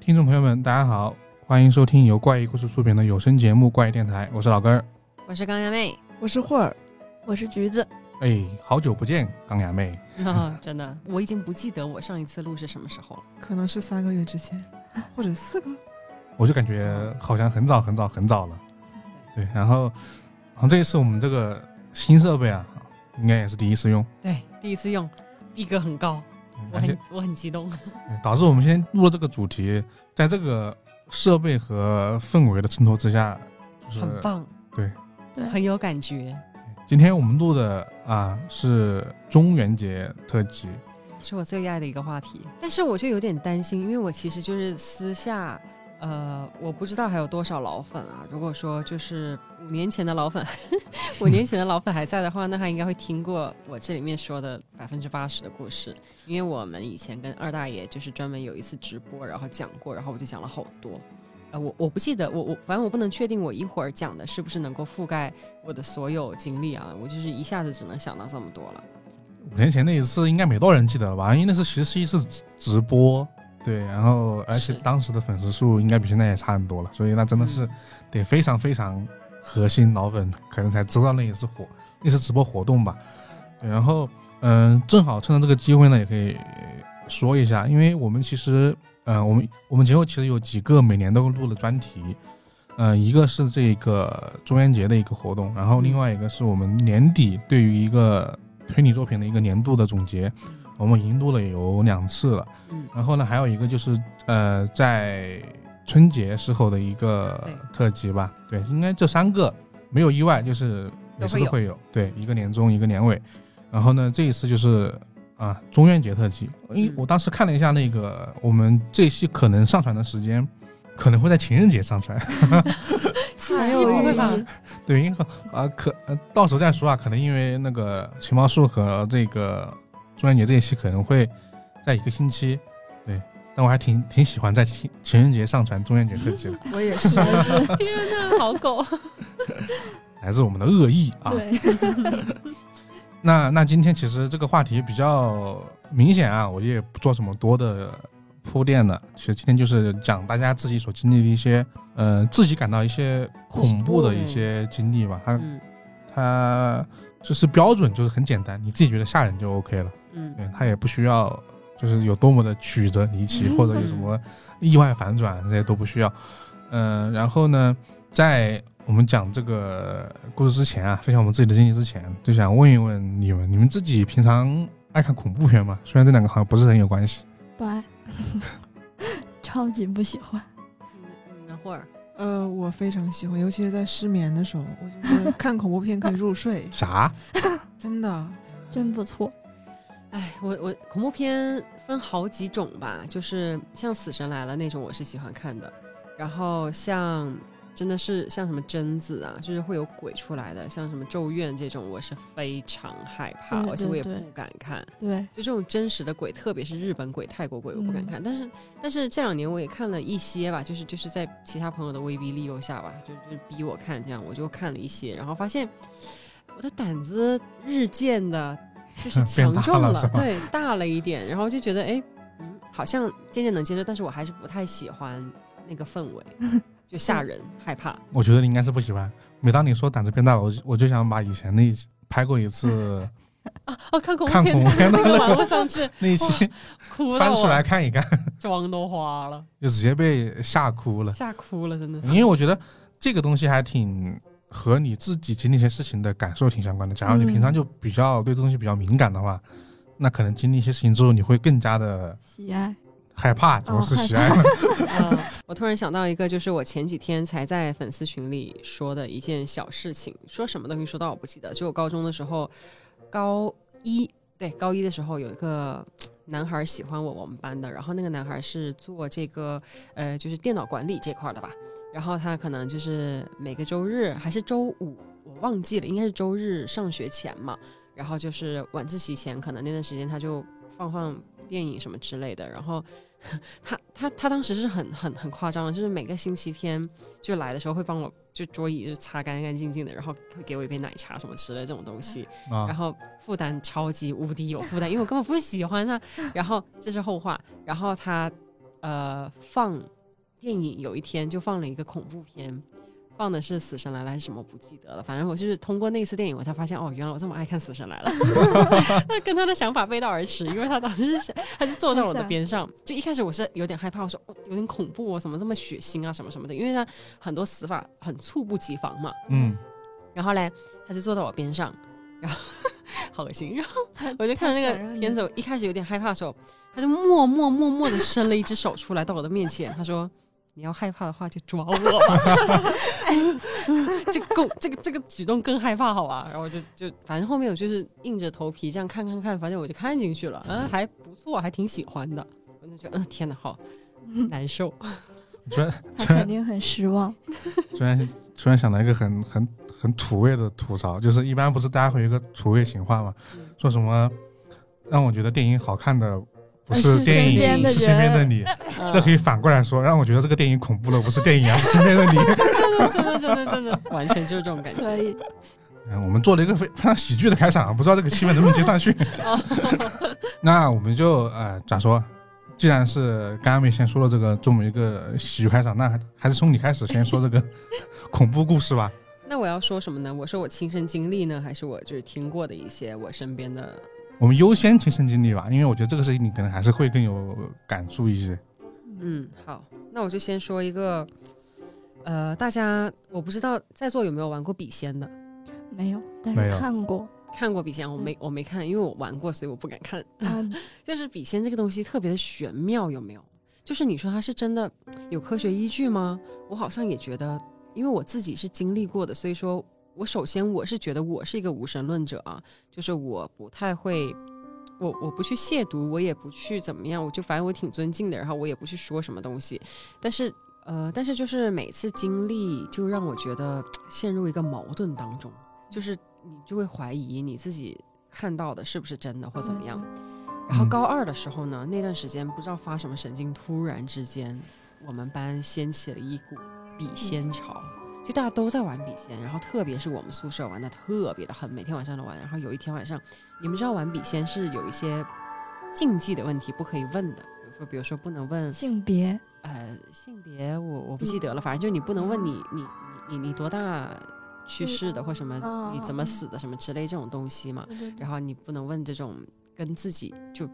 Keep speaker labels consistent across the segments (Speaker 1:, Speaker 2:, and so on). Speaker 1: 听众朋友们，大家好，欢迎收听由怪异故事出品的有声节目《怪异电台》，我是老根儿。
Speaker 2: 我是钢牙妹，
Speaker 3: 我是霍尔，
Speaker 4: 我是橘子，
Speaker 1: 哎，好久不见，钢牙妹。
Speaker 2: 啊， 真的，我已经不记得我上一次录是什么时候了。
Speaker 3: 可能是三个月之前，或者四个。
Speaker 1: 我就感觉好像很早很早很早了。对，然后，然后这一次我们这个新设备啊，应该也是第一次用，
Speaker 2: 对，第一次用，逼格很高，我
Speaker 1: 而且
Speaker 2: 很我很激动。
Speaker 1: 对导致我们先录了这个主题，在这个设备和氛围的衬托之下，就是
Speaker 2: 很棒，
Speaker 1: 对
Speaker 4: 对
Speaker 2: 很有感觉。
Speaker 1: 今天我们录的啊是中元节特辑，
Speaker 2: 是我最爱的一个话题，但是我就有点担心，因为我其实就是私下，呃，我不知道还有多少老粉啊。如果说就是五年前的老粉， 五年前的老粉还在的话，那他应该会听过我这里面说的百分之八十的故事，因为我们以前跟二大爷就是专门有一次直播，然后讲过，然后我就讲了好多。呃，我我不记得，我我反正我不能确定我一会儿讲的是不是能够覆盖我的所有经历啊，我就是一下子只能想到这么多了。
Speaker 1: 五年前那一次应该没多少人记得了吧？因为那次其实是一次直直播，对，然后而且
Speaker 2: 是
Speaker 1: 当时的粉丝数应该比现在也差很多了，所以那真的是
Speaker 2: 嗯
Speaker 1: 得非常非常核心老粉可能才知道那一次火那次直播活动吧。对然后，嗯、正好趁着这个机会呢，也可以呃说一下，因为我们其实，嗯、我们我们节目其实有几个每年都录的专题，嗯、一个是这个中元节的一个活动，然后另外一个是我们年底对于一个推理作品的一个年度的总结，我们已经录了有两次了。
Speaker 2: 嗯，
Speaker 1: 然后呢，还有一个就是呃，在春节时候的一个
Speaker 2: 对
Speaker 1: 特辑吧，对，应该这三个没有意外，就是每次
Speaker 2: 都会
Speaker 1: 都
Speaker 2: 有
Speaker 1: 会有，对，一个年中，一个年尾，然后呢，这一次就是啊中元节特辑，因为
Speaker 2: 嗯
Speaker 1: 我当时看了一下那个我们这一期可能上传的时间，可能会在情人节上传，
Speaker 4: 还
Speaker 2: 不
Speaker 4: 有
Speaker 2: 会
Speaker 4: 雨
Speaker 2: 吧？
Speaker 4: 衣，
Speaker 1: 对，因为啊可呃到时候再说啊，可能因为那个情报树和这个中元节这一期可能会在一个星期，对，但我还挺挺喜欢在情情人节上传中元节特 辑的，
Speaker 3: 我也是，
Speaker 2: 天呐，好狗！
Speaker 1: 来自我们的恶意啊。
Speaker 4: 对，
Speaker 1: 那那今天其实这个话题比较明显啊，我也不做什么多的铺垫了。其实今天就是讲大家自己所经历的一些，呃，自己感到一些恐怖的一些经历吧。它
Speaker 2: 嗯
Speaker 1: 它就是标准就是很简单，你自己觉得吓人就 OK 了。
Speaker 2: 嗯，
Speaker 1: 对，它也不需要就是有多么的曲折离
Speaker 2: 嗯
Speaker 1: 奇，或者有什么意外反转这些都不需要。嗯、然后呢，在我们讲这个故事之前啊，分享我们自己的经历之前，就想问一问你们，你们自己平常爱看恐怖片吗？虽然这两个好像不是很有关系。，
Speaker 4: 不爱， 超级不喜欢。
Speaker 2: 那会儿
Speaker 3: 呃，我非常喜欢，尤其是在失眠的时候，我就是看恐怖片可以入睡
Speaker 1: 啥？
Speaker 3: 真的。
Speaker 4: 真不错，
Speaker 2: 哎，我我恐怖片分好几种吧，就是像《死神来了》那种，我是喜欢看的。然后像真的是像什么贞子啊，就是会有鬼出来的，像什么《咒怨》这种，我是非常害怕，
Speaker 4: 对
Speaker 2: 而且我也
Speaker 4: 对对
Speaker 2: 不敢看。
Speaker 4: 对，
Speaker 2: 就这种真实的鬼，特别是日本鬼、泰国鬼，我不敢看。但是，但是这两年我也看了一些吧，就是就是在其他朋友的威逼利诱下吧，就就是逼我看这样，我就看了一些，然后发现我的胆子日渐的，就是
Speaker 1: 变
Speaker 2: 强
Speaker 1: 大
Speaker 2: 壮
Speaker 1: 了
Speaker 2: 了，
Speaker 1: 是吧
Speaker 2: 对，大了一点，然后就觉得哎，嗯，好像渐渐能接受，但是我还是不太喜欢那个氛 围，就吓人、害怕。
Speaker 1: 我觉得你应该是不喜欢。每当你说胆子变大了，我就我就想把以前那一期拍过一次
Speaker 2: 哦，看恐怖
Speaker 1: 看
Speaker 2: 片
Speaker 1: 恐怖
Speaker 2: 的
Speaker 1: 片的
Speaker 2: 那个
Speaker 1: 那
Speaker 2: 网
Speaker 1: 个
Speaker 2: 络上去
Speaker 1: 那一期
Speaker 2: 哭
Speaker 1: 翻
Speaker 2: 到
Speaker 1: 出来
Speaker 2: 我
Speaker 1: 看一看，
Speaker 2: 妆都花了，
Speaker 1: 就直接被吓哭了。
Speaker 2: 吓哭了，真 的是。
Speaker 1: 因为我觉得这个东西还挺和你自己经历一些事情的感受挺相关的。假如你
Speaker 4: 嗯
Speaker 1: 平常就比较对这东西比较敏感的话，那可能经历一些事情之后，你会更加的
Speaker 4: 喜爱，
Speaker 1: 害
Speaker 4: 哦
Speaker 1: 怕，怎么是喜 爱呢？啊
Speaker 2: 呃， 我突然想到一个，就是我前几天才在粉丝群里说的一件小事情，说什么东西说到我不记得。就我高中的时候，高一对高一的时候有一个。男孩喜欢我，我们班的，然后那个男孩是做这个，呃，就是电脑管理这块儿的吧。然后他可能就是每个周日还是周五，我忘记了，应该是周日上学前嘛，然后就是晚自习前，可能那段时间他就放放电影什么之类的。然后他他他当时是很很很夸张的，就是每个星期天就来的时候会帮我就桌椅就擦干干净净的，然后会给我一杯奶茶什么之类的这种东西。然
Speaker 1: 啊，
Speaker 2: 后负担超级无敌有负担，因为我根本不喜欢他。然后这是后话，然后他呃放电影有一天就放了一个恐怖片，放的是《死神来了》还是什么不记得了，反正我就是通过那次电影我才发现哦，原来我这么爱看《死神来了》，那跟他的想法背道而驰，因为他当时是他就坐在我的边上，就一开始我是有点害怕，我说、哦、有点恐怖哦，怎么这么血腥啊什么什么的，因为他很多死法很猝不及防嘛。
Speaker 1: 嗯，
Speaker 2: 然后嘞，他就坐在我边上，然后 好恶心。然后我就看着那个片子，我一开始有点害怕的时候，他就默默默默的伸了一只手出来到我的面前，他说。你要害怕的话就抓我， 这个够这个这个举动更害怕好吧？然后我就就反正后面我就是硬着头皮这样看看看，反正我就看进去了，嗯，还不错，还挺喜欢的。我就觉得，嗯，天哪，好难受。
Speaker 1: 突然
Speaker 4: 他肯定很失望。
Speaker 1: 突然突然想到一个很很很土味的吐槽，就是一般不是大家会有一个土味情话嘛，
Speaker 2: 嗯
Speaker 1: 说什么让我觉得电影好看的不
Speaker 4: 呃是
Speaker 1: 电
Speaker 4: 身边
Speaker 1: 影，
Speaker 4: 的嗯
Speaker 1: 是身边的你，这
Speaker 2: 嗯
Speaker 1: 可以反过来说，让我觉得这个电影恐怖了，不是电影，而啊是身边的你。
Speaker 2: 嗯真的真的真的，完全就是这种感觉。
Speaker 4: 可以，
Speaker 1: 嗯，我们做了一个非非常喜剧的开场，不知道这个气氛能不能接上去。
Speaker 2: 哦
Speaker 1: 那我们就呃咋说？既然是刚刚妹先说了这个这么一个喜剧开场，那还还是从你开始先说这 个恐怖故事吧。
Speaker 2: 那我要说什么呢？我说我亲身经历呢，还是我就是听过的一些我身边的？
Speaker 1: 我们优先亲身经历吧，因为我觉得这个事情你可能还是会更有感触一些。
Speaker 2: 嗯，好，那我就先说一个，呃，大家我不知道在座有没有玩过笔仙的，
Speaker 4: 没有，但
Speaker 1: 没有
Speaker 4: 是看过
Speaker 2: 看过笔仙？我没我没看，因为我玩过，所以我不敢看。
Speaker 4: 啊，
Speaker 2: 就是笔仙这个东西特别的玄妙，有没有？就是你说它是真的有科学依据吗？我好像也觉得，因为我自己是经历过的，所以说我首先我是觉得我是一个无神论者啊，就是我不太会，我我不去亵渎，我也不去怎么样，我就反正我挺尊敬的，然后我也不去说什么东西，但是。呃，但是就是每次经历，就让我觉得陷入一个矛盾当中，就是你就会怀疑你自己看到的是不是真的，或
Speaker 4: 嗯
Speaker 2: 怎么样。然后
Speaker 1: 嗯
Speaker 2: 高二的时候呢，那段时间不知道发什么神经，突然之间，我们班掀起了一股笔仙潮，就大家都在玩笔仙，然后特别是我们宿舍玩的特别的狠，每天晚上都玩。然后有一天晚上，你们知道玩笔仙是有一些禁忌的问题不可以问的，比如说，比如说不能问
Speaker 4: 性别
Speaker 2: 呃性别我，我不记得了，反正就你不能问你你你你你多大去
Speaker 4: 嗯
Speaker 2: 世的或什么，
Speaker 4: 哦
Speaker 2: 你怎
Speaker 4: 哦
Speaker 2: 么死的什么之类这种东西嘛。然后你不能问这种跟自己就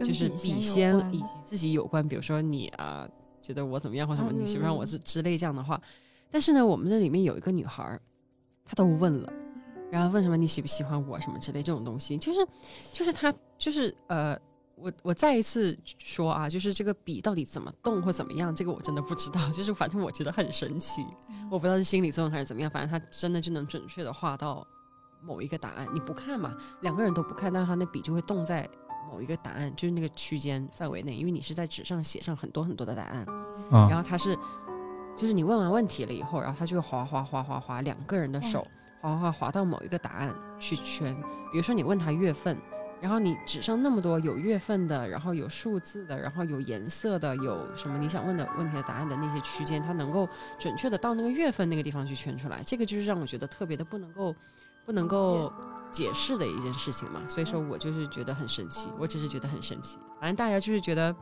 Speaker 2: 就是笔仙以及自己有关，比如说你啊、觉得我怎么样或什么，
Speaker 4: 嗯
Speaker 2: 你喜不喜欢我
Speaker 4: 嗯
Speaker 2: 之之类这样的话。但是呢，我们这里面有一个女孩儿，她都问了，然后问什么你喜不喜欢我什么之类这种东西，就是就是她就是呃。我我再一次说啊，就是这个笔到底怎么动或怎么样，这个我真的不知道。就是反正我觉得很神奇，我不知道是心理作用还是怎么样，反正他真的就能准确的画到某一个答案。你不看嘛，两个人都不看，但是他那笔就会动在某一个答案，就是那个区间范围内，因为你是在纸上写上很多很多的答案，
Speaker 1: 啊、
Speaker 2: 然后他是就是你问完问题了以后，然后他就划划划划划两个人
Speaker 4: 嗯
Speaker 2: 的手，划划划到某一个答案去圈。比如说你问他月份，然后你纸上那么多有月份的，然后有数字的，然后有颜色的，有什么你想问的问题的答案的那些区间，它能够准确的到那个月份那个地方去圈出来。这个就是让我觉得特别的不能够不能够解释的一件事情嘛。所以说我就是觉得很神奇，我只是觉得很神奇。反正大家就是觉得，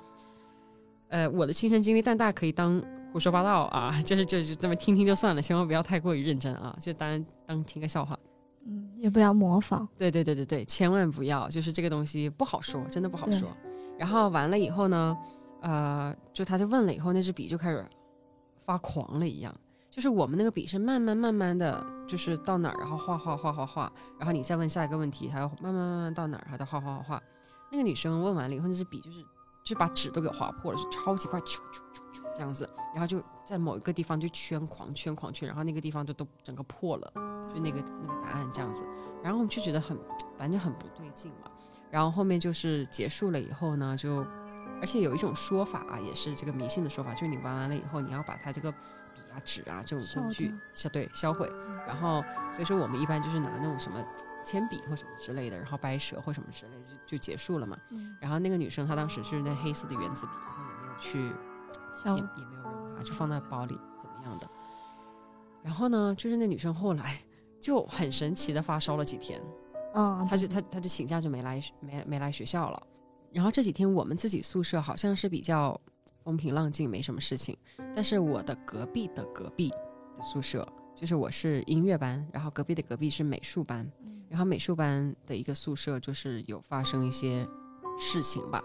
Speaker 2: 呃，我的亲身经历，但大家可以当胡说八道啊，就是就是这么听听就算了，千万不要太过于认真啊，就当当听个笑话。
Speaker 4: 嗯，也不要模仿。
Speaker 2: 对对对对对，千万不要，就是这个东西不好说，真的不好
Speaker 4: 对
Speaker 2: 说。然后完了以后呢，呃，就他就问了以后，那支笔就开始发狂了一样。就是我们那个笔是慢慢慢慢的就是到哪儿，然后画画画画画，然后你再问下一个问题，还要慢慢慢慢到哪儿，然后再画画画画。那个女生问完了以后，那支笔就是就把纸都给划破了，就超级快，啾啾啾啾这样子，然后就在某一个地方就圈狂圈狂圈，然后那个地方就都整个破了，就那个那个答案这样子。然后我们就觉得很，反正就很不对劲嘛。然后后面就是结束了以后呢，就而且有一种说法啊，也是这个迷信的说法，就是你玩完了以后，你要把它这个笔啊杂质啊这种
Speaker 4: 烧
Speaker 2: 工具
Speaker 4: 掉
Speaker 2: 销对销毁。然后所以说我们一般就是拿那种什么铅笔或什么之类的，然后掰折或什么之类的就就结束了嘛。
Speaker 4: 嗯，
Speaker 2: 然后那个女生她当时是那黑色的原子笔，然后也没有去
Speaker 4: 消
Speaker 2: 也也没有扔啊它，就放在包里怎么样的。然后呢，就是那女生后来就很神奇的发烧了几天，
Speaker 4: 啊，
Speaker 2: 她就她她就请假就没来没没来学校了。然后这几天我们自己宿舍好像是比较风平浪静，没什么事情。但是我的隔壁的隔壁的宿舍，就是我是音乐班，然后隔壁的隔壁是美术班，然后美术班的一个宿舍就是有发生一些事情吧，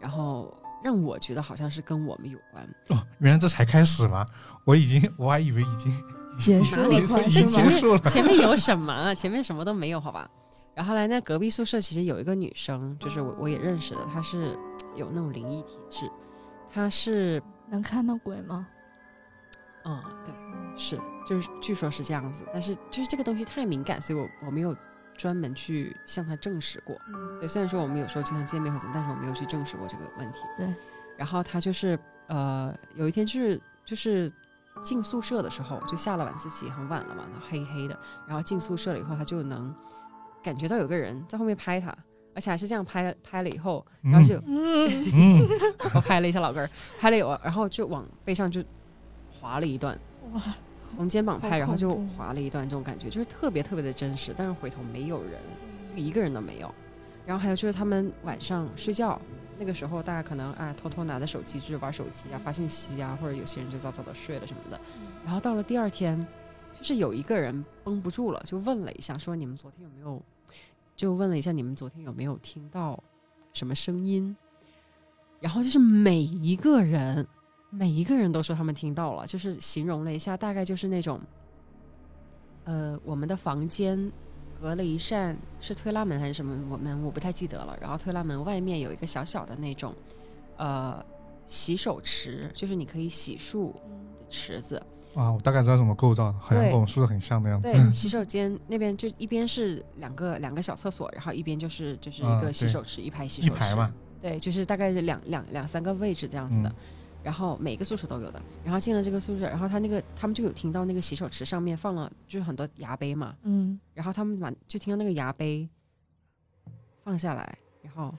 Speaker 2: 然后让我觉得好像是跟我们有关。
Speaker 1: 哦，原来这才开始吗？我已经我还以为已经
Speaker 4: 结束
Speaker 2: 哪
Speaker 4: 了
Speaker 2: 里啊
Speaker 4: 快
Speaker 1: 已
Speaker 2: 这
Speaker 1: 经
Speaker 2: 前
Speaker 4: 是
Speaker 1: 结
Speaker 4: 吗？
Speaker 2: 面
Speaker 1: 束了。
Speaker 2: 前面有什么啊？前面什么都没有，好吧。然后后来呢，隔壁宿舍其实有一个女生，就是我我也认识的，她是有那种灵异体质，她是
Speaker 4: 能看到鬼吗？
Speaker 2: 嗯，对，是就是据说是这样子，但是就是这个东西太敏感，所以我我没有专门去向她证实过。
Speaker 4: 嗯
Speaker 2: 对，虽然说我们有时候经常见面或者，但是我没有去证实过这个问题。
Speaker 4: 对，
Speaker 2: 然后他就是呃，有一天就是就是进宿舍的时候，就下了晚自习，很晚了嘛，然后黑黑的，然后进宿舍了以后，他就能感觉到有个人在后面拍他，而且还是这样拍拍了以后，然后就、
Speaker 4: 嗯，
Speaker 1: 嗯，
Speaker 2: 我拍了一下老根儿，拍了有，然后就往背上就划了一段，
Speaker 4: 哇，
Speaker 2: 从肩膀拍，
Speaker 4: 好
Speaker 2: 然后就
Speaker 4: 恐怖
Speaker 2: 划了一段，这种感觉就是特别特别的真实，但是回头没有人，就一个人都没有。然后还有就是他们晚上睡觉那个时候，大家可能啊偷偷拿着手机就是玩手机啊、发信息啊，或者有些人就早早的睡了什么的。
Speaker 4: 嗯
Speaker 2: 然后到了第二天，就是有一个人绷不住了，就问了一下，说你们昨天有没有？就问了一下你们昨天有没有听到什么声音？然后就是每一个人，每一个人都说他们听到了，就是形容了一下，大概就是那种，呃，我们的房间隔了一扇是推拉门还是什么我们我不太记得了。然后推拉门外面有一个小小的那种，呃，洗手池，就是你可以洗漱的池子。
Speaker 1: 啊，我大概知道怎么构造了，好像
Speaker 2: 对
Speaker 1: 跟我们宿舍很像的样子。嗯
Speaker 2: 对，洗手间那边就一边是两个两个小厕所，然后一边就是就是一
Speaker 1: 啊
Speaker 2: 个洗
Speaker 1: 对
Speaker 2: 手池，一排洗手
Speaker 1: 一
Speaker 2: 池，
Speaker 1: 排嘛，
Speaker 2: 对，就是大概是两两两三个位置这样子的。
Speaker 1: 嗯
Speaker 2: 然后每个宿舍都有的，然后进了这个宿舍，然后他那个他们就有听到那个洗手池上面放了就是很多牙杯嘛，
Speaker 4: 嗯，
Speaker 2: 然后他们把就听到那个牙杯放下来，然后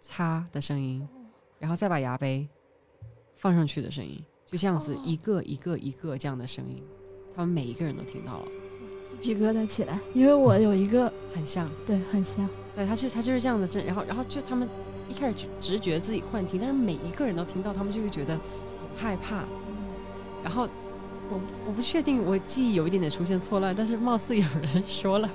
Speaker 2: 擦的声音，然后再把牙杯放上去的声音，就这样子
Speaker 4: 哦
Speaker 2: 一个一个一个这样的声音，他们每一个人都听到了，
Speaker 4: 鸡皮疙瘩起来，因为我有一个
Speaker 2: 很像。
Speaker 4: 对 很像，
Speaker 2: 对，他就他就是这样的震，然后然后就他们一开始就直觉自己幻听，但是每一个人都听到，他们就会觉得很害怕。然后我我不确定，我记忆有一点点出现错乱，但是貌似有人说了，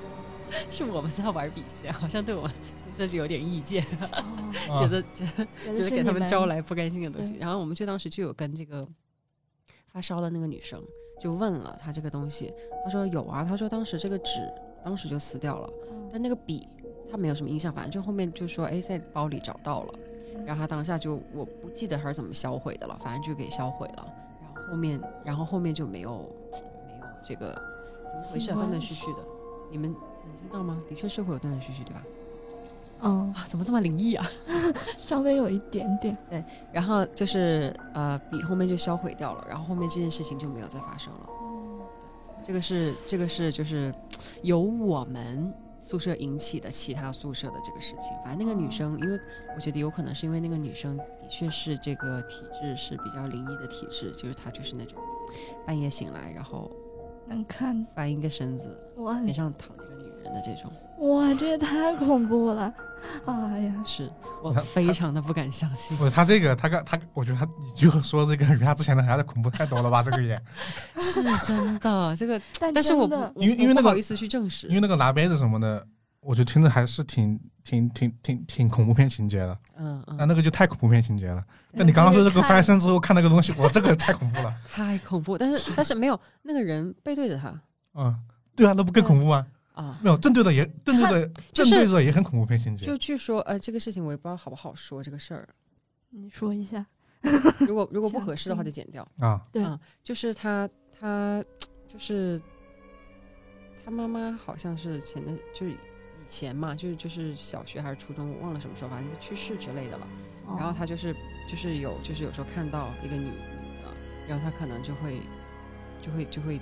Speaker 2: 是我们在玩笔仙，好像对我们宿舍就有点意见，
Speaker 4: 哦
Speaker 1: 啊
Speaker 2: 觉得觉得
Speaker 4: 觉
Speaker 2: 就
Speaker 4: 得
Speaker 2: 是给他
Speaker 4: 是你
Speaker 2: 们
Speaker 4: 们
Speaker 2: 招来不甘心的东西。
Speaker 4: 对
Speaker 2: 然后我们就当时就有跟这个发烧的那个女生就问了她这个东西，她说有啊，她说当时这个纸当时就撕掉了，
Speaker 4: 嗯
Speaker 2: 但那个笔她没有什么印象，反正就后面就说哎在包里找到了，然后她当下就我不记得她是怎么销毁的了，反正就给销毁了。然后后面然后后面就没有没有这个怎么回事啊，
Speaker 4: 喜欢
Speaker 2: 断断续续的，你们能听到吗？的确是会有断断续续，对吧？
Speaker 4: 嗯，
Speaker 2: 啊，怎么这么灵异啊？
Speaker 4: 稍微有一点点，
Speaker 2: 然后就是呃，笔后面就销毁掉了，然后后面这件事情就没有再发生了。嗯这个是这个是就是由我们宿舍引起的其他宿舍的这个事情。反正那个女生，因为我觉得有可能是因为那个女生的确是这个体质是比较灵异的体质，就是她就是那种半夜醒来，然后
Speaker 4: 能看
Speaker 2: 翻一个身子，
Speaker 4: 哇
Speaker 2: 脸上躺着一个女人的这种，
Speaker 4: 哇，这也太恐怖了，哎呀，
Speaker 2: 是我
Speaker 1: 她
Speaker 2: 非常的不敢相信。
Speaker 1: 不，他这个，他刚他，我觉得他你就说这个比他之前的还要恐怖太多了吧？这个 也，
Speaker 2: 是真的，这个，
Speaker 4: 但
Speaker 2: 但是我
Speaker 4: 真
Speaker 2: 不
Speaker 4: 的，
Speaker 2: 我
Speaker 1: 因为因为
Speaker 2: 我
Speaker 1: 那
Speaker 2: 不
Speaker 1: 个
Speaker 2: 好意思去证实
Speaker 1: 因，为那个拿杯子什么的，我觉得听着还是挺挺挺挺挺恐怖片情节的。
Speaker 2: 嗯嗯
Speaker 1: 啊那，那个就太恐怖片情节了。那你
Speaker 4: 对
Speaker 1: 刚刚说这个
Speaker 4: 看
Speaker 1: 翻身之后看那个东西，我这个太恐怖 了。
Speaker 2: 太恐怖，但是但是没有那个人背对着他
Speaker 1: 嗯，对啊，那不更恐怖吗？
Speaker 2: 啊。
Speaker 1: 没有，正对着也正对着
Speaker 2: 就
Speaker 1: 正对
Speaker 2: 是
Speaker 1: 着也很恐怖片情节
Speaker 2: 就。据说呃，这个事情我也不知道好不好说这个事儿。
Speaker 4: 你说一下，
Speaker 2: 如果如果不
Speaker 4: 想
Speaker 2: 合适的话就
Speaker 4: 听
Speaker 2: 剪掉。
Speaker 1: 啊，
Speaker 4: 对
Speaker 2: 嗯，就是他他就是他妈妈好像是前的就是以前嘛，就是就是小学还是初中，我忘了什么时候，反
Speaker 4: 哦
Speaker 2: 正就去世之类的了。然后他就是就是有就是有时候看到一个女女的然后他可能就会就会就会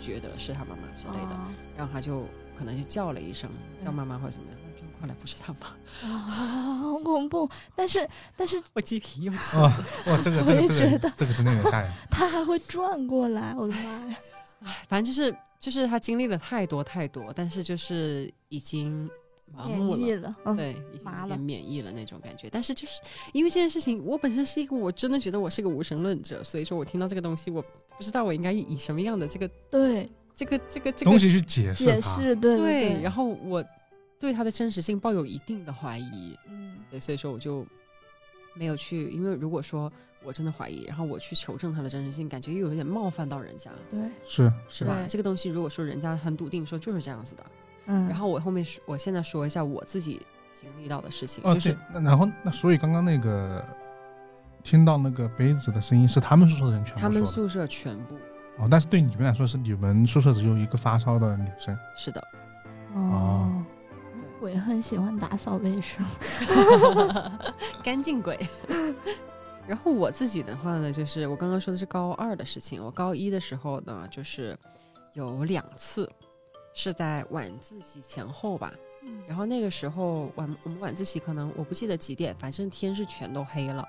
Speaker 2: 觉得是他妈妈之类的，
Speaker 4: 啊
Speaker 2: 然后他就可能就叫了一声，叫
Speaker 4: 嗯
Speaker 2: 妈妈或者怎么样，那就后来不是他妈，
Speaker 4: 啊，好恐怖！但是但是
Speaker 2: 我鸡皮又起来了，
Speaker 1: 啊，哇，这个这
Speaker 4: 我
Speaker 1: 个
Speaker 4: 也
Speaker 1: 这
Speaker 4: 觉
Speaker 1: 个
Speaker 4: 得
Speaker 1: 这个真的有点吓人。
Speaker 4: 他还会转过来，我的妈呀！
Speaker 2: 唉反正就是就是他经历了太多太多，但是就是已经麻
Speaker 4: 免
Speaker 2: 木了
Speaker 4: 疫。了，嗯，
Speaker 2: 对，已经
Speaker 4: 麻
Speaker 2: 有
Speaker 4: 了
Speaker 2: 点免疫了那种感觉。但是就是因为这件事情，我本身是一个我真的觉得我是个无神论者，所以说我听到这个东西，我不知道我应该以什么样的这个
Speaker 4: 对，
Speaker 2: 这个这个这个
Speaker 1: 东西去解释
Speaker 4: 解
Speaker 1: 它，
Speaker 4: 释，对
Speaker 2: 对
Speaker 4: 对，
Speaker 2: 然后我对它的真实性抱有一定的怀疑，
Speaker 4: 嗯，
Speaker 2: 对，所以说我就没有去，因为如果说我真的怀疑，然后我去求证它的真实性，感觉又有点冒犯到人家，
Speaker 4: 对，
Speaker 1: 是
Speaker 2: 是吧？
Speaker 4: 对
Speaker 2: 这个东西如果说人家很笃定说就是这样子的，
Speaker 4: 嗯，
Speaker 2: 然后我后面说我现在说一下我自己经历到的事情，
Speaker 1: 哦，
Speaker 2: 就是
Speaker 1: 对。那然后那所以刚刚那个听到那个杯子的声音是他们宿舍的人全
Speaker 2: 他
Speaker 1: 部
Speaker 2: 们
Speaker 1: 说的
Speaker 2: 宿舍全部
Speaker 1: 哦，但是对你们来说是你们宿舍只有一个发烧的女生，
Speaker 2: 是的，
Speaker 4: 哦，
Speaker 2: 对，
Speaker 4: 鬼很喜欢打扫卫生，
Speaker 2: 干净鬼。然后我自己的话呢，就是我刚刚说的是高二的事情，我高一的时候呢，就是有两次是在晚自习前后吧。嗯
Speaker 4: 嗯
Speaker 2: 然后那个时候晚我们晚自习可能我不记得几点，反正天是全都黑了。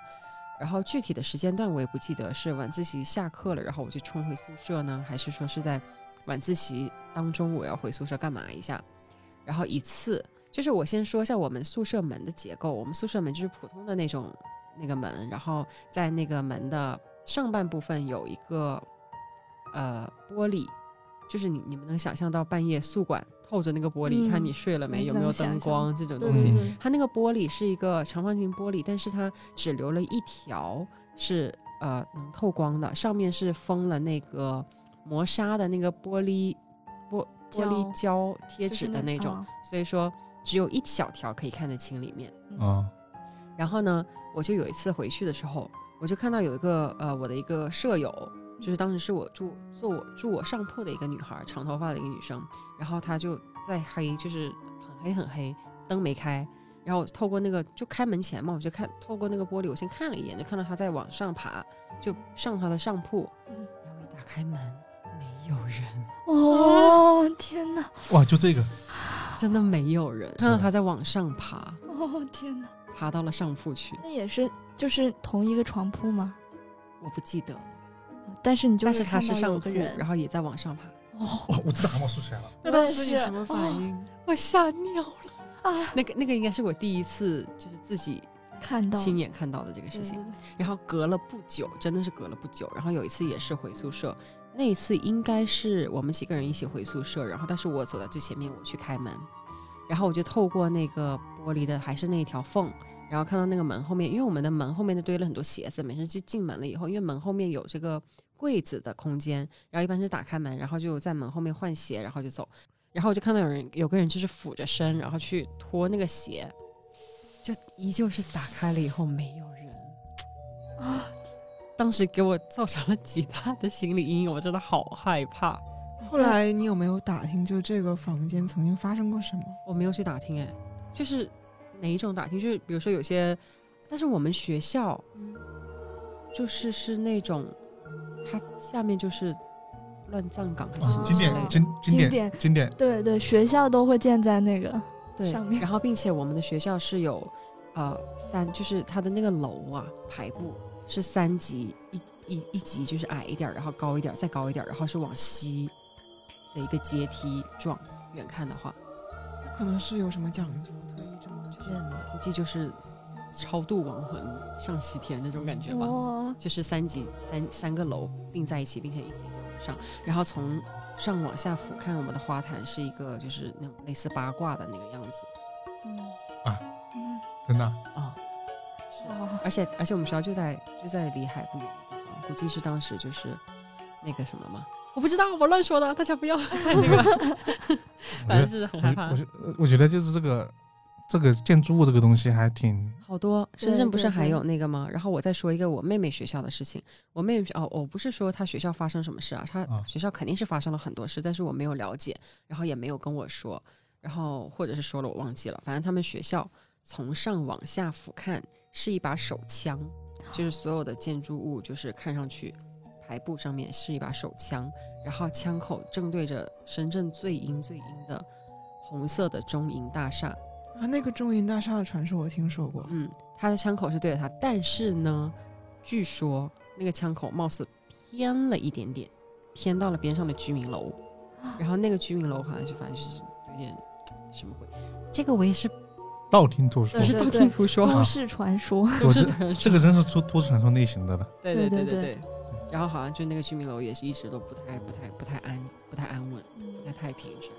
Speaker 2: 然后具体的时间段我也不记得，是晚自习下课了，然后我就冲回宿舍呢，还是说是在晚自习当中我要回宿舍干嘛一下？然后一次就是我先说一下我们宿舍门的结构，我们宿舍门就是普通的那种那个门，然后在那个门的上半部分有一个呃玻璃，就是你你们能想象到半夜宿管透着那个玻璃、
Speaker 4: 嗯
Speaker 2: 看你睡了没，有
Speaker 4: 能
Speaker 2: 没有
Speaker 4: 想
Speaker 2: 灯
Speaker 4: 象
Speaker 2: 光这种
Speaker 4: 对
Speaker 2: 东
Speaker 4: 对
Speaker 2: 西。
Speaker 1: 嗯
Speaker 4: 对，
Speaker 2: 它那个玻璃是一个长方形玻璃，但是它只留了一条是呃能透光的，上面是封了那个磨砂的那个玻璃玻玻璃胶贴
Speaker 4: 就是
Speaker 2: 纸的
Speaker 4: 那
Speaker 2: 那种，
Speaker 4: 啊
Speaker 2: 所以说只有一小条可以看得清里面。
Speaker 1: 啊、
Speaker 2: 然后呢，我就有一次回去的时候，我就看到有一个呃我的一个舍友，就是当时是我住坐我住我上铺的一个女孩，长头发的一个女生，然后她就在黑，就是很黑很黑，灯没开。然后透过那个就开门前嘛，我就看透过那个玻璃，我先看了一眼，就看到她在往上爬，就上她的上铺。
Speaker 4: 嗯
Speaker 2: 然后一打开门，没有人，
Speaker 4: 哦，天哪，
Speaker 1: 哇，就这个
Speaker 2: 真的没有 人，看到她在往上爬，
Speaker 4: 哦天哪，
Speaker 2: 爬到了上铺去。
Speaker 4: 那也是就是同一个床铺吗？
Speaker 2: 我不记得了，
Speaker 4: 但是你就
Speaker 2: 但是她
Speaker 4: 看
Speaker 2: 是
Speaker 4: 到
Speaker 2: 上
Speaker 4: 有
Speaker 2: 铺
Speaker 4: 个，人，
Speaker 2: 然后也在往上爬。
Speaker 4: 哦，
Speaker 1: 哇，我知道蛤蟆竖起来了，
Speaker 4: 那当时你
Speaker 2: 什
Speaker 4: 什
Speaker 2: 么
Speaker 4: 么
Speaker 2: 反
Speaker 4: 反
Speaker 2: 应？
Speaker 4: 我吓尿了啊！
Speaker 2: 那个那个应该是我第一次就是自己
Speaker 4: 看到
Speaker 2: 亲眼看到的这个事情。，然后隔了不久，真的是隔了不久。然后有一次也是回宿舍，那一次应该是我们几个人一起回宿舍，然后但是我走到最前面，我去开门，然后我就透过那个玻璃的还是那一条缝。然后看到那个门后面，因为我们的门后面就堆了很多鞋子，每次就进门了以后，因为门后面有这个柜子的空间，然后一般是打开门，然后就在门后面换鞋，然后就走。然后我就看到有人有个人就是俯着身，然后去脱那个鞋，就依旧是打开了以后没有人。
Speaker 4: 啊，
Speaker 2: 当时给我造成了极大的心理阴影，我真的好害怕。
Speaker 3: 后来你有没有打听，就这个房间曾经发生过什么？
Speaker 2: 我没有去打听，哎，就是哪一种打听？就是比如说有些，但是我们学校就是是那种，它下面就是乱葬岗哦还是什
Speaker 1: 啊
Speaker 2: 么
Speaker 1: 经
Speaker 2: 之类
Speaker 1: 典
Speaker 2: 的，
Speaker 1: 经经
Speaker 4: 经
Speaker 1: 典
Speaker 4: 典
Speaker 1: 经典，
Speaker 4: 对对，学校都会建在那个，
Speaker 2: 对
Speaker 4: 上。面
Speaker 2: 然后并且我们的学校是有，呃，三就是它的那个楼啊排布是三级，一一一级就是矮一点儿，然后高一点儿，再高一点儿，然后是往西的一个阶梯状。远看的话，
Speaker 3: 可能是有什么讲究，特意这么建的。
Speaker 2: 估计就是超度亡魂上西天那种感觉吧。
Speaker 4: 哇，
Speaker 2: 就是三级三三个楼并在一起，并且一级一级往上，然后从上往下俯瞰我们的花坛是一个就是那种类似八卦的那个样子
Speaker 4: 嗯
Speaker 1: 啊
Speaker 4: 嗯
Speaker 1: 真的啊
Speaker 2: 啊、是啊，
Speaker 4: 哇
Speaker 2: 而且而且我们学校就在就在离海不远的地方，估计是当时就是那个什么嘛，我不知道，我乱说的，大家不要 太那个，
Speaker 1: 我
Speaker 2: 反
Speaker 1: 觉得
Speaker 2: 正是很
Speaker 1: 我
Speaker 2: 害
Speaker 1: 觉
Speaker 2: 怕
Speaker 1: 我。觉得我觉得就是这个这个建筑物这个东西还挺
Speaker 2: 好多
Speaker 4: 嗯对
Speaker 2: 深圳不是
Speaker 4: 对
Speaker 2: 还
Speaker 4: 对
Speaker 2: 有那个吗？然后我再说一个我妹妹学校的事情。我妹妹哦，我不是说她学校发生什么事啊，她
Speaker 1: 啊
Speaker 2: 学校肯定是发生了很多事，但是我没有了解，然后也没有跟我说，然后或者是说了我忘记了。反正他们学校从上往下俯瞰是一把手枪，就是所有的建筑物就是看上去台布上面是一把手枪，然后枪口正对着深圳最阴最阴的红色的中银大厦。
Speaker 3: 啊，那个中银大厦的传说我听说过，
Speaker 2: 嗯，他的枪口是对着他，但是呢，据说那个枪口貌似偏了一点点，偏到了边上的居民楼，然后那个居民楼好像是反正就是有点什么鬼，这个我也是
Speaker 1: 道听途说
Speaker 2: 我，是
Speaker 4: 对
Speaker 2: 道
Speaker 4: 对
Speaker 2: 听途说，
Speaker 4: 都市传说，
Speaker 1: 我
Speaker 2: 都市
Speaker 1: 这
Speaker 2: 传
Speaker 1: 这
Speaker 2: 说，
Speaker 1: 个真是都都市传说类型的了。
Speaker 2: 对
Speaker 4: 对
Speaker 2: 对
Speaker 4: 对
Speaker 2: 对
Speaker 4: 对
Speaker 2: 对。然后好像就那个居民楼也是一直都不太不太不太安不太安稳，不太太平之类的。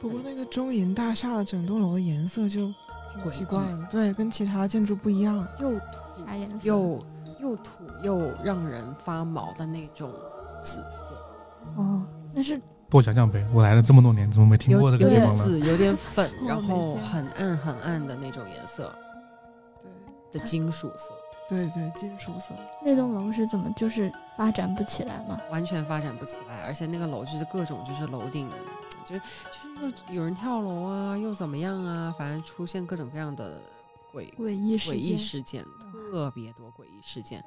Speaker 3: 不过那个中银大厦的整栋楼的颜色就挺
Speaker 2: 诡
Speaker 3: 奇怪的，对，跟其他建筑不一样。
Speaker 2: 又
Speaker 4: 啥颜色？
Speaker 2: 又又土又让人发毛的那种紫色，
Speaker 4: 哦，那是
Speaker 1: 多讲讲呗，我来了这么多年，怎么没听
Speaker 2: 有
Speaker 1: 过这个
Speaker 2: 有
Speaker 1: 地
Speaker 2: 点
Speaker 1: 方呢？
Speaker 2: 紫，有点
Speaker 4: ，
Speaker 2: 粉
Speaker 4: 我
Speaker 2: 然
Speaker 4: 哦没
Speaker 2: 后
Speaker 4: 见
Speaker 2: 很暗很暗的那种颜色
Speaker 3: 对
Speaker 2: 的金属色，
Speaker 3: 对对，金属色。
Speaker 4: 那栋楼是怎么就是发展不起来吗？
Speaker 2: 完全发展不起来。而且那个楼就是各种就是楼顶，就是就是又有人跳楼啊，又怎么样啊，反正出现各种各样的鬼
Speaker 4: 诡异
Speaker 2: 诡
Speaker 4: 事
Speaker 2: 异
Speaker 4: 件，嗯
Speaker 2: 事件，特别多诡异事件。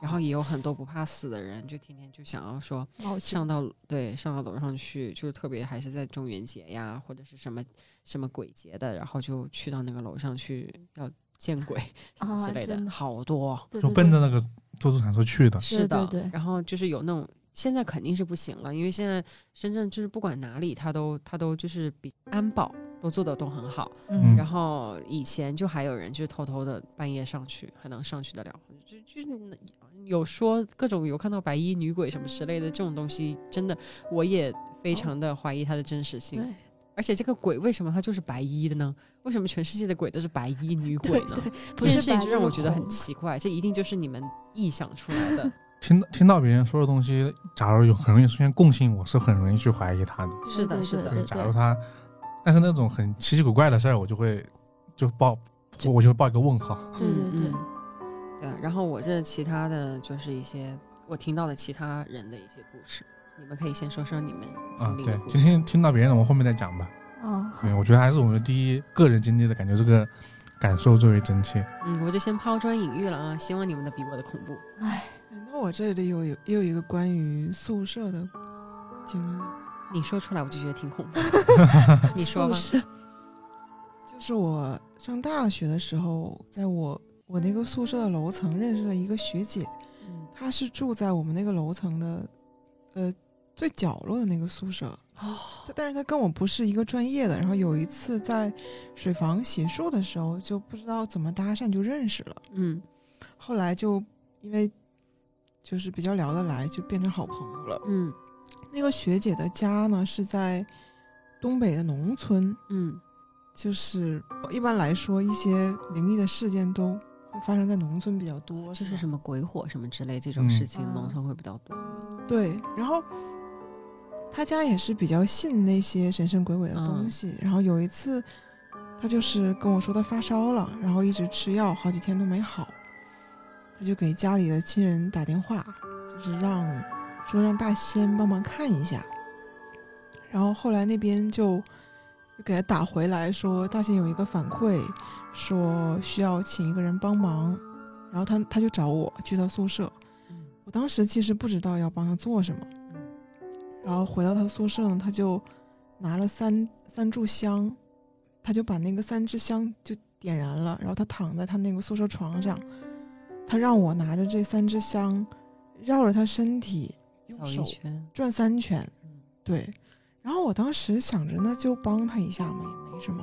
Speaker 2: 然后也有很多不怕死的人，就天天就想要说
Speaker 4: 冒险
Speaker 2: 上到对上到楼上去，就是特别还是在中元节呀或者是什么什么鬼节的，然后就去到那个楼上去要见鬼什么
Speaker 4: 啊
Speaker 2: 之类的，
Speaker 4: 真的
Speaker 2: 好多。
Speaker 4: 对
Speaker 1: 就
Speaker 4: 对
Speaker 1: 奔
Speaker 4: 对
Speaker 1: 着那个都市传说去的。
Speaker 2: 是的，
Speaker 4: 对对
Speaker 2: 然后就是有那种现在肯定是不行了，因为现在深圳就是不管哪里，它都它都就是比安保都做的都很好。
Speaker 1: 嗯
Speaker 2: 然后以前就还有人就偷偷的半夜上去，还能上去得了，就就有说各种有看到白衣女鬼什么之类的这种东西，真的我也非常的怀疑它的真实性。
Speaker 4: 哦对
Speaker 2: 而且这个鬼为什么它就是白衣的呢？为什么全世界的鬼都是白衣女鬼呢？
Speaker 4: 对对，
Speaker 2: 这
Speaker 4: 不
Speaker 2: 件
Speaker 4: 是
Speaker 2: 事情
Speaker 4: 白
Speaker 2: 就让我
Speaker 4: 就是
Speaker 2: 觉得很
Speaker 4: 红
Speaker 2: 奇怪，这一定就是你们臆想出来的。
Speaker 1: 听到听到别人说的东西，假如有很容易出现共性，我是很容易去怀疑他的。
Speaker 2: 是的
Speaker 4: 对
Speaker 2: 是的
Speaker 4: 对
Speaker 1: 对，
Speaker 4: 对
Speaker 1: 假如他，但是那种很奇奇怪怪的事儿，我就会就报，我我就会报一个问号。
Speaker 4: 对对对
Speaker 2: 嗯嗯对啊然后我这其他的就是一些我听到的其他人的一些故事，你们可以先说说你们
Speaker 1: 啊
Speaker 2: 嗯经，历的
Speaker 1: 对，
Speaker 2: 故
Speaker 1: 今
Speaker 2: 事。
Speaker 1: 天听到别人的，我们后面再讲吧。
Speaker 4: 哦，
Speaker 1: 对，我觉得还是我们第一个人经历的感觉，这个感受最为真切。
Speaker 2: 嗯，我就先抛砖引玉了啊，希望你们的比我的恐怖。
Speaker 4: 哎，
Speaker 3: 哎那我这里有有也有一个关于宿舍的经历，
Speaker 2: 你说出来我就觉得挺恐怖。 你说吧。
Speaker 4: 是
Speaker 3: 就是我上大学的时候，在我我那个宿舍的楼层认识了一个学姐，
Speaker 2: 嗯
Speaker 3: 她是住在我们那个楼层的呃最角落的那个宿舍。她但是她跟我不是一个专业的，然后有一次在水房洗漱的时候，就不知道怎么搭讪就认识了，
Speaker 2: 嗯
Speaker 3: 后来就因为就是比较聊得来，就变成好朋友了。
Speaker 2: 嗯
Speaker 3: 那个学姐的家呢是在东北的农村，
Speaker 2: 嗯
Speaker 3: 就是一般来说一些灵异的事件都会发生在农村比较
Speaker 2: 就
Speaker 3: 多，
Speaker 2: 是是
Speaker 3: 吧
Speaker 2: 什么鬼火什么之类这种事情，
Speaker 4: 嗯
Speaker 2: 农
Speaker 4: 啊
Speaker 2: 村会比较多嘛。
Speaker 3: 对。然后她家也是比较信那些神神鬼鬼的东西，然后有一次。她就是跟我说她发烧了，然后一直吃药，好几天都没好，她就给家里的亲人打电话，就是让说让大仙帮忙看一下。然后后来那边就就给他打回来说，大仙有一个反馈，说需要请一个人帮忙。然后他他就找我去他宿舍，
Speaker 2: 嗯
Speaker 3: 我当时其实不知道要帮他做什么。然后回到他宿舍呢，他就拿了三三炷香，他就把那个三支香就点燃了，然后他躺在他那个宿舍床上，他让我拿着这三支香绕着他身体用
Speaker 2: 走
Speaker 3: 手
Speaker 2: 一圈。
Speaker 3: 转三圈，
Speaker 2: 嗯
Speaker 3: 对。然后我当时想着，那就帮他一下嘛，也没什么，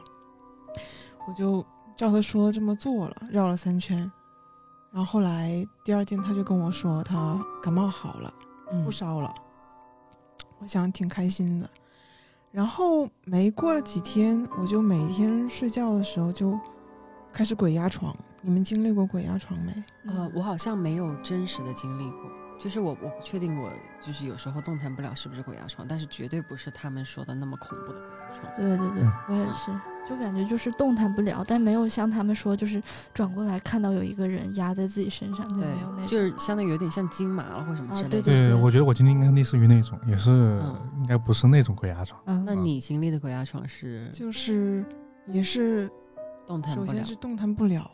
Speaker 3: 我就照他说的这么做了，绕了三圈。然后后来第二天他就跟我说，他感冒好了。
Speaker 2: 嗯
Speaker 3: 不烧了，我想挺开心的。然后没过了几天，我就每天睡觉的时候就开始鬼压床。你们经历过鬼压床没？
Speaker 2: 呃，我好像没有真实的经历过，就是我我不确定我就是有时候动弹不了是不是鬼压床，但是绝对不是他们说的那么恐怖的鬼压床。
Speaker 4: 对对对
Speaker 1: 嗯，
Speaker 4: 我也是，就感觉就是动弹不了，但没有像他们说就是转过来看到有一个人压在自己身上，就嗯没有
Speaker 2: 对，
Speaker 4: 那种
Speaker 2: 就是相当于有点像筋麻了或什么
Speaker 4: 啊
Speaker 2: 之类的。
Speaker 4: 对
Speaker 1: 对，
Speaker 4: 对
Speaker 1: 我觉得我今天应该类似于那种，也是、
Speaker 2: 嗯
Speaker 1: 应该不是那种鬼压床。
Speaker 4: 嗯
Speaker 2: 那你经历的鬼压床是
Speaker 3: 就是也是，
Speaker 2: 动弹
Speaker 3: 首
Speaker 2: 不了
Speaker 3: 先，是动弹不了，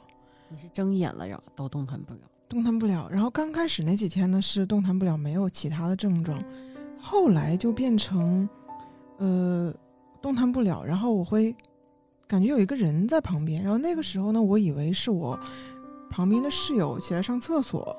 Speaker 2: 你是睁眼了呀，都动弹不了。
Speaker 3: 动弹不了。然后刚开始那几天呢是动弹不了，没有其他的症状，后来就变成，呃，动弹不了。然后我会感觉有一个人在旁边，然后那个时候呢，我以为是我旁边的室友起来上厕所，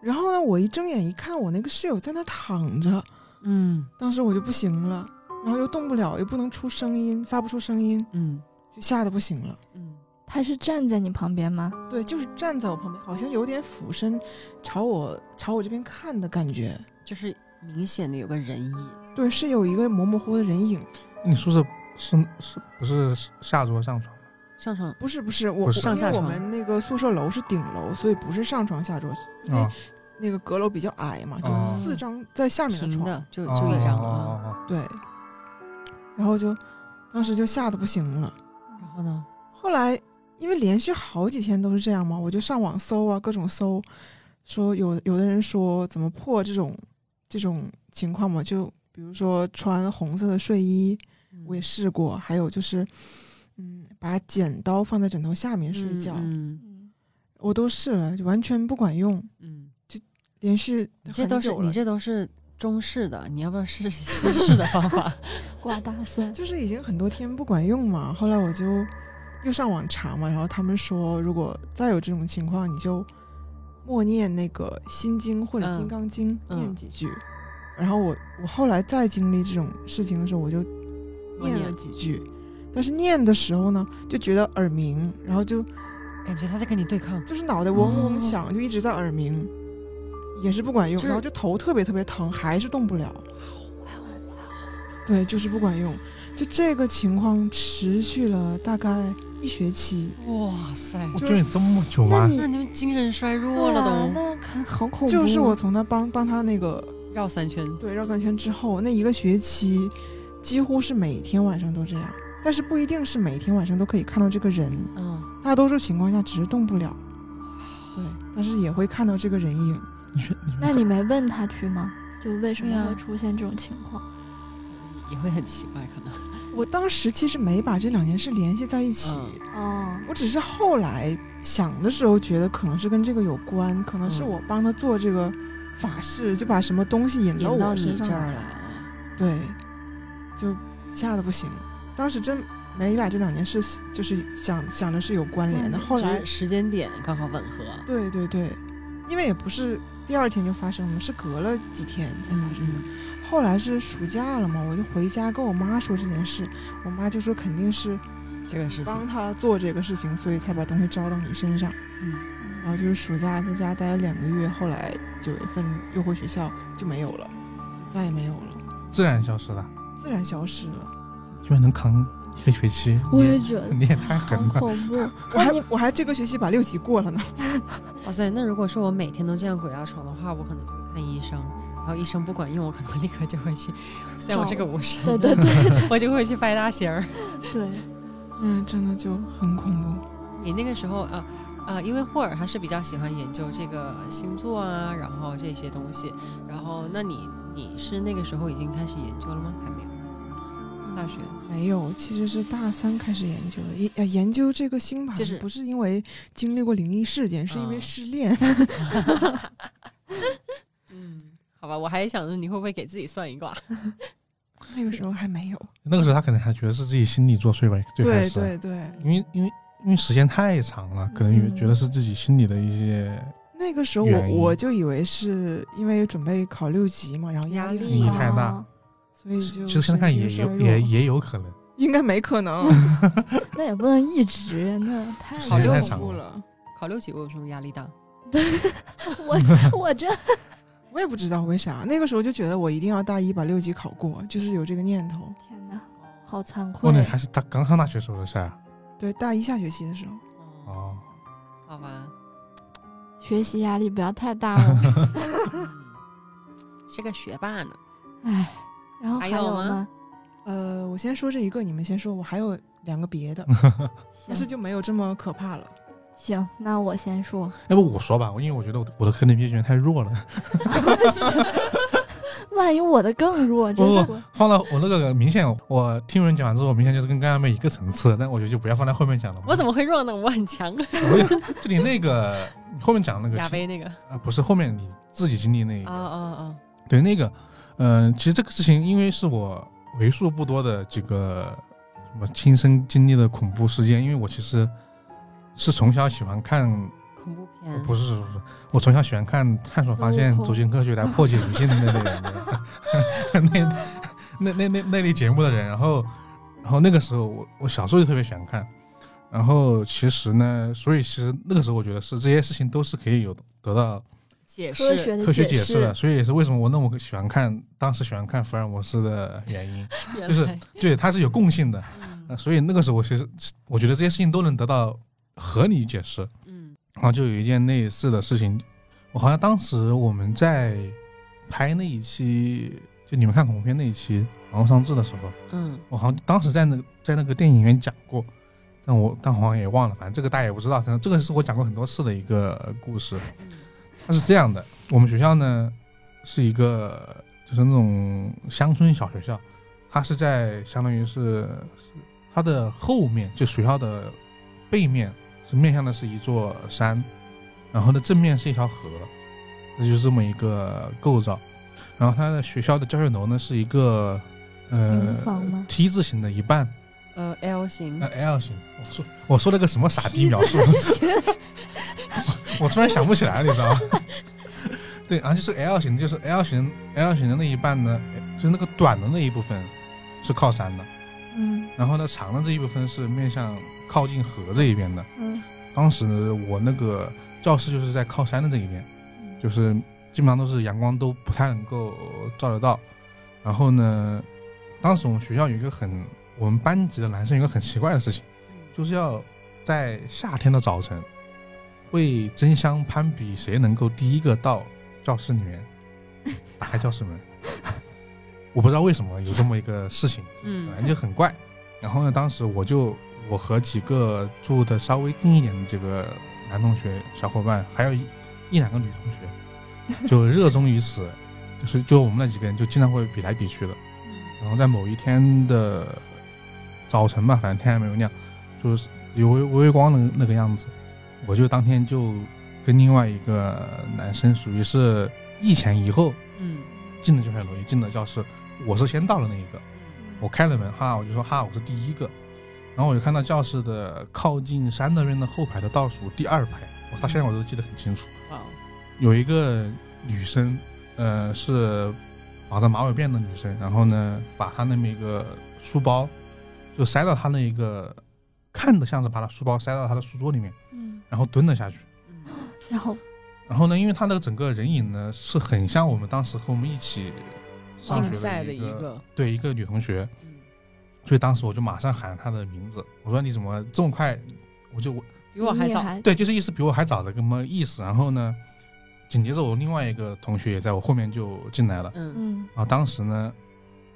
Speaker 3: 然后呢，我一睁眼一看，我那个室友在那儿躺着，
Speaker 2: 嗯
Speaker 3: 当时我就不行了，然后又动不了，又不能出声音，发不出声音，
Speaker 2: 嗯
Speaker 3: 就吓得不行了。
Speaker 2: 嗯
Speaker 1: 啊
Speaker 4: 他是站在你旁边吗？
Speaker 3: 对，就是站在我旁边，好像有点俯身朝我朝我这边看的感觉。
Speaker 2: 就是明显的有个人影。
Speaker 3: 对，是有一个模模糊糊的人影，
Speaker 1: 你宿舍是是不是下桌上床？
Speaker 2: 上床
Speaker 3: 不是不是，我
Speaker 1: 不是
Speaker 3: 我
Speaker 2: 上
Speaker 3: 因
Speaker 2: 下
Speaker 3: 为我
Speaker 2: 床
Speaker 3: 们那个宿舍楼是顶楼，所以不是上床下桌，因为
Speaker 1: 啊，
Speaker 3: 那个阁楼比较矮嘛，就
Speaker 1: 哦
Speaker 3: 四张在下面的
Speaker 2: 平
Speaker 3: 床。
Speaker 2: 的就
Speaker 1: 哦
Speaker 2: 就一张
Speaker 1: 哦
Speaker 2: 啊，
Speaker 1: 哦哦
Speaker 3: 对，然后就当时就吓得不行了。
Speaker 2: 然后呢，
Speaker 3: 后来因为连续好几天都是这样嘛，我就上网搜啊，各种搜，说有有的人说怎么破这种这种情况嘛，就比如说穿红色的睡衣，
Speaker 2: 嗯
Speaker 3: 我也试过，还有就是，嗯，把剪刀放在枕头下面睡觉，
Speaker 2: 嗯
Speaker 4: 嗯，
Speaker 3: 我都试了，就完全不管用，
Speaker 2: 嗯，
Speaker 3: 连续
Speaker 2: 你这
Speaker 3: 很
Speaker 2: 都是
Speaker 3: 久
Speaker 2: 你
Speaker 3: 了。
Speaker 2: 这都是中式的，你要不要试试西式的方法？
Speaker 4: 挂大蒜。
Speaker 3: 就是已经很多天不管用嘛，后来我就又上网查嘛，然后他们说，如果再有这种情况，你就默念那个《心经》或者《
Speaker 2: 嗯
Speaker 3: 金刚经》
Speaker 2: 嗯
Speaker 3: 念几句。然后我我后来再经历这种事情的时候，我就
Speaker 2: 默
Speaker 3: 念
Speaker 2: 念
Speaker 3: 了几句，但是念的时候呢，就觉得耳鸣，然后就
Speaker 2: 感觉他在跟你对抗，
Speaker 3: 就是脑袋嗡嗡
Speaker 4: 哦
Speaker 3: 响，就一直在耳鸣，也是不管用，
Speaker 2: 就是
Speaker 3: 然后就头特别特别疼，还是动不了。对，就是不管用，就这个情况持续了大概一学期。
Speaker 2: 哇塞！
Speaker 1: 我
Speaker 3: 就是
Speaker 1: 追你这么久
Speaker 4: 那
Speaker 1: 吗？
Speaker 4: 你
Speaker 2: 那你们精神衰弱
Speaker 4: 对
Speaker 2: 了
Speaker 4: 啊，
Speaker 2: 都，
Speaker 4: 那看好恐怖。啊
Speaker 3: 就是我从他帮帮他那个
Speaker 2: 绕三圈，
Speaker 3: 对绕三圈之后，那一个学期几乎是每天晚上都这样，但是不一定是每天晚上都可以看到这个人，
Speaker 2: 嗯，
Speaker 3: 大多数情况下只是动不了，对，但是也会看到这个人影。
Speaker 1: 你学你
Speaker 4: 那你没问他去吗？就为什
Speaker 2: 对
Speaker 4: 么
Speaker 2: 啊
Speaker 4: 会出现这种情况？
Speaker 2: 也会很奇怪，可能
Speaker 3: 我当时其实没把这两件事联系在一起。
Speaker 2: 嗯
Speaker 4: 哦，
Speaker 3: 我只是后来想的时候，觉得可能是跟这个有关，可能是
Speaker 2: 嗯
Speaker 3: 我帮他做这个法事，就把什么东西引到
Speaker 2: 引到
Speaker 3: 我
Speaker 2: 你
Speaker 3: 身上
Speaker 2: 这儿
Speaker 3: 来了。
Speaker 2: 来了，
Speaker 3: 对，就吓得不行。当时真没把这两件事，就是想想着是有关联的。
Speaker 4: 嗯
Speaker 3: 后来
Speaker 2: 只，是时间点刚好吻合，
Speaker 3: 对对对，因为也不是第二天就发生了，是隔了几天才发生的。
Speaker 2: 嗯
Speaker 3: 后来是暑假了嘛，我就回家跟我妈说这件事，我妈就说肯定是
Speaker 2: 这个事
Speaker 3: 帮
Speaker 2: 情，
Speaker 3: 他做这个事情，所以才把东西招到你身上。
Speaker 2: 嗯，
Speaker 3: 然后就是暑假在家待了两个月，后来九月份又回学校就没有了，就再也没有了，
Speaker 1: 自然消失了，
Speaker 3: 自然消失了。
Speaker 1: 居然能扛一个学期，
Speaker 4: 我也
Speaker 1: 你
Speaker 4: 觉得
Speaker 1: 你也太
Speaker 4: 好
Speaker 1: 狠了。
Speaker 4: 恐 怖。
Speaker 3: 我还我还这个学期把六级过了呢。
Speaker 2: 哇塞！那如果说我每天都这样鬼压床的话，我可能就会看医生，然后医生不管用，我可能立刻就会去，像我这个无神，
Speaker 4: 对对对
Speaker 2: 我就会去掰大弦儿。
Speaker 4: 对，
Speaker 3: 嗯，真的就很恐怖。
Speaker 2: 你那个时候啊啊，因为霍尔他是比较喜欢研究这个星座啊，然后这些东西，然后那你你是那个时候已经开始研究了吗？还没有，大学
Speaker 3: 没有，其实是大三开始研究的，研呃研究这个星盘，
Speaker 2: 就是
Speaker 3: 不是因为经历过灵异事件，是因为
Speaker 2: 啊
Speaker 3: 失恋。
Speaker 2: 嗯，好吧，我还想着你会不会给自己算一卦，
Speaker 3: 那个时候还没有。
Speaker 1: 那个时候他可能还觉得是自己心理作祟吧，最开
Speaker 3: 对
Speaker 1: 始，
Speaker 3: 对对，
Speaker 1: 因为因为因为时间太长了，可能也
Speaker 4: 嗯
Speaker 1: 觉得是自己心里的一些
Speaker 3: 那个时候我
Speaker 1: 原因
Speaker 3: 我就以为是因为准备考六级嘛，然后压
Speaker 2: 压
Speaker 3: 力
Speaker 2: 力
Speaker 3: 很
Speaker 1: 你
Speaker 3: 大
Speaker 1: 太大
Speaker 4: 哦
Speaker 3: 所以嗯就
Speaker 1: 其实现在看也
Speaker 3: 神经衰
Speaker 1: 有
Speaker 3: 弱
Speaker 1: 也也有可能，
Speaker 3: 应该没可 能，
Speaker 4: 那也不能一直，那太
Speaker 1: 时
Speaker 2: 好
Speaker 1: 间
Speaker 2: 像
Speaker 1: 太
Speaker 2: 恐
Speaker 1: 长
Speaker 3: 怖
Speaker 1: 了。
Speaker 3: 了。
Speaker 2: 考六级我有什么压力大？
Speaker 4: 我我这
Speaker 3: 我也不知道为啥，那个时候就觉得我一定要大一把六级考过，就是有这个念头。
Speaker 4: 天
Speaker 2: 哦
Speaker 4: 哪，好惭
Speaker 1: 或
Speaker 4: 愧
Speaker 1: 者。还是他刚上大学时候的事儿啊
Speaker 3: 对，大一下学期的时候，
Speaker 2: 哦，
Speaker 1: 哦，
Speaker 2: 好吧，
Speaker 4: 学习压力不要太大 哦。
Speaker 2: 嗯 是个学霸呢。
Speaker 4: 哎，然后
Speaker 2: 还
Speaker 4: 还
Speaker 2: 有吗
Speaker 4: 吗？
Speaker 3: 呃，我先说这一个，你们先说，我还有两个别 的，但是
Speaker 4: 行
Speaker 3: 就没有这么可怕了。
Speaker 4: 行，那我先说。
Speaker 1: 要不我说吧，因为我觉得我的我的课内边缘太弱了，
Speaker 4: 万一我的更弱，真
Speaker 1: 不
Speaker 4: 的
Speaker 1: 不放到我那个明显，我听人讲完之后，明显就是跟刚刚妹一个层次，但我觉得就不要放在后面讲了。
Speaker 2: 我怎么会弱呢？我很强。
Speaker 1: 么？就你那个你后面讲的那个
Speaker 2: 啊 亚
Speaker 1: 其
Speaker 2: 威那个
Speaker 1: 啊、不是后面你自己经历那一个，
Speaker 2: 啊啊啊，
Speaker 1: 对那个，嗯、其实这个事情因为是我为数不多的几个什么亲身经历的恐怖事件，因为我其实是从小喜欢看，
Speaker 2: 恐怖
Speaker 1: 呃
Speaker 2: 片
Speaker 1: 不是不是，我从小喜欢看探索发现
Speaker 4: 孙悟、空
Speaker 1: 走进科学来破解迷信的那类人的， 那那那那类节目的人，然后然后那个时候我我小时候就特别喜欢看，然后其实呢，所以其实那个时候我觉得是这些事情都是可以有得到
Speaker 2: 解释
Speaker 4: 科学的
Speaker 1: 科学解
Speaker 4: 解
Speaker 1: 释的，所以也是为什么我那么喜欢看，当时喜欢看福尔摩斯的原 因，
Speaker 2: 原
Speaker 1: 就是
Speaker 2: 来
Speaker 1: 对，它是有共性的、
Speaker 2: 嗯
Speaker 1: 呃所以那个时候我其实我觉得这些事情都能得到合理解释。
Speaker 2: 嗯
Speaker 1: 然后就有一件类似的事情，我好像当时我们在拍那一期，就你们看恐怖片那一期《王上志》的时候，
Speaker 2: 嗯
Speaker 1: 我好像当时在那在那个电影院讲过，但我但好像也忘了，反正这个大家也不知道，反正这个是我讲过很多次的一个故事。
Speaker 2: 嗯
Speaker 1: 它是这样的，我们学校呢是一个就是那种乡村小学校，它是在相当于是是它的后面，就学校的背面是面向的是一座山，然后呢正面是一条河，这就是这么一个构造。然后它的学校的教学楼呢是一个呃
Speaker 4: 民房 吗
Speaker 1: ，T 字形的一半，
Speaker 2: 呃 L 型
Speaker 1: 呃 L 型。我说我说了个什么傻逼描述？ 我突然想不起来了，你知道吗？ 对，啊然后就是 L 型，就是 L 型 L 型的那一半呢，就是那个短的那一部分是靠山的，
Speaker 4: 嗯
Speaker 1: 然后呢长的这一部分是面向靠近河这一边的。
Speaker 4: 嗯，
Speaker 1: 当时我那个教室就是在靠山的这一边，
Speaker 4: 嗯
Speaker 1: 就是基本上都是阳光都不太能够照得到。然后呢，当时我们学校有一个很，我们班级的男生有一个很奇怪的事情，就是要在夏天的早晨，会争相攀比谁能够第一个到教室里面 打开教室门。我不知道为什么有这么一个事情，
Speaker 2: 嗯
Speaker 1: 反正就很怪。然后呢，当时我就我和几个住的稍微近一点的这个男同学小伙伴，还有一一两个女同学，就热衷于此，就是就我们那几个人就经常会比来比去的。然后在某一天的早晨吧，反正天还没有亮，就是有微微微光的那个样子，我就当天就跟另外一个男生属于是一前一后
Speaker 2: 嗯
Speaker 1: 进了教学楼，也进了教室，我是先到了那一个。
Speaker 2: 嗯
Speaker 1: 我开了门，哈，我就说哈，我是第一个。然后我就看到教室的靠近山那边的后排的倒数第二排，我到现在我都记得很清楚，
Speaker 2: 哇哦
Speaker 1: 有一个女生，呃，是绑着马尾辫的女生，然后呢，把她那么一个书包就塞到她那一个看着像是把她书包塞到她的书桌里面，
Speaker 4: 嗯，
Speaker 1: 然后蹲了下去。
Speaker 2: 嗯
Speaker 4: 然后
Speaker 1: 然后呢，因为她那个整个人影呢是很像我们当时和我们一起上
Speaker 2: 竞
Speaker 1: 学
Speaker 2: 赛的
Speaker 1: 一
Speaker 2: 一个
Speaker 1: 对一个女同学，
Speaker 2: 嗯
Speaker 1: 所以当时我就马上喊他的名字，我说你怎么这么快？我就我
Speaker 2: 比我还
Speaker 4: 你也
Speaker 2: 早
Speaker 4: 还
Speaker 1: 对，就是意思比我还早的个么意思。然后呢，紧接着我另外一个同学也在我后面就进来了。
Speaker 2: 嗯
Speaker 4: 嗯，
Speaker 1: 然后当时呢，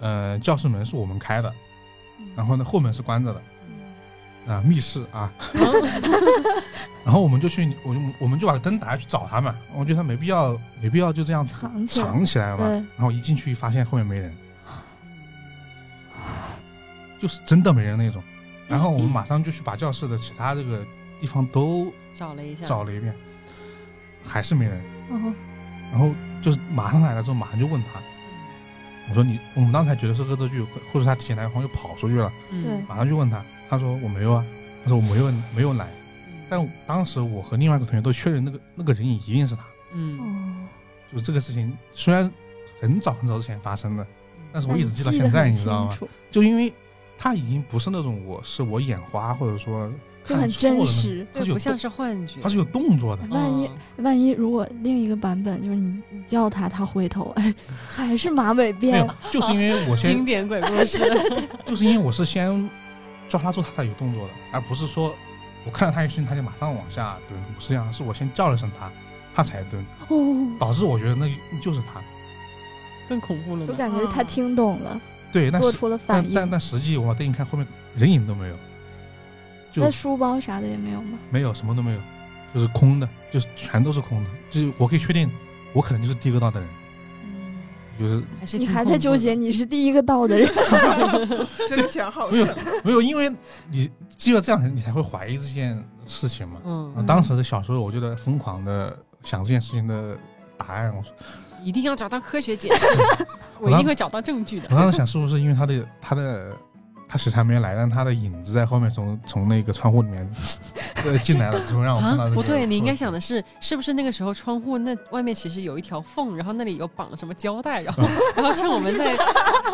Speaker 1: 呃，教室门是我们开的，
Speaker 4: 嗯
Speaker 1: 然后呢后门是关着的
Speaker 4: 嗯
Speaker 1: 啊、密室啊。然后我们就去，我就我们就把灯打开去找他嘛。我觉得他没必要，没必要就这样子
Speaker 4: 藏起来
Speaker 1: 藏起来嘛。
Speaker 4: 对
Speaker 1: 然后一进去发现后面没人，就是真的没人那种。然后我们马上就去把教室的其他这个地方都
Speaker 2: 找了一下
Speaker 1: 找了一遍，还是没人。
Speaker 4: 哦
Speaker 1: 然后就是马上来了之后，马上就问他，
Speaker 2: 嗯
Speaker 1: 我说你，我们当时还觉得是恶作剧，或或者他提前来，好像就跑出去了，
Speaker 2: 嗯
Speaker 4: 对
Speaker 1: 马上就问他，他说我没有啊，他说我没有没有来。
Speaker 2: 嗯
Speaker 1: 但当时我和另外一个同学都确认那个那个人影一定是他，
Speaker 2: 嗯
Speaker 4: 哦，
Speaker 1: 就是这个事情虽然很早很早之前发生的，
Speaker 2: 嗯
Speaker 1: 但是我一直记到
Speaker 4: 记得
Speaker 1: 现在，
Speaker 4: 很
Speaker 1: 你知道
Speaker 4: 清
Speaker 1: 吗？
Speaker 4: 楚
Speaker 1: 就因为他已经不是那种我是我眼花或者说
Speaker 4: 就
Speaker 1: 看
Speaker 4: 很
Speaker 1: 错了那
Speaker 4: 真
Speaker 1: 种
Speaker 4: 实。
Speaker 1: 他
Speaker 2: 对
Speaker 1: 是有
Speaker 2: 不像
Speaker 1: 动，
Speaker 2: 是幻觉
Speaker 1: 他是有动作 的，
Speaker 4: 万一
Speaker 2: 嗯
Speaker 4: 万一如果另一个版本就是你你叫他，他回头，哎，还是马尾
Speaker 1: 没
Speaker 4: 辫
Speaker 1: 有，，就是因为我
Speaker 2: 经
Speaker 1: 先，
Speaker 2: 典鬼故事
Speaker 1: 就是因为我是先叫他之后他才有动作的，而不是说我看到他一瞬间他就马上往下蹲，不是这样，是我先叫了声他，他才蹲，
Speaker 4: 哦，
Speaker 1: 导致我觉得那就是他。
Speaker 2: 更恐怖了
Speaker 4: 就
Speaker 2: 吗？
Speaker 4: 感觉他听懂了，
Speaker 1: 对，但
Speaker 4: 做
Speaker 1: 是
Speaker 4: 出了反
Speaker 1: 但但
Speaker 4: 应。
Speaker 1: 但实际我对你看后面人影都没有，就
Speaker 4: 那书包啥的也没有吗？
Speaker 1: 没有什么都没有，就是空的，就是全都是空的，就是我可以确定我可能就是第一个到的人，
Speaker 4: 嗯，
Speaker 1: 就是
Speaker 2: 还是
Speaker 4: 你
Speaker 2: 挺
Speaker 4: 还
Speaker 2: 恐
Speaker 4: 在
Speaker 2: 怖
Speaker 4: 纠
Speaker 2: 的
Speaker 4: 结，你是第一个到 的人。
Speaker 3: 争强好
Speaker 1: 没有
Speaker 3: 胜，
Speaker 1: 没有，因为你只有这样，你才会怀疑这件事情嘛。
Speaker 2: 嗯，
Speaker 1: 嗯当时的小时候，我就在疯狂的想这件事情的答案。我说，
Speaker 2: 一定要找到科学解 释，我一定会找到证据的
Speaker 1: 我。当时想是不是因为他的他的他时常没来，但他的影子在后面从从那个窗户里面呃进来了，之后让我碰到这
Speaker 2: 啊，
Speaker 1: 个。
Speaker 2: 不对，你应该想的是，是不是那个时候窗户那外面其实有一条缝，然后那里有绑了什么胶 带，然后然后趁我们在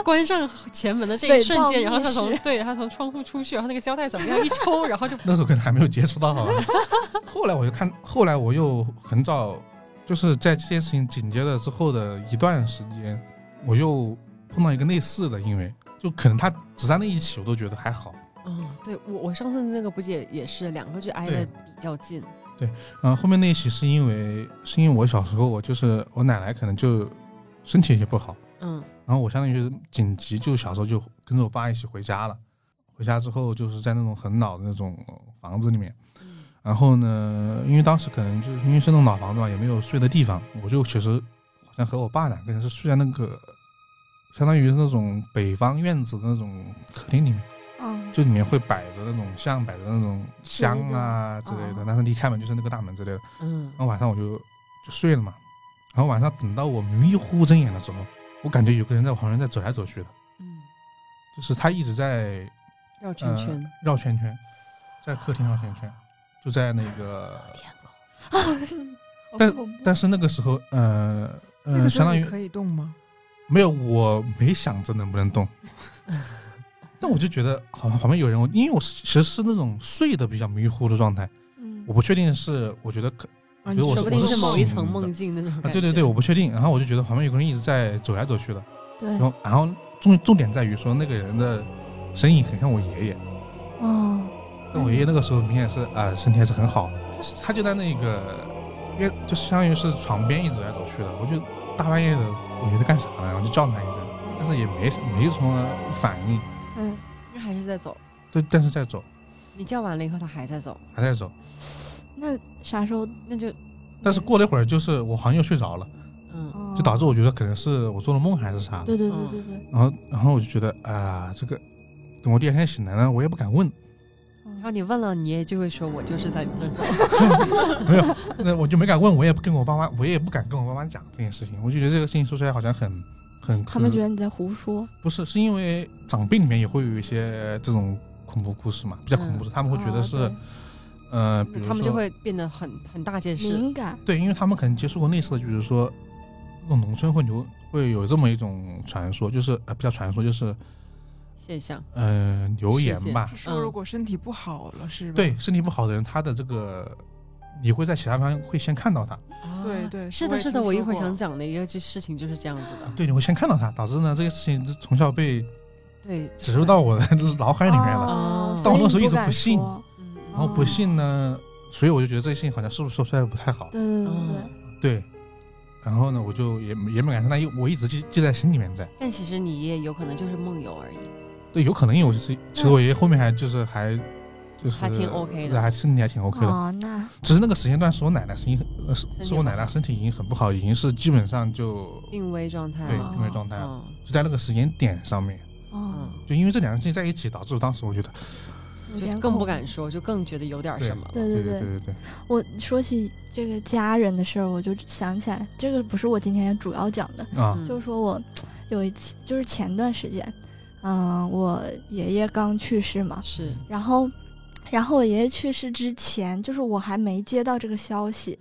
Speaker 2: 关上前门的这一瞬间，
Speaker 4: 伪造密室
Speaker 2: 然后他从对他从窗户出去，然后那个胶带怎么 样一抽，然后就
Speaker 1: 那时候可能还没有接触到好吧。啊后来我就看，后来我又很早，就是在这件事情紧接着之后的一段时间，我又碰到一个类似的，因为就可能它只在那一起，我都觉得还好。
Speaker 2: 嗯，对我我上次那个不是也也是两个就挨
Speaker 1: 对
Speaker 2: 得比较近，
Speaker 1: 嗯，后面那一起是因为是因为我小时候我就是我奶奶可能就身体有些不好，
Speaker 2: 嗯
Speaker 1: 然后我相当于就是紧急就小时候就跟着我爸一起回家了。回家之后就是在那种很老的那种房子里面，
Speaker 2: 嗯
Speaker 1: 然后呢，因为当时可能就是因为是那种老房子嘛，也没有睡的地方，我就其实好像和我爸两个人是睡在那个相当于是那种北方院子的那种客厅里面，
Speaker 4: 嗯，
Speaker 1: 就里面会摆着那种像摆着那种香啊之
Speaker 4: 吃的
Speaker 1: 类
Speaker 4: 哦
Speaker 1: 的，但是你一开门就是那个大门之类的。
Speaker 2: 嗯
Speaker 1: 然后晚上我就就睡了嘛，然后晚上等到我迷糊睁眼的时候，我感觉有个人在我旁边在走来走去的，
Speaker 2: 嗯，
Speaker 1: 就是他一直在
Speaker 2: 绕圈圈，
Speaker 1: 绕圈圈，在客厅绕圈圈，就在那个。
Speaker 2: 天狗，
Speaker 1: 但是那个时候，呃
Speaker 3: 那
Speaker 1: 呃，
Speaker 3: 个时
Speaker 1: 相
Speaker 3: 候
Speaker 1: 当
Speaker 3: 你
Speaker 1: 于
Speaker 3: 可以动吗？
Speaker 1: 没有，我没想着能不能 动，但我就觉得好像旁边有人，我因为我是其实是那种睡得比较迷糊的状态，
Speaker 4: 嗯
Speaker 1: 我，不确定是，我觉得可
Speaker 3: 啊，
Speaker 1: 觉得我
Speaker 2: 说
Speaker 1: 是
Speaker 2: 不定
Speaker 1: 呃我
Speaker 2: 是
Speaker 1: 是
Speaker 2: 某一
Speaker 1: 醒
Speaker 2: 层
Speaker 1: 的
Speaker 2: 梦境那种
Speaker 1: 啊，
Speaker 2: 感
Speaker 1: 对
Speaker 2: 觉。
Speaker 1: 对对，我不确定。然后我就觉得旁边有个人一直在走来走去的，
Speaker 4: 对哦
Speaker 1: 然，后然后重重点在于说那个人的身影很像我爷爷，
Speaker 4: 哦，
Speaker 1: 但我爷爷那个时候明显是呃身体还是很好的，他就在那个因为就相当于是床边一直走来走去的，我就大半夜的我爷爷在干啥呢？然后就叫了他一声，但是也没没什么反应，
Speaker 4: 嗯，
Speaker 2: 那还是在走，
Speaker 1: 对，但是在走，
Speaker 2: 你叫完了以后他还在走，
Speaker 1: 还在走，
Speaker 4: 那啥时候？
Speaker 2: 那就
Speaker 1: 但是过了一会儿就是我好像又睡着了，
Speaker 2: 嗯
Speaker 4: 哦
Speaker 1: 就导致我觉得可能是我做了梦还是啥的，
Speaker 4: 对对对对对，
Speaker 1: 然后然后我就觉得啊、这个等我第二天醒来呢，我也不敢问。
Speaker 4: 嗯
Speaker 2: 然后你问了，你也就会说，我就是在你这儿走。
Speaker 1: 没有，那我就没敢问，我也不跟我爸妈，我也不敢跟我爸妈讲这件事情。我就觉得这个事情说出来好像很很，
Speaker 4: 他们觉
Speaker 1: 得
Speaker 4: 得你在胡说，
Speaker 1: 不是，是因为长辈里面也会有一些这种恐怖故事嘛，比较恐怖故事，他们会觉得是、
Speaker 4: 哦
Speaker 1: 呃，比如说
Speaker 2: 嗯他们就会变得很很大件
Speaker 4: 对
Speaker 2: 事。
Speaker 4: 敏感，
Speaker 1: 对，因为他们可能接触过类似的，就是说那种农村会流会有这么一种传说，就是呃不叫传说，就是
Speaker 2: 现象，
Speaker 1: 呃流言
Speaker 2: 事件
Speaker 1: 吧
Speaker 3: 是，说如果身体不好了，是吧？
Speaker 1: 对，身体不好的人，他的这个你会在其他方面会先看到他。
Speaker 3: 对对
Speaker 2: 啊是
Speaker 3: 我
Speaker 2: 的，
Speaker 3: 也
Speaker 2: 是的，
Speaker 3: 听
Speaker 2: 我一
Speaker 3: 说
Speaker 2: 会儿
Speaker 3: 过
Speaker 2: 想讲的一个这事情就是这样子的，
Speaker 1: 对，你会先看到他，导致呢这个事情就从小被
Speaker 2: 对，嗯
Speaker 1: 植入到我的 脑海里面了。
Speaker 4: 哦
Speaker 2: 但
Speaker 1: 我那时候
Speaker 4: 所以
Speaker 1: 一
Speaker 4: 你
Speaker 1: 直
Speaker 4: 敢
Speaker 1: 不信
Speaker 4: 说
Speaker 2: 嗯，
Speaker 1: 然后哦不信呢，所以我就觉得这个事情好像是不是说出来不太好。
Speaker 4: 对对对对
Speaker 2: 哦
Speaker 4: 对，
Speaker 1: 对，然后呢，我就也没也没敢说，但一我一直记记在心里面在。
Speaker 2: 但其实你也有可能就是梦游而已，
Speaker 1: 对，有可能因为我就是，其实我爷爷后面还就是还就是
Speaker 2: 嗯还挺 OK 的嗯
Speaker 1: 还身体还挺 OK 的。
Speaker 4: 哦，那
Speaker 1: 只是那个时间段是我奶奶身体很，呃是
Speaker 2: 身体
Speaker 1: 是我奶奶身体已经很不好，已经是基本上就
Speaker 2: 病危状态。
Speaker 1: 对
Speaker 4: 哦
Speaker 1: 病危状态了，
Speaker 2: 嗯
Speaker 1: 就在那个时间点上面。
Speaker 4: 哦，
Speaker 2: 嗯，
Speaker 1: 就因为这两件事情在一起，导致我当时我觉得，
Speaker 4: 有点
Speaker 2: 就更不
Speaker 4: 恐
Speaker 2: 敢说，就更觉得有点
Speaker 1: 对
Speaker 2: 什么了。
Speaker 4: 对
Speaker 1: 对
Speaker 4: 对
Speaker 1: 对对对，
Speaker 4: 我说起这个家人的事儿，我就想起来，这个不是我今天主要讲的，
Speaker 1: 啊，
Speaker 2: 嗯
Speaker 4: 就是说我有一次，就是前段时间，嗯、我爷爷刚去世嘛，
Speaker 2: 是，
Speaker 4: 然后，然后我爷爷去世之前，就是我还没接到这个消息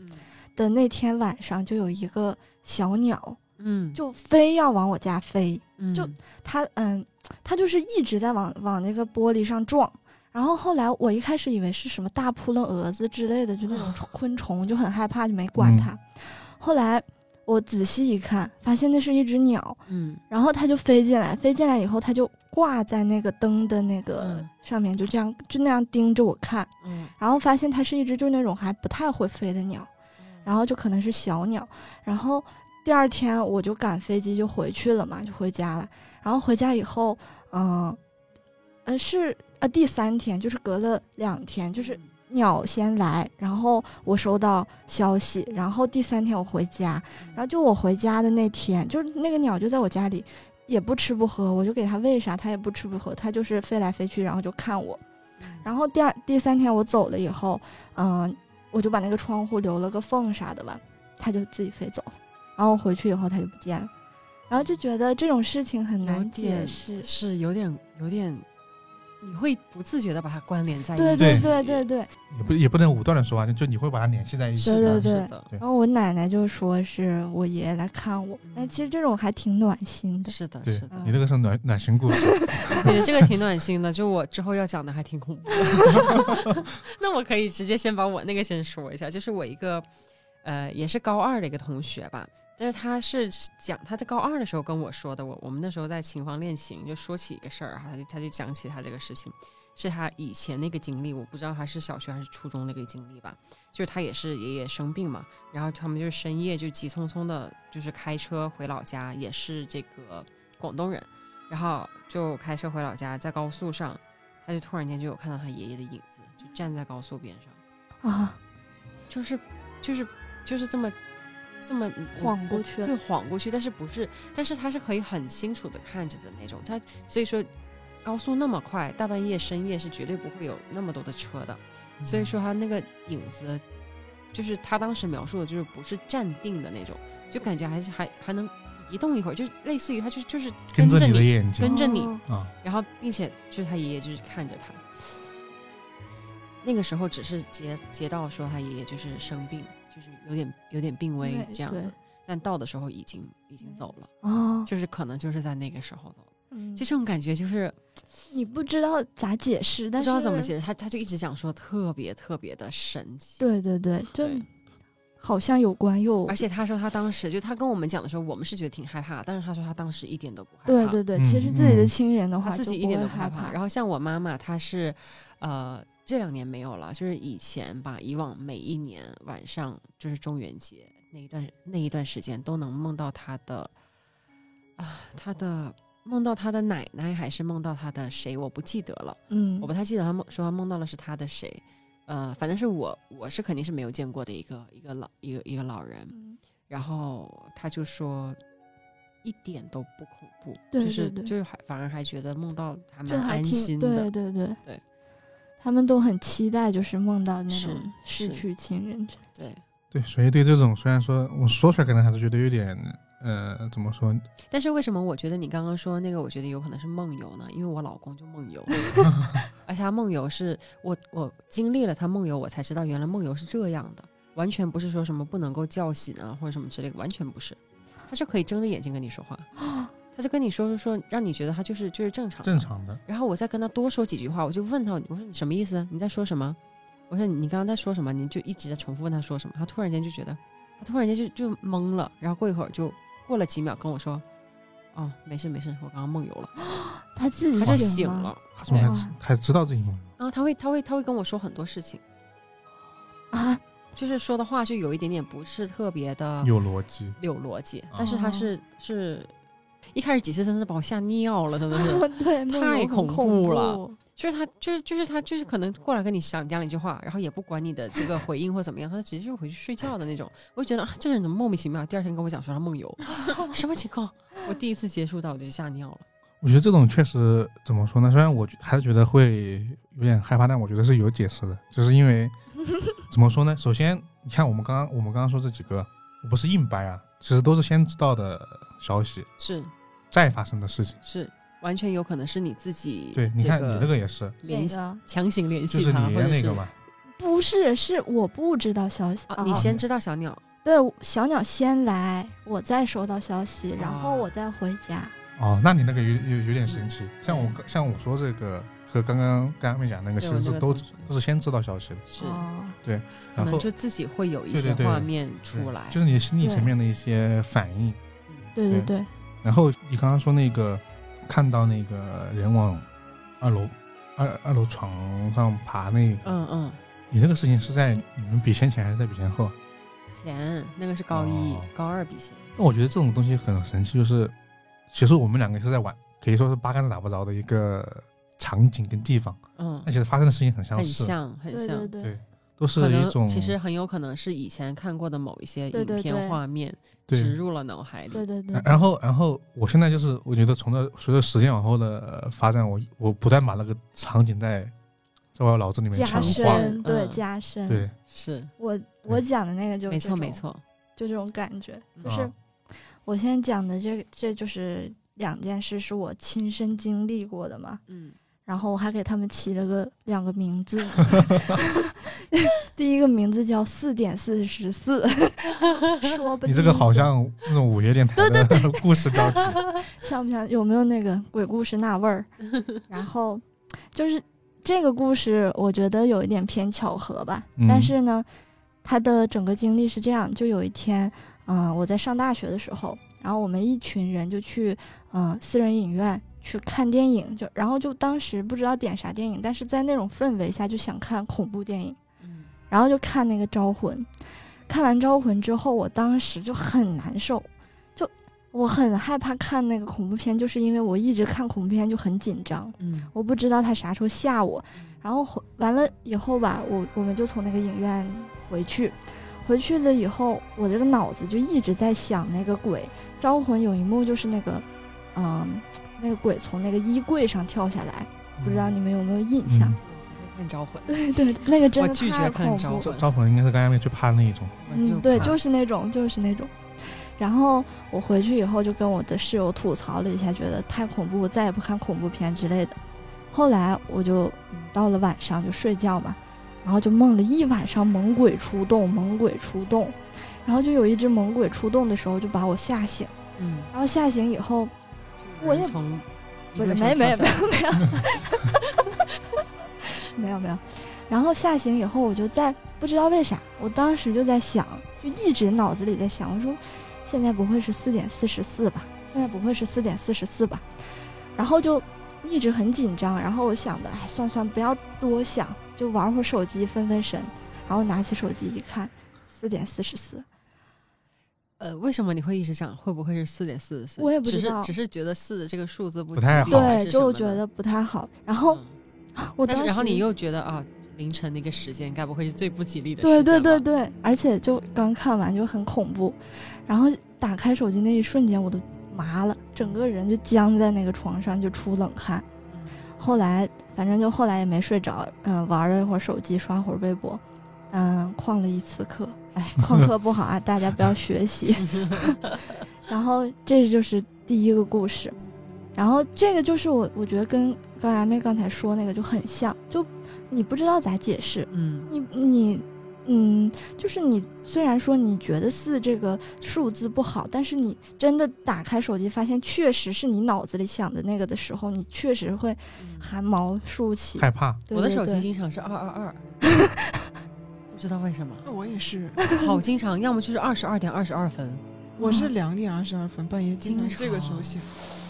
Speaker 4: 的那天晚上，就有一个小鸟
Speaker 2: 嗯，
Speaker 4: 就非要往我家飞，
Speaker 2: 嗯
Speaker 4: 就它嗯，它就是一直在往往那个玻璃上撞。然后后来我一开始以为是什么大扑棱蛾子之类的，就那种昆虫，就很害怕，就没管
Speaker 1: 嗯
Speaker 4: 它。后来我仔细一看，发现那是一只鸟，
Speaker 2: 嗯
Speaker 4: 然后它就飞进来，飞进来以后，它就挂在那个灯的那个
Speaker 2: 嗯
Speaker 4: 上面，就这样就那样盯着我看，
Speaker 2: 嗯，
Speaker 4: 然后发现它是一只就那种还不太会飞的鸟，然后就可能是小鸟，然后第二天我就赶飞机就回去了嘛，就回家了，然后回家以后，嗯、呃，是呃第三天，就是隔了两天，就是鸟先来，然后我收到消息，然后第三天我回家，
Speaker 2: 嗯
Speaker 4: 然后就我回家的那天，就是那个鸟就在我家里，
Speaker 2: 嗯
Speaker 4: 也不吃不喝，我就给它喂啥，它也不吃不喝，它就是飞来飞去，然后就看我，然后第二第三天我走了以后，嗯、我就把那个窗户留了个缝啥的吧，它就自己飞走了。然后我回去以后它就不见了，然后就觉得这种事情很
Speaker 2: 有
Speaker 4: 难解
Speaker 2: 点
Speaker 4: 释。
Speaker 2: 是有点有点，你会不自觉的把它关联在一起。
Speaker 4: 对
Speaker 1: 对
Speaker 4: 对对对，
Speaker 1: 也不也不能武断的说啊，就就你会把它联系在一起啊
Speaker 4: 对
Speaker 1: 的。
Speaker 4: 对对
Speaker 2: 是的，
Speaker 4: 然后我奶奶就说是我爷爷来看我，那
Speaker 2: 嗯
Speaker 4: 其实这种还挺暖心的。
Speaker 2: 是的，
Speaker 1: 对
Speaker 2: 是的。
Speaker 1: 你这个是暖暖心故事，
Speaker 2: 你的这个挺暖心的，就我之后要讲的还挺恐怖的。 那我可以直接先把我那个先说一下，就是我一个呃也是高二的一个同学吧，但是他是讲他在高二的时候跟我说的，我我们那时候在琴房练琴，就说起一个事儿，他就他就讲起他这个事情，是他以前那个经历，我不知道他是小学还是初中那个经历吧，就是他也是爷爷生病嘛，然后他们就是深夜就急匆匆的，就是开车回老家，也是这个广东人。然后就开车回老家，在高速上，他就突然间就有看到他爷爷的影子，就站在高速边上，
Speaker 4: 啊，
Speaker 2: 就是就是就是这么这么嗯
Speaker 4: 晃过去了
Speaker 2: 对，晃过去，但是不是，但是他是可以很清楚的看着的那种，他所以说高速那么快，大半夜深夜是绝对不会有那么多的车的，
Speaker 4: 嗯
Speaker 2: 所以说他那个影子，就是他当时描述的，就是不是站定的那种，就感觉还是还还能移动一会儿，就类似于他就就是
Speaker 1: 跟着
Speaker 2: 着
Speaker 1: 你的
Speaker 2: 你
Speaker 1: 眼睛
Speaker 2: 跟着你
Speaker 4: 哦
Speaker 1: 啊，
Speaker 2: 然后并且就是他爷爷就是看着他。那个时候只是截截到说他爷爷就是生病，就是有点有点病危
Speaker 4: 对
Speaker 2: 这样
Speaker 4: 对
Speaker 2: 子，但到的时候已经已经走了，
Speaker 4: 哦，
Speaker 2: 就是可能就是在那个时候走了，
Speaker 4: 嗯
Speaker 2: 就这种感觉就是
Speaker 4: 你不知道咋解释，
Speaker 2: 不
Speaker 4: 但
Speaker 2: 知
Speaker 4: 是
Speaker 2: 道怎么。解释，他他就一直讲说特别特别的神奇，
Speaker 4: 对对对，就
Speaker 2: 对
Speaker 4: 好像有关又
Speaker 2: 而且他说他当时就他跟我们讲的时候，我们是觉得挺害怕，但是他说他当时一点都不害怕，
Speaker 4: 对对对，
Speaker 1: 嗯
Speaker 4: 其实自己的
Speaker 1: 嗯
Speaker 4: 亲人的
Speaker 2: 他
Speaker 4: 话
Speaker 2: 自
Speaker 4: 啊就
Speaker 2: 己一
Speaker 4: 不
Speaker 2: 点
Speaker 4: 会
Speaker 2: 都不害
Speaker 4: 害
Speaker 2: 怕。然后像我妈妈，她是，呃，这两年没有了，就是以前吧，以往每一年晚上就是中元节那一段那一段时间，都能梦到她的，啊，她的梦到她的奶奶，还是梦到她的谁，我不记得了，
Speaker 4: 嗯
Speaker 2: 我不太记得她梦说她梦到了是她的谁，呃，反正是我我是肯定是没有见过的一个一个老一个一个老人，
Speaker 4: 嗯
Speaker 2: 然后他就说一点都不恐怖，
Speaker 4: 对
Speaker 2: 就是
Speaker 4: 对对
Speaker 2: 就是还反而还觉得梦到还
Speaker 4: 就
Speaker 2: 蛮
Speaker 4: 还
Speaker 2: 安
Speaker 4: 挺
Speaker 2: 心
Speaker 4: 对
Speaker 2: 的。
Speaker 4: 对对
Speaker 2: 对，
Speaker 4: 他们都很期待，就是梦到那
Speaker 2: 是
Speaker 4: 种逝
Speaker 2: 是
Speaker 4: 去亲人之类
Speaker 2: 对
Speaker 1: 对，所以对这种虽然说我说出来可能还是觉得有点呃，怎么说？
Speaker 2: 但是为什么我觉得你刚刚说那个，我觉得有可能是梦游呢？因为我老公就梦 游，而且他梦游是我我经历了他梦游，我才知道原来梦游是这样的，完全不是说什么不能够叫醒啊或者什么之类的，完全不是，他是可以睁着眼睛跟你 说话，他就跟你说说说，让你觉得他就是就是正常的
Speaker 1: 正常的，
Speaker 2: 然后我再跟他多说几句话，我就问他，我说你什么意思？啊你在说什么？我说你你刚刚在说什么？你就一直在重复问他说什么。他突然间就觉得，他突然间就就懵了，然后过一会儿就过了几秒跟我说，哦，没事没事，我刚刚梦游了，
Speaker 4: 他自己
Speaker 2: 他就
Speaker 4: 醒
Speaker 2: 醒
Speaker 4: 了
Speaker 2: 了。
Speaker 1: 他怎么还
Speaker 4: 对
Speaker 1: 知
Speaker 2: 啊
Speaker 1: 还知道自己梦游？
Speaker 2: 然后他会他会他会跟我说很多事情，
Speaker 4: 啊，
Speaker 2: 就是说的话就有一点点不是特别的
Speaker 1: 有逻辑，
Speaker 2: 有逻辑，但是
Speaker 4: 哦
Speaker 2: 他是是一开始几次真是把我吓尿了，真的是。
Speaker 4: 对，梦
Speaker 2: 太
Speaker 4: 游很
Speaker 2: 恐
Speaker 4: 恐
Speaker 2: 怖了 就是他，就是就是他，就是可能过来跟你讲讲两句话，然后也不管你的这个回应或怎么样，他就直接就回去睡觉的那种。我就觉得啊，这人怎么莫名其妙？第二天跟我讲说他梦 游，什么情况？我第一次接触到我就吓尿了。
Speaker 1: 我觉得这种确实怎么说呢？虽然我觉还是觉得会有点害怕，但我觉得是有解释的，就是因为怎么说呢？首先，你看我们刚刚我们刚刚说这几个，我不是硬掰啊，其实都是先知道的消息，
Speaker 2: 是
Speaker 1: 再发生的事情。
Speaker 2: 是，完全有可能是你自己
Speaker 1: 对，你看你这个也是，
Speaker 2: 联系
Speaker 4: 个
Speaker 2: 强行联
Speaker 1: 就
Speaker 2: 系
Speaker 1: 是
Speaker 2: 他，
Speaker 1: 你
Speaker 2: 或
Speaker 1: 爷
Speaker 2: 者
Speaker 1: 那个
Speaker 2: 是
Speaker 1: 嘛，
Speaker 4: 不是，是我不知道消息
Speaker 2: 啊，你先知道小鸟
Speaker 4: 对小鸟先来，我再收到消息，然
Speaker 2: 啊
Speaker 4: 后我再回家。
Speaker 1: 哦，那你那个有有有点神奇。像我像我说这个和刚刚刚刚面讲那个，其
Speaker 2: 嗯对
Speaker 1: 实是
Speaker 2: 我那个
Speaker 1: 都
Speaker 2: 同事
Speaker 1: 都是先知道消息的，
Speaker 2: 是，
Speaker 4: 哦
Speaker 2: 可
Speaker 1: 然后
Speaker 2: 能就自己会有一
Speaker 1: 对对
Speaker 2: 些
Speaker 1: 对
Speaker 2: 画面
Speaker 1: 对
Speaker 2: 出来
Speaker 1: 就。是你心理
Speaker 4: 对
Speaker 1: 层面的一些反应。
Speaker 2: 嗯
Speaker 4: 对对对，
Speaker 1: 然后你刚刚说那个看到那个人往二楼二二楼床上爬那个，
Speaker 2: 嗯嗯，
Speaker 1: 你那个事情是在你们比先前还是在比先后啊？
Speaker 2: 前那个是高一
Speaker 1: 哦、
Speaker 2: 高二比心，
Speaker 1: 那我觉得这种东西很神奇，就是其实我们两个是在玩，可以说是八竿子打不着的一个场景跟地方，
Speaker 2: 嗯
Speaker 1: 但，其实发生的事情很相
Speaker 2: 很
Speaker 1: 似，
Speaker 2: 像很
Speaker 4: 对
Speaker 2: 像
Speaker 4: 对。对
Speaker 1: 对都是
Speaker 2: 可
Speaker 1: 一
Speaker 2: 能
Speaker 1: 种
Speaker 2: 其实很有可能是以前看过的某一些
Speaker 4: 对
Speaker 2: 影
Speaker 4: 对对
Speaker 2: 片画面植
Speaker 1: 对。
Speaker 2: 入了脑海里。
Speaker 4: 对对对
Speaker 1: 然，然后，然后我现在就是，我觉得从这随着时间往后的呃发展，我我不断把那个场景在在我脑子里面
Speaker 4: 加
Speaker 1: 强
Speaker 2: 化
Speaker 1: 化。
Speaker 4: 深，对
Speaker 2: 嗯
Speaker 4: 加深。
Speaker 1: 对，
Speaker 2: 是
Speaker 4: 我我讲的那个就
Speaker 2: 没
Speaker 4: 这
Speaker 2: 错没
Speaker 4: 种
Speaker 2: 错，
Speaker 4: 就这种感觉，
Speaker 2: 嗯
Speaker 4: 就是
Speaker 1: 啊
Speaker 4: 我现在讲的这这就是两件事是我亲身经历过的嘛，
Speaker 2: 嗯
Speaker 4: 然后我还给他们起了个两个名字， 第一个名字叫四点四十四， 说不
Speaker 1: 你这个
Speaker 4: 定
Speaker 1: 好
Speaker 4: 是
Speaker 1: 像那种午夜电台的故事标题。
Speaker 4: 像不像有没有那个鬼故事那味儿？然后就是这个故事，我觉得有一点偏巧合吧。
Speaker 1: 嗯
Speaker 4: 但是呢，他的整个经历是这样：就有一天，嗯、我在上大学的时候，然后我们一群人就去呃私人影院去看电影，就然后就当时不知道点啥电影，但是在那种氛围下就想看恐怖电影，
Speaker 2: 嗯
Speaker 4: 然后就看那个《招魂》。看完《招魂》之后，我当时就很难受，就我很害怕看那个恐怖片，就是因为我一直看恐怖片就很紧张，
Speaker 2: 嗯
Speaker 4: 我不知道他啥时候吓我。然后回完了以后吧，我我们就从那个影院回去，回去了以后，我这个脑子就一直在想那个鬼。《招魂》有一幕就是那个，嗯、那个鬼从那个衣柜上跳下来， 不知道
Speaker 2: 嗯
Speaker 4: 你们有没有印象？
Speaker 1: 嗯
Speaker 2: 我看招魂，
Speaker 4: 对对，那个真
Speaker 2: 我
Speaker 4: 的
Speaker 2: 拒绝
Speaker 4: 太
Speaker 2: 看
Speaker 4: 恐
Speaker 2: 招
Speaker 4: 怖了。
Speaker 1: 招招魂应该是刚才没去拍那一种。
Speaker 2: 我
Speaker 4: 嗯，
Speaker 2: 就
Speaker 4: 对，
Speaker 1: 怕
Speaker 4: 就是那种，就是那种。然后我回去以后就跟我的室友吐槽了一下，觉得太恐怖，我再也不看恐怖片之类的。后来我就嗯到了晚上就睡觉嘛，然后就梦了一晚上猛鬼出动，猛鬼出动，然后就有一只猛鬼出动的时候就把我吓醒，
Speaker 2: 嗯，
Speaker 4: 然后吓醒以后，
Speaker 2: 就有
Speaker 4: 我
Speaker 2: 人
Speaker 4: 也
Speaker 2: 从一
Speaker 4: 不
Speaker 2: 个
Speaker 4: 是
Speaker 2: 上
Speaker 4: 没
Speaker 2: 跳
Speaker 4: 没有
Speaker 2: 下
Speaker 4: 没
Speaker 2: 来
Speaker 4: 有没有 没有没有，然后吓醒以后，我就在不知道为啥，我当时就在想，就一直脑子里在想，我说现在不会是四点四十四吧？现在不会是四点四十四吧？然后就一直很紧张，然后我想的，哎，算算，不要多想，就玩会儿手机分分神，然后拿起手机一看，四点四十四，
Speaker 2: 呃，为什么你会一直想？会不会是四点四十四？
Speaker 4: 我也不
Speaker 2: 只
Speaker 4: 知
Speaker 2: 是
Speaker 4: 道
Speaker 2: 只是觉得四的这个数字不
Speaker 1: 不太
Speaker 2: 吉利
Speaker 1: 好
Speaker 2: 还
Speaker 4: 对，
Speaker 2: 是
Speaker 4: 就
Speaker 2: 什
Speaker 4: 我
Speaker 2: 么
Speaker 4: 觉
Speaker 2: 的
Speaker 4: 得不太好。然后
Speaker 2: 嗯
Speaker 4: 我
Speaker 2: 但
Speaker 4: 当
Speaker 2: 是然
Speaker 4: 时，
Speaker 2: 后你又觉得啊，凌晨的一个时间，该不会是最不吉利的时间
Speaker 4: 对
Speaker 2: 吧？
Speaker 4: 对对对，而且就刚看完就很恐怖，然后打开手机那一瞬间我都麻了，整个人就僵在那个床上，就出冷汗。
Speaker 2: 嗯，
Speaker 4: 后来反正就后来也没睡着，嗯、玩了一会儿手机，刷会儿微博，嗯、旷了一次课。哎，旷课不好啊，大家 不要学习。然后这就是第一个故事，然后这个就是我我觉得跟刚才妹刚才说那个就很像，就你不知道咋解释，
Speaker 2: 嗯
Speaker 4: 你你嗯，就是你虽然说你觉得四这个数字不好，但是你真的打开手机发现确实是你脑子里想的那个的时候，你确实会
Speaker 2: 嗯
Speaker 4: 汗毛竖起。
Speaker 1: 害怕，
Speaker 4: 对
Speaker 2: 我的
Speaker 4: 对
Speaker 2: 手机
Speaker 4: 对
Speaker 2: 经常是二二 二，不知道为什么，
Speaker 3: 那我也是，
Speaker 2: 好经常，要么就是二十二点二十二分，
Speaker 3: 我是
Speaker 1: 嗯
Speaker 3: 两点二十二分半夜经常
Speaker 2: 经
Speaker 3: 这个时候
Speaker 2: 常
Speaker 3: 醒，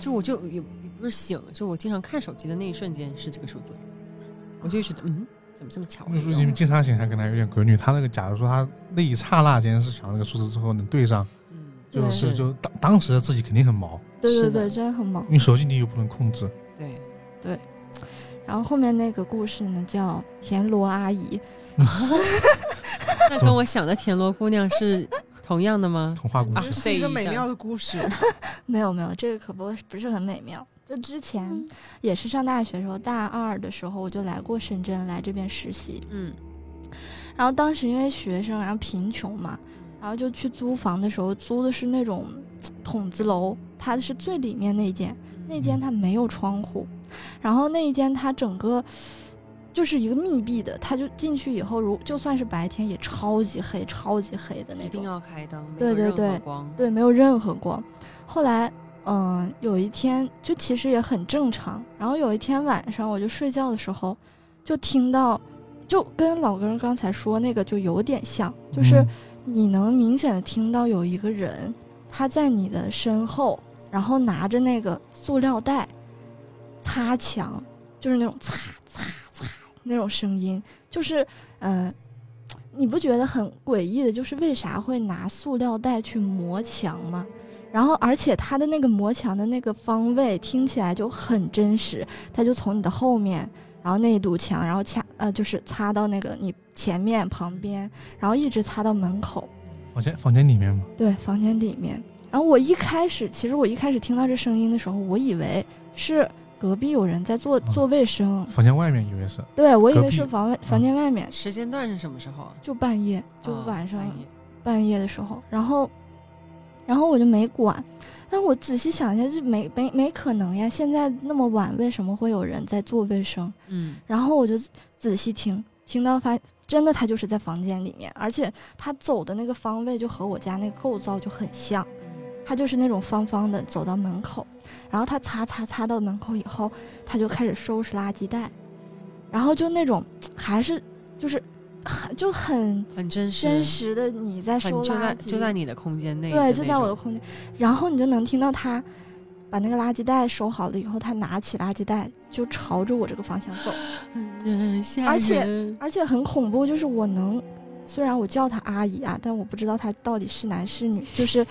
Speaker 2: 就我就也也不是醒，就我经常看手机的那一瞬间是这个数字，我就觉得嗯，怎么这么巧？
Speaker 1: 就是你们经常醒还可能有点规律。他那个，假如说他那一刹那间是想那个数字之后能对上，
Speaker 2: 嗯，
Speaker 1: 就
Speaker 4: 对
Speaker 1: 是就当当时的自己肯定很毛，
Speaker 4: 对
Speaker 2: 是
Speaker 4: 对
Speaker 2: 的
Speaker 4: 对，真的很猛
Speaker 1: 因。为手机你又不能控制。
Speaker 2: 对，
Speaker 4: 然后后面那个故事呢，叫田螺阿姨，
Speaker 2: 那跟我想的田螺姑娘是同样的吗？
Speaker 1: 童话故
Speaker 2: 啊
Speaker 1: 事，
Speaker 3: 是一个
Speaker 2: 对一
Speaker 3: 美
Speaker 2: 下
Speaker 3: 妙的故 事。
Speaker 4: 没有没有，这个可不不是很美妙。就之
Speaker 2: 嗯
Speaker 4: 前也是上大学的时候，大二的时候我就来过深圳，来这边实习。
Speaker 2: 嗯，
Speaker 4: 然后当时因为学生，然后贫穷嘛，然后就去租房的时候租的是那种筒子楼，它是最里面那一间，那间它没有窗户，然后那一间它整个就是一个密闭的，它就进去以后，如就算是白天也超级黑，超级黑的那
Speaker 2: 一定
Speaker 4: 种，
Speaker 2: 要开灯，没
Speaker 4: 对
Speaker 2: 有
Speaker 4: 对
Speaker 2: 任何
Speaker 4: 对
Speaker 2: 光，
Speaker 4: 对，没有任何光。后来，嗯、有一天就其实也很正常，然后有一天晚上我就睡觉的时候，就听到，就跟老哥刚才说那个就有点像，就是。
Speaker 1: 嗯
Speaker 4: 你能明显的听到有一个人，他在你的身后，然后拿着那个塑料袋擦墙，就是那种擦擦擦那种声音，就是嗯、呃，你不觉得很诡异的？就是为啥会拿塑料袋去磨墙吗？然后，而且他的那个磨墙的那个方位听起来就很真实，他就从你的后面，然后那一堵墙，然后掐呃就是擦到那个你前面旁边，然后一直擦到门口，
Speaker 1: 房间房间里面嘛，
Speaker 4: 对，房间里面。然后我一开始，其实我一开始听到这声音的时候，我以为是隔壁有人在做
Speaker 2: 啊
Speaker 4: 做卫生，
Speaker 1: 房间外面以为是
Speaker 4: 对我以
Speaker 1: 隔
Speaker 4: 为
Speaker 1: 壁
Speaker 4: 是房外房间外面，
Speaker 2: 时间段是什么时候啊？
Speaker 4: 就半夜，就
Speaker 2: 啊
Speaker 4: 晚上、
Speaker 2: 半夜
Speaker 4: 半夜的时候，然后，然后我就没管。但我仔细想一下，这没没没可能呀！现在那么晚，为什么会有人在做卫生？
Speaker 2: 嗯，
Speaker 4: 然后我就仔细听，听到发真的他就是在房间里面，而且他走的那个方位就和我家那个构造就很像，他就是那种方方的走到门口，然后他擦擦擦到门口以后，他就开始收拾垃圾袋，然后就那种还是就是很就很
Speaker 2: 很真实，
Speaker 4: 真实的你在
Speaker 2: 很
Speaker 4: 收垃圾，
Speaker 2: 就在就在你的空间内的那
Speaker 4: 对，
Speaker 2: 种，
Speaker 4: 就在我的空间，然后你就能听到他把那个垃圾袋收好了以后，他拿起垃圾袋就朝着我这个方向走。
Speaker 2: 嗯，吓
Speaker 4: 而且
Speaker 2: 人
Speaker 4: 而且很恐怖，就是我能，虽然我叫她阿姨啊，但我不知道她到底是男 是女。就是，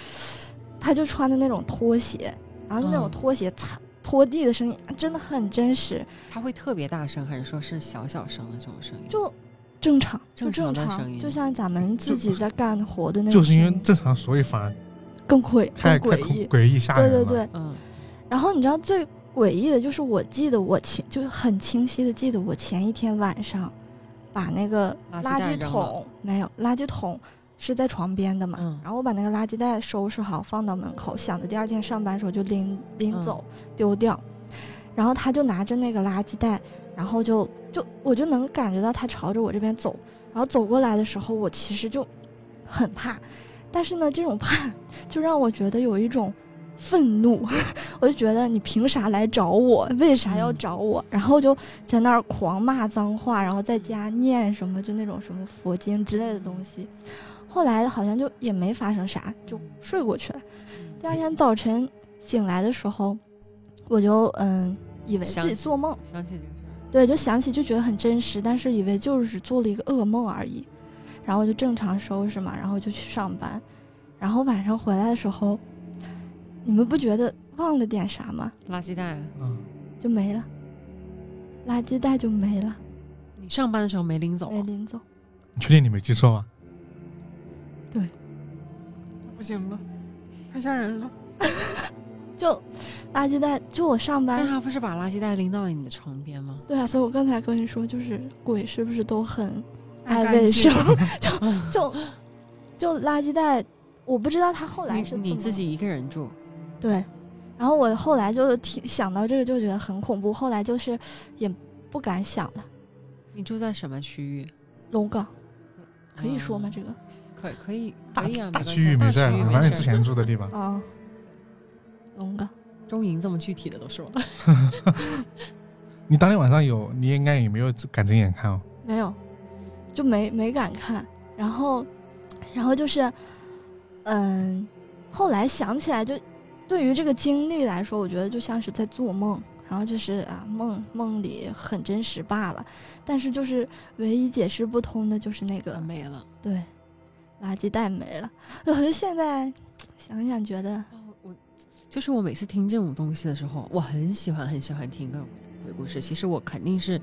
Speaker 4: 她就穿的那种拖鞋，然后那种
Speaker 2: 嗯
Speaker 4: 拖鞋擦拖地的声音真的很真实，
Speaker 2: 它会特别大声，还是说是小小声的这种声音？
Speaker 4: 就正常，就
Speaker 2: 正常
Speaker 4: 正
Speaker 2: 的
Speaker 4: 常，
Speaker 2: 声音
Speaker 4: 就像咱们自己在干活
Speaker 2: 嗯
Speaker 4: 的那种
Speaker 1: 就
Speaker 4: 声
Speaker 1: 是因为
Speaker 4: 音
Speaker 1: 正常，所以反而
Speaker 4: 更诡
Speaker 1: 太
Speaker 4: 更
Speaker 1: 太
Speaker 4: 诡
Speaker 1: 恐
Speaker 4: 异。
Speaker 1: 诡异吓
Speaker 4: 对
Speaker 1: 人了。
Speaker 4: 对对，
Speaker 2: 嗯
Speaker 4: 然后你知道最诡异的就是，我记得我前就是很清晰的记得我前一天晚上把那个
Speaker 2: 垃圾
Speaker 4: 垃
Speaker 2: 袋扔
Speaker 4: 圾
Speaker 2: 了
Speaker 4: 桶没有垃圾桶是在床边的嘛，
Speaker 2: 嗯
Speaker 4: 然后我把那个垃圾袋收拾好放到门口，想着第二天上班的时候就拎拎
Speaker 2: 嗯
Speaker 4: 走、丢掉。然后他就拿着那个垃圾袋，然后就就我就能感觉到他朝着我这边走，然后走过来的时候，我其实就很怕，但是呢，这种怕就让我觉得有一种愤怒， 我就觉得你凭啥来找我？为啥要
Speaker 2: 嗯
Speaker 4: 找我？然后就在那儿狂骂脏话，然后在家念什么就那种什么佛经之类的东西。后来好像就也没发生啥，就睡过去了。第二天早晨醒来的时候，我就嗯以为
Speaker 2: 想
Speaker 4: 自己
Speaker 2: 起
Speaker 4: 做梦，
Speaker 2: 想起这个事儿，
Speaker 4: 对，就想起就觉得很真实，但是以为就是做了一个噩梦而已，然后就正常收拾嘛，然后就去上班，然后晚上回来的时候，你们不觉得忘了点啥吗？
Speaker 2: 垃圾袋。啊
Speaker 1: 嗯，
Speaker 4: 就没了，垃圾袋就没了，
Speaker 2: 你上班的时候没拎走啊
Speaker 4: 没拎走。
Speaker 1: 你确定你没记错吗？
Speaker 3: 不行了，太吓人了。
Speaker 4: 就垃圾袋，就我上
Speaker 2: 但
Speaker 4: 班，
Speaker 2: 他不是把垃圾袋拎到你的床边吗？
Speaker 4: 对啊，所以我刚才跟你说，就是鬼是不是都很
Speaker 3: 爱
Speaker 4: 爱
Speaker 3: 干
Speaker 4: 卫
Speaker 3: 净
Speaker 4: 生？就就就垃圾袋，我不知道他后来是
Speaker 2: 你你
Speaker 4: 怎
Speaker 2: 自
Speaker 4: 么
Speaker 2: 己一个人住，
Speaker 4: 对，然后我后来就挺想到这个就觉得很恐怖，后来就是也不敢想了。
Speaker 2: 你住在什么区域？
Speaker 4: 龙岗可以说吗？
Speaker 2: 嗯
Speaker 4: 这个
Speaker 2: 可可以
Speaker 1: 大
Speaker 2: 可以啊，
Speaker 1: 大
Speaker 2: 没关
Speaker 1: 区
Speaker 2: 系啊
Speaker 1: 域没事
Speaker 2: 大
Speaker 1: 儿，
Speaker 2: 区域
Speaker 1: 反正你
Speaker 2: 没
Speaker 1: 之
Speaker 2: 事嗯儿。
Speaker 1: 前住的地方。
Speaker 4: 啊，龙岗
Speaker 2: 中营这么具体的都说了，
Speaker 1: 你当天晚上有，你应该也没有敢睁眼看哦。
Speaker 4: 没有，就没没敢看。然后，然后就是，嗯，后来想起来就，对于这个经历来说，我觉得就像是在做梦。然后就是啊，梦梦里很真实罢了，但是就是唯一解释不通的就是那 个
Speaker 2: 没了。
Speaker 4: 对，垃圾袋没了。我就现在想想觉得，
Speaker 2: 哦，我就是我每次听这种东西的时候，我很喜欢很喜欢听各种鬼故事。其实我肯定是，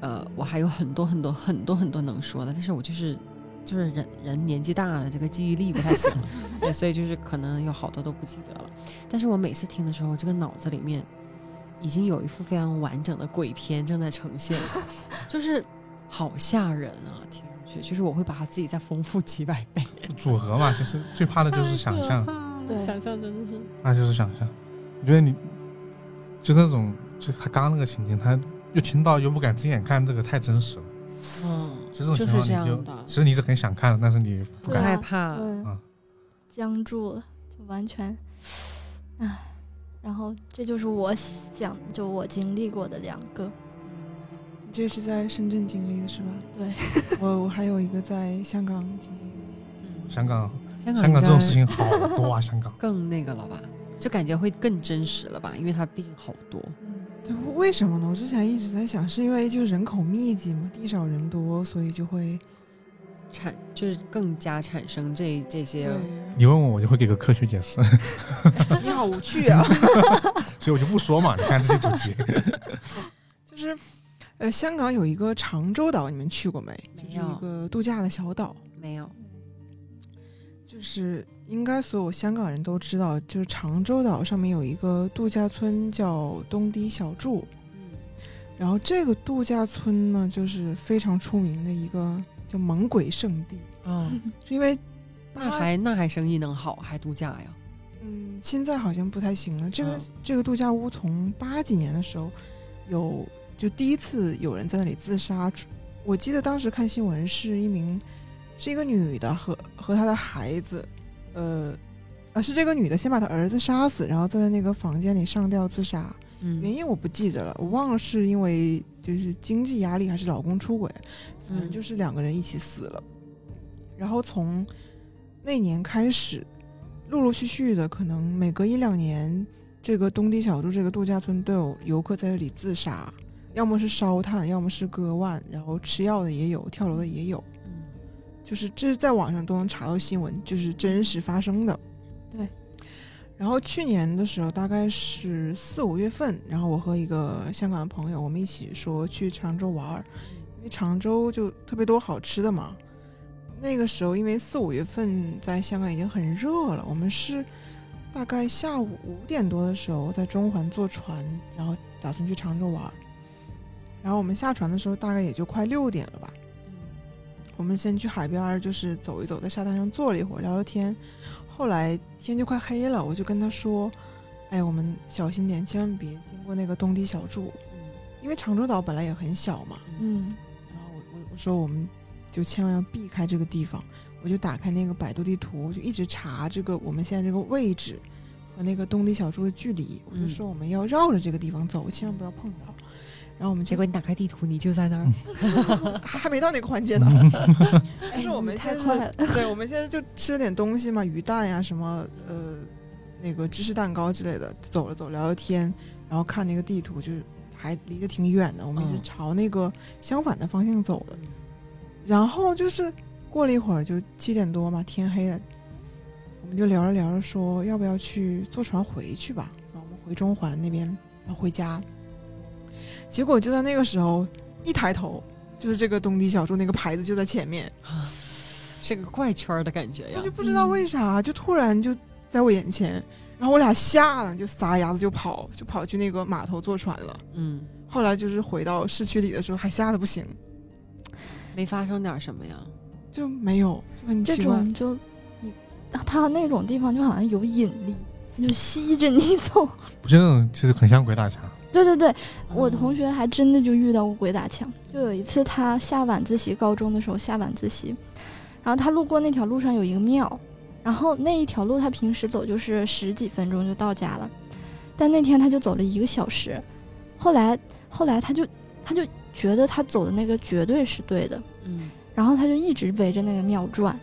Speaker 2: 呃，我还有很多很多很多很多能说的，但是我就是就是人人年纪大了，这个记忆力不太 行，对，所以就是可能有好多都不记得了。但是我每次听的时候，这个脑子里面已经有一副非常完整的鬼片正在呈现， 就是好吓人啊！听上去就是我会把它自己再丰富几百 倍，
Speaker 1: 组合
Speaker 2: 嗯
Speaker 1: 嘛，其实最怕的就是想象，
Speaker 4: 对
Speaker 2: 想象真的是。
Speaker 1: 那就是想象。我觉得你就那种，就他刚刚那个情景，他又听到又不敢睁眼看，这个太真实了。
Speaker 2: 嗯，
Speaker 1: 其实这种
Speaker 2: 就
Speaker 1: 情
Speaker 2: 是
Speaker 1: 况
Speaker 2: 这
Speaker 1: 你就
Speaker 2: 样的
Speaker 1: 其实你是很想看的，但是你不
Speaker 2: 不
Speaker 1: 敢。
Speaker 4: 对啊
Speaker 2: 害怕，
Speaker 4: 嗯
Speaker 1: 啊，
Speaker 4: 僵住了，就完全，唉。然后这就是我想，就我经历过的两个，
Speaker 3: 你这是在深圳经历的是吧？
Speaker 4: 对，
Speaker 3: 我我还有一个在香港经历
Speaker 2: 嗯
Speaker 1: 香港，
Speaker 2: 香港
Speaker 1: 香港这种事
Speaker 2: 应
Speaker 1: 情好多啊！香港
Speaker 2: 该更那个了吧，就感觉会更真实了吧，因为它毕竟好多，
Speaker 3: 的。嗯，对，为什么呢？我之前一直在想，是因为就人口密集嘛，地少人多，所以就会
Speaker 2: 产就是更加产生这这些
Speaker 3: 对。
Speaker 1: 你问我，我就会给个科学解释，
Speaker 3: 你好无趣啊。
Speaker 1: 所以我就不说嘛。你看这些主题，
Speaker 3: 就是，呃，香港有一个长洲岛，你们去过没？就
Speaker 2: 没
Speaker 3: 是
Speaker 2: 有
Speaker 3: 一个度假的小岛。
Speaker 2: 没有，
Speaker 3: 就是应该所有香港人都知道，就是长洲岛上面有一个度假村叫东堤小筑，然后这个度假村呢，就是非常出名的一个叫猛鬼圣地，
Speaker 1: 哦
Speaker 2: 嗯，
Speaker 3: 是因为
Speaker 2: 那
Speaker 3: 它
Speaker 2: 还那还生意能好，还度假呀？
Speaker 3: 嗯，现在好像不太行了。这个、
Speaker 2: 嗯
Speaker 3: 这个度假屋从八几年的时候有就第一次有人在那里自杀，出我记得当时看新闻是一名是一个女的和和她的孩子，呃。啊，是这个女的先把她儿子杀死，然后再在那个房间里上吊自杀。原
Speaker 2: 嗯
Speaker 3: 因我不记得了，我忘了是因为就是经济压力还是老公出轨，反正
Speaker 2: 嗯
Speaker 3: 就是两个人一起死了。然后从那年开始，陆陆续续的，可能每隔一两年，这个东堤小筑这个度假村都有游客在这里自杀，要么是烧炭，要么是割腕，然后吃药的也有，跳楼的也有，
Speaker 2: 嗯，
Speaker 3: 就是这是在网上都能查到新闻，就是真实发生的。
Speaker 4: 对。
Speaker 3: 然后去年的时候，大概是四五月份，然后我和一个香港的朋友，我们一起说去常州玩儿，因为常州就特别多好吃的嘛。那个时候，因为四五月份在香港已经很热了，我们是大概下午五点多的时候在中环坐船，然后打算去常州玩儿。然后我们下船的时候，大概也就快六点了吧。我们先去海边儿，就是走一走，在沙滩上坐了一会儿，聊聊天。后来天就快黑了，我就跟他说：“哎，我们小心点，千万别经过那个东堤小筑，
Speaker 2: 嗯
Speaker 3: 因为长洲岛本来也很小嘛。”
Speaker 4: 嗯，
Speaker 3: 然后我我我说我们就千万要避开这个地方，我就打开那个百度地图，就一直查这个我们现在这个位置和那个东堤小筑的距离。我就
Speaker 2: 嗯
Speaker 3: 说我们要绕着这个地方走，千万不要碰到。然后我们就
Speaker 2: 结果你打开地图，你就在那儿。
Speaker 1: 嗯
Speaker 3: 还还没到那个环 节呢， 但是我们
Speaker 4: 哎你太
Speaker 3: 先是
Speaker 4: 快了，
Speaker 3: 对，我们现在就吃了点东西嘛，鱼蛋呀，什么呃，那个芝士蛋糕之类的，走了走，聊聊天，然后看那个地图，就是还离得挺远的，我们一直
Speaker 2: 嗯
Speaker 3: 朝那个相反的方向走的。然后就是过了一会儿，就七点多嘛，天黑了，我们就聊着聊着说，要不要去坐船回去吧？然后我们回中环那边，然后回家。结果就在那个时候，一抬头就是这个东堤小筑那个牌子就在前面，
Speaker 2: 啊是个怪圈儿的感觉呀
Speaker 3: 我就。不知道为啥，就突然就在我眼前，然后我俩吓了，就撒丫子就跑，就跑去那个码头坐船了。
Speaker 2: 嗯，
Speaker 3: 后来就是回到市区里的时候，还吓得不行，
Speaker 2: 没发生点什么呀？
Speaker 3: 就没有，就很
Speaker 4: 这
Speaker 3: 奇怪。
Speaker 4: 种就你，它那种地方就好像有引力，它就吸着你 走。
Speaker 1: 我觉得那种其实很像鬼打墙，
Speaker 4: 对对对，
Speaker 2: 嗯
Speaker 4: 我同学还真的就遇到过鬼打墙。就有一次，他下晚自习，高中的时候下晚自习，然后他路过那条路上有一个庙，然后那一条路他平时走就是十几分钟就到家了，但那天他就走了一个小时。后来后来他就他就觉得他走的那个绝对是对的，
Speaker 2: 嗯
Speaker 4: 然后他就一直围着那个庙转，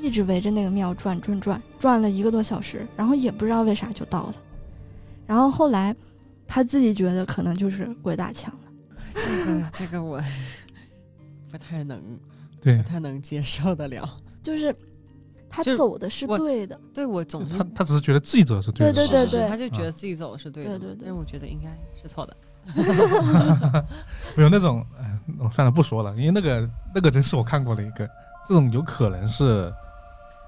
Speaker 4: 一直围着那个庙转转转，转了一个多小时，然后也不知道为啥就到了。然后后来他自己觉得可能就是鬼打墙了。
Speaker 2: 这个这个我 不太能
Speaker 1: 对
Speaker 2: 不太能接受得了。
Speaker 4: 就是他
Speaker 2: 就是
Speaker 4: 走的是
Speaker 2: 我
Speaker 4: 对的，
Speaker 2: 对我总是
Speaker 1: 他他只是觉得自己走的是对的，
Speaker 4: 对
Speaker 2: 是
Speaker 4: 对
Speaker 2: 是是
Speaker 4: 对
Speaker 2: 他就觉得自己走的是对的，
Speaker 4: 对对对
Speaker 2: 但是我觉得应该是错的。
Speaker 1: 没有那种，哎，我算了不说了，因为那个那个真是我看过的一个，这种有可能是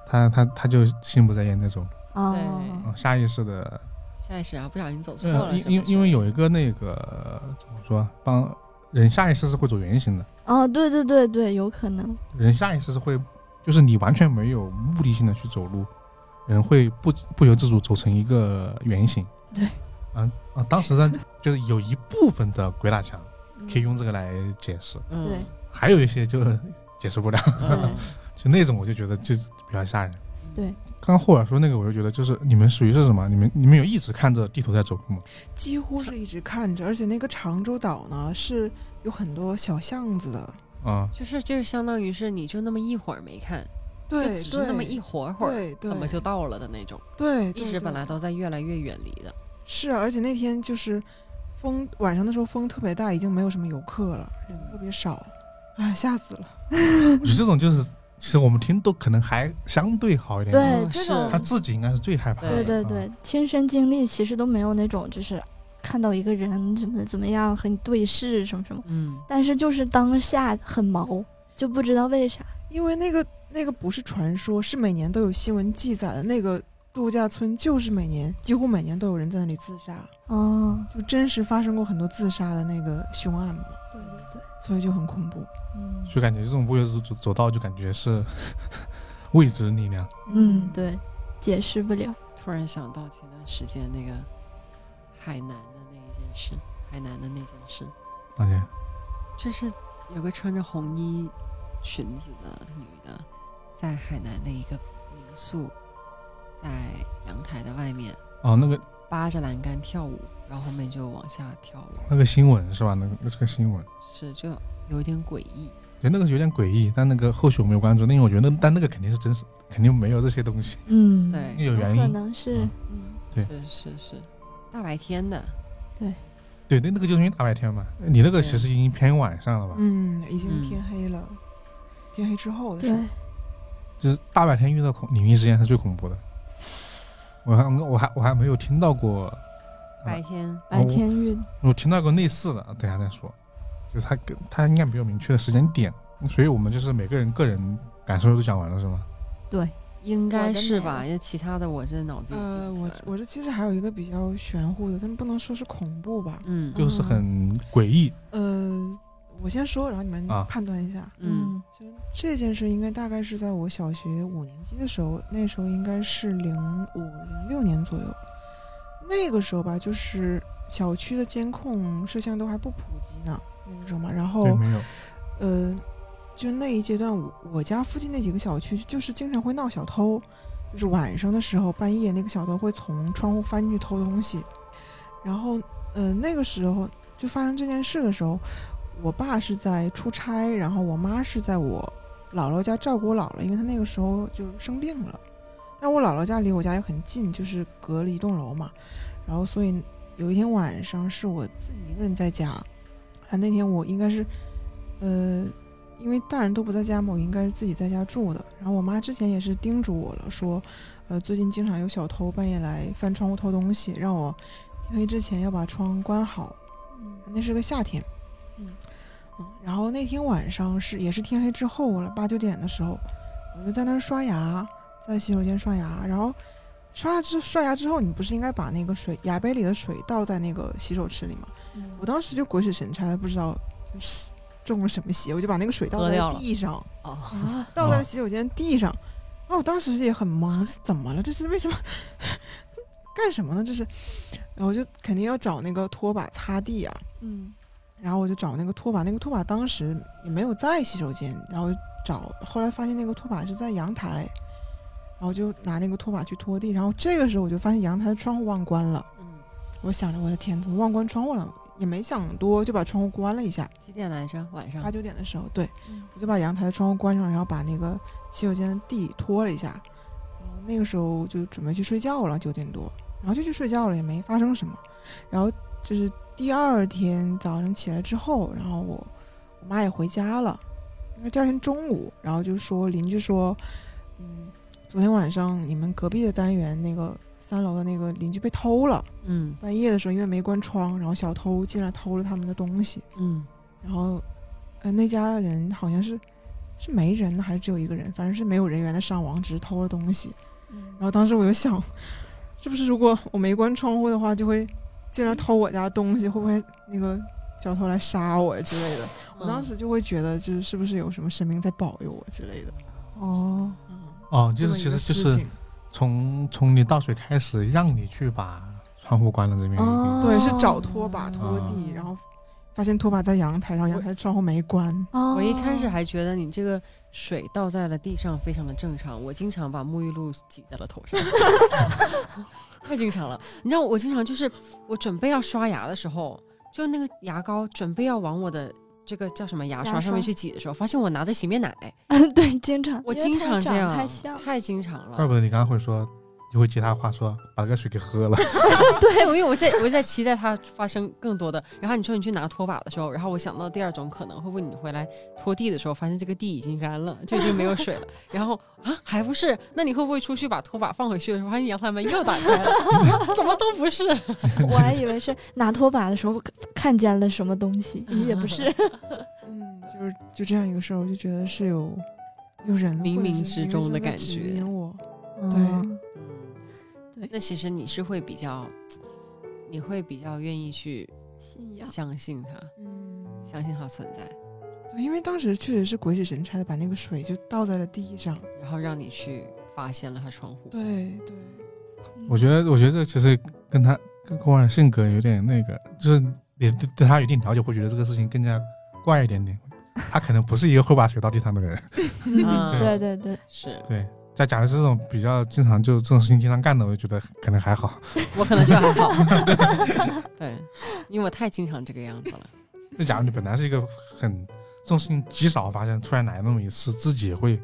Speaker 1: 他他他就心不在焉那种
Speaker 4: 啊、
Speaker 1: 啊，下意识的，
Speaker 2: 下意识啊，不小心走错
Speaker 1: 呃
Speaker 2: 了，
Speaker 1: 因因因为有一个那个呃怎么说，帮人下意识是会走圆形的，
Speaker 4: 哦，对对对对，有可能，
Speaker 1: 人下意识是会，就是你完全没有目的性的去走路，人会不不由自主走成一个圆形。
Speaker 4: 对，
Speaker 1: 啊啊，当时呢，就是有一部分的鬼打墙
Speaker 4: 嗯
Speaker 1: 可以用这个来解释，
Speaker 2: 嗯
Speaker 4: 对
Speaker 1: 还有一些就解释不了，
Speaker 2: 嗯
Speaker 1: 就那种我就觉得就比较吓人。
Speaker 4: 对，
Speaker 1: 刚刚霍尔说那个，我就觉得就是你们属于是什么？你们你们有一直看着地图在走路吗？
Speaker 3: 几乎是一直看着，而且那个长洲岛呢是有很多小巷子的，
Speaker 1: 啊，
Speaker 2: 就是就是相当于是你就那么一会儿没看，就
Speaker 3: 对，
Speaker 2: 只是那么一会儿会儿，
Speaker 3: 对对，
Speaker 2: 怎么就到了的那种，
Speaker 3: 对，
Speaker 2: 一直
Speaker 3: 对
Speaker 2: 本来都在越来越远离的。
Speaker 3: 是啊，而且那天就是风晚上的时候风特别大，已经没有什么游客了，人特别少，哎，吓死了。
Speaker 4: 嗯
Speaker 1: 我觉得这种就是其实我们听都可能还相对好一点，
Speaker 4: 对
Speaker 2: 哦
Speaker 4: 这
Speaker 2: 是
Speaker 1: 他
Speaker 4: 种，
Speaker 1: 自己应该是最害怕的。
Speaker 4: 对对
Speaker 1: 啊
Speaker 4: 对，亲身经历其实都没有那种就是看到一个人怎么怎么样和你对视什么什么，
Speaker 2: 嗯，
Speaker 4: 但是就是当下很毛，就不知道为啥。
Speaker 3: 因为那个那个不是传说，是每年都有新闻记载的。那个度假村就是每年几乎每年都有人在那里自杀，
Speaker 4: 哦，
Speaker 3: 就真实发生过很多自杀的那个凶案嘛，
Speaker 4: 对对对，
Speaker 3: 所以就很恐怖。
Speaker 4: 嗯
Speaker 1: 就感觉这种不约走走走道，就感觉是 未知力量。
Speaker 4: 嗯，对，解释不了。
Speaker 2: 突然想到前段时间那个海南的那一件事，海南的那件事，
Speaker 1: 而且
Speaker 2: 就是有个穿着红衣裙子的女的，在海南的一个民宿，在阳台的外面
Speaker 1: 哦，那个
Speaker 2: 扒着栏杆跳舞，然后后面就往下跳了，
Speaker 1: 那个新闻是吧？那个那是个新闻，
Speaker 2: 是就有点诡异。
Speaker 1: 对，那个有点诡异，但那个后续我没有关注，因为我觉得那但那个肯定是真实，肯定没有这些东西，
Speaker 4: 嗯，
Speaker 2: 对
Speaker 1: 有原
Speaker 4: 可
Speaker 1: 因。
Speaker 4: 能是
Speaker 1: 嗯，
Speaker 4: 嗯，
Speaker 2: 是是是，大白天的，
Speaker 3: 啊
Speaker 1: 对，那那个就是因为大白天嘛，你那个
Speaker 2: 对
Speaker 1: 其实已经偏晚上了吧？
Speaker 3: 嗯，已
Speaker 2: 嗯
Speaker 3: 经天黑了，天黑之后的事
Speaker 4: 对
Speaker 3: 儿。，
Speaker 1: 就是大白天遇到恐灵异事件是最恐怖的。我还我还我还没有听到过，
Speaker 2: 白天
Speaker 4: 白天遇
Speaker 1: 我听到过类似的，等一下再说。就是他跟他应该没有明确的时间点，所以我们就是每个人个人感受都讲完了是吗？
Speaker 2: 应该是
Speaker 4: 我的
Speaker 2: 吧？
Speaker 4: 奶
Speaker 2: 因为其他的我这脑子里
Speaker 3: 呃，
Speaker 2: 记不
Speaker 3: 我
Speaker 2: 起来了
Speaker 3: 我这其实还有一个比较玄乎的，但不能说是恐怖吧。
Speaker 2: 嗯
Speaker 1: 就是很诡异，
Speaker 3: 呃，我先说，然后你们
Speaker 1: 啊
Speaker 3: 判断一下。
Speaker 2: 嗯
Speaker 4: 嗯
Speaker 3: 就这件事应该大概是在我小学五年级的时候，那时候应该是零五零六年左右。那个时候吧，就是小区的监控摄像都还不普及呢，那个时候嘛。然
Speaker 1: 对，
Speaker 3: 后，
Speaker 1: 没有，
Speaker 3: 呃，就那一阶段，我我家附近那几个小区就是经常会闹小偷，就是晚上的时候，半夜那个小偷会从窗户翻进去偷东西。然后，呃，那个时候就发生这件事的时候，我爸是在出差，然后我妈是在我姥姥家照顾我姥姥，因为她那个时候就生病了。但是我姥姥家离我家又很近，就是隔了一栋楼嘛。然后，所以有一天晚上是我自己一个人在家，啊，那天我应该是，呃，因为大人都不在家嘛，我应该是自己在家住的。然后我妈之前也是叮嘱我了，说，呃，最近经常有小偷半夜来翻窗户偷东西，让我天黑之前要把窗关好。
Speaker 4: 嗯
Speaker 3: 那是个夏天，
Speaker 4: 嗯
Speaker 3: 嗯，然后那天晚上是也是天黑之后了，八九点的时候，我就在那儿刷牙，在洗手间刷牙，然后刷了之刷牙之后，你不是应该把那个水牙杯里的水倒在那个洗手池里吗？
Speaker 4: 嗯
Speaker 3: 我当时就鬼使神差的，不知道就是中了什么邪，我就把那个水倒
Speaker 2: 喝
Speaker 3: 在
Speaker 2: 掉了
Speaker 3: 地上，
Speaker 2: 哦，
Speaker 4: 啊，
Speaker 3: 倒在了洗手间地上。啊，我当时也很懵，是怎么了？这是为什么？ 干什么呢？这是，然后我就肯定要找那个拖把擦地啊。
Speaker 4: 嗯
Speaker 3: 然后我就找那个拖把，那个拖把当时也没有在洗手间，然后找，后来发现那个拖把是在阳台，然后就拿那个拖把去拖地，然后这个时候我就发现阳台的窗户忘关了，
Speaker 2: 嗯，
Speaker 3: 我想着我的天，怎么忘关窗户了？也没想多，就把窗户关了一下。
Speaker 2: 几点来着？晚上
Speaker 3: 八九点的时候，对
Speaker 4: 嗯
Speaker 3: 我就把阳台的窗户关上，然后把那个洗手间的地拖了一下，然后那个时候就准备去睡觉了，九点多，然后就去睡觉了，也没发生什么。然后就是第二天早上起来之后，然后我我妈也回家了，因为第二天中午，然后就说邻居说，嗯，昨天晚上你们隔壁的单元那个三楼的那个邻居被偷了，
Speaker 2: 嗯
Speaker 3: 半夜的时候因为没关窗，然后小偷进来偷了他们的东西。
Speaker 2: 嗯
Speaker 3: 然后，呃，那家人好像是是没人呢，还是只有一个人，反正是没有人员的上网，只是偷了东西。
Speaker 4: 嗯
Speaker 3: 然后当时我就想，是不是如果我没关窗户的话，就会进来偷我家东西，会不会那个小偷来杀我呀之类的？
Speaker 2: 嗯
Speaker 3: 我当时就会觉得，就是是不是有什么神明在保佑我之类的？
Speaker 4: 哦，
Speaker 3: 嗯，
Speaker 1: 哦，
Speaker 3: 这
Speaker 1: 就
Speaker 3: 么
Speaker 1: 是
Speaker 3: 一
Speaker 1: 其
Speaker 3: 个
Speaker 1: 实就
Speaker 3: 事
Speaker 1: 是
Speaker 3: 情
Speaker 1: 从从你倒水开始，让你去把窗户关了这边。
Speaker 4: 哦
Speaker 3: 对，是找拖把拖
Speaker 1: 啊
Speaker 3: 地，然后发现拖把在阳台，然后阳台窗户没关。
Speaker 4: 哦
Speaker 2: 我一开始还觉得你这个水倒在了地上非常的正常，我经常把沐浴露挤在了头上， 太经常了。你知道我经常就是我准备要刷牙的时候，就那个牙膏准备要往我的这个叫什么牙
Speaker 4: 牙
Speaker 2: 刷上面
Speaker 4: 刷哦
Speaker 2: 去挤的时候，发现我拿的洗面奶，
Speaker 4: 对经常，
Speaker 2: 我
Speaker 4: 因为
Speaker 2: 经
Speaker 4: 它
Speaker 2: 常这
Speaker 4: 长得
Speaker 2: 样，
Speaker 4: 太像，
Speaker 2: 经常了。
Speaker 1: 怪不得你刚刚会说，就会接他话说把那个水给喝了。
Speaker 2: 对，我因为我在我在期待它发生更多的。然后你说你去拿拖把的时候，然后我想到第二种可能，会不会你回来拖地的时候，发现这个地已经干了，就已经没有水了。然后啊，还不是？那你会不会出去把拖把放回去的时候，发现阳台门又打开了？ 怎么都不是。
Speaker 4: 我还以为是拿拖把的时候看见了 什么东西，也不是，
Speaker 3: 嗯，就是就这样一个事儿，我就觉得是有有人
Speaker 2: 冥
Speaker 3: 或者
Speaker 2: 冥
Speaker 3: 是
Speaker 2: 之
Speaker 3: 人
Speaker 2: 中
Speaker 3: 生
Speaker 2: 的
Speaker 3: 在
Speaker 2: 感
Speaker 3: 指
Speaker 2: 觉
Speaker 3: 引我，
Speaker 4: 嗯
Speaker 2: 嗯
Speaker 4: 对，
Speaker 2: 那其实你是会比较，你会比较愿意去
Speaker 4: 信仰，
Speaker 2: 相信它，
Speaker 3: 嗯，
Speaker 2: 相信它存在，
Speaker 3: 对，因为当时确实是鬼使神差的把那个水就倒在了地上，
Speaker 2: 然后让你去发现了它窗 户。
Speaker 3: 对对，
Speaker 1: 我觉得，我觉得这其实跟他跟郭婉性格有点那个，就是你对对他有一定了解，会觉得这个事情更加怪一点点。他可能不是一个会把水倒地上的人，
Speaker 2: 啊
Speaker 1: 对
Speaker 4: 对对对，
Speaker 2: 是
Speaker 1: 对。再假如是这种比较经常就这种事情经常干的，我就觉得可能还好。
Speaker 2: 我可能就还 好，对，因为我太经常这个样子了。
Speaker 1: 就假如你本来是一个很这种事情极少发生，突然来那么一次，自己也会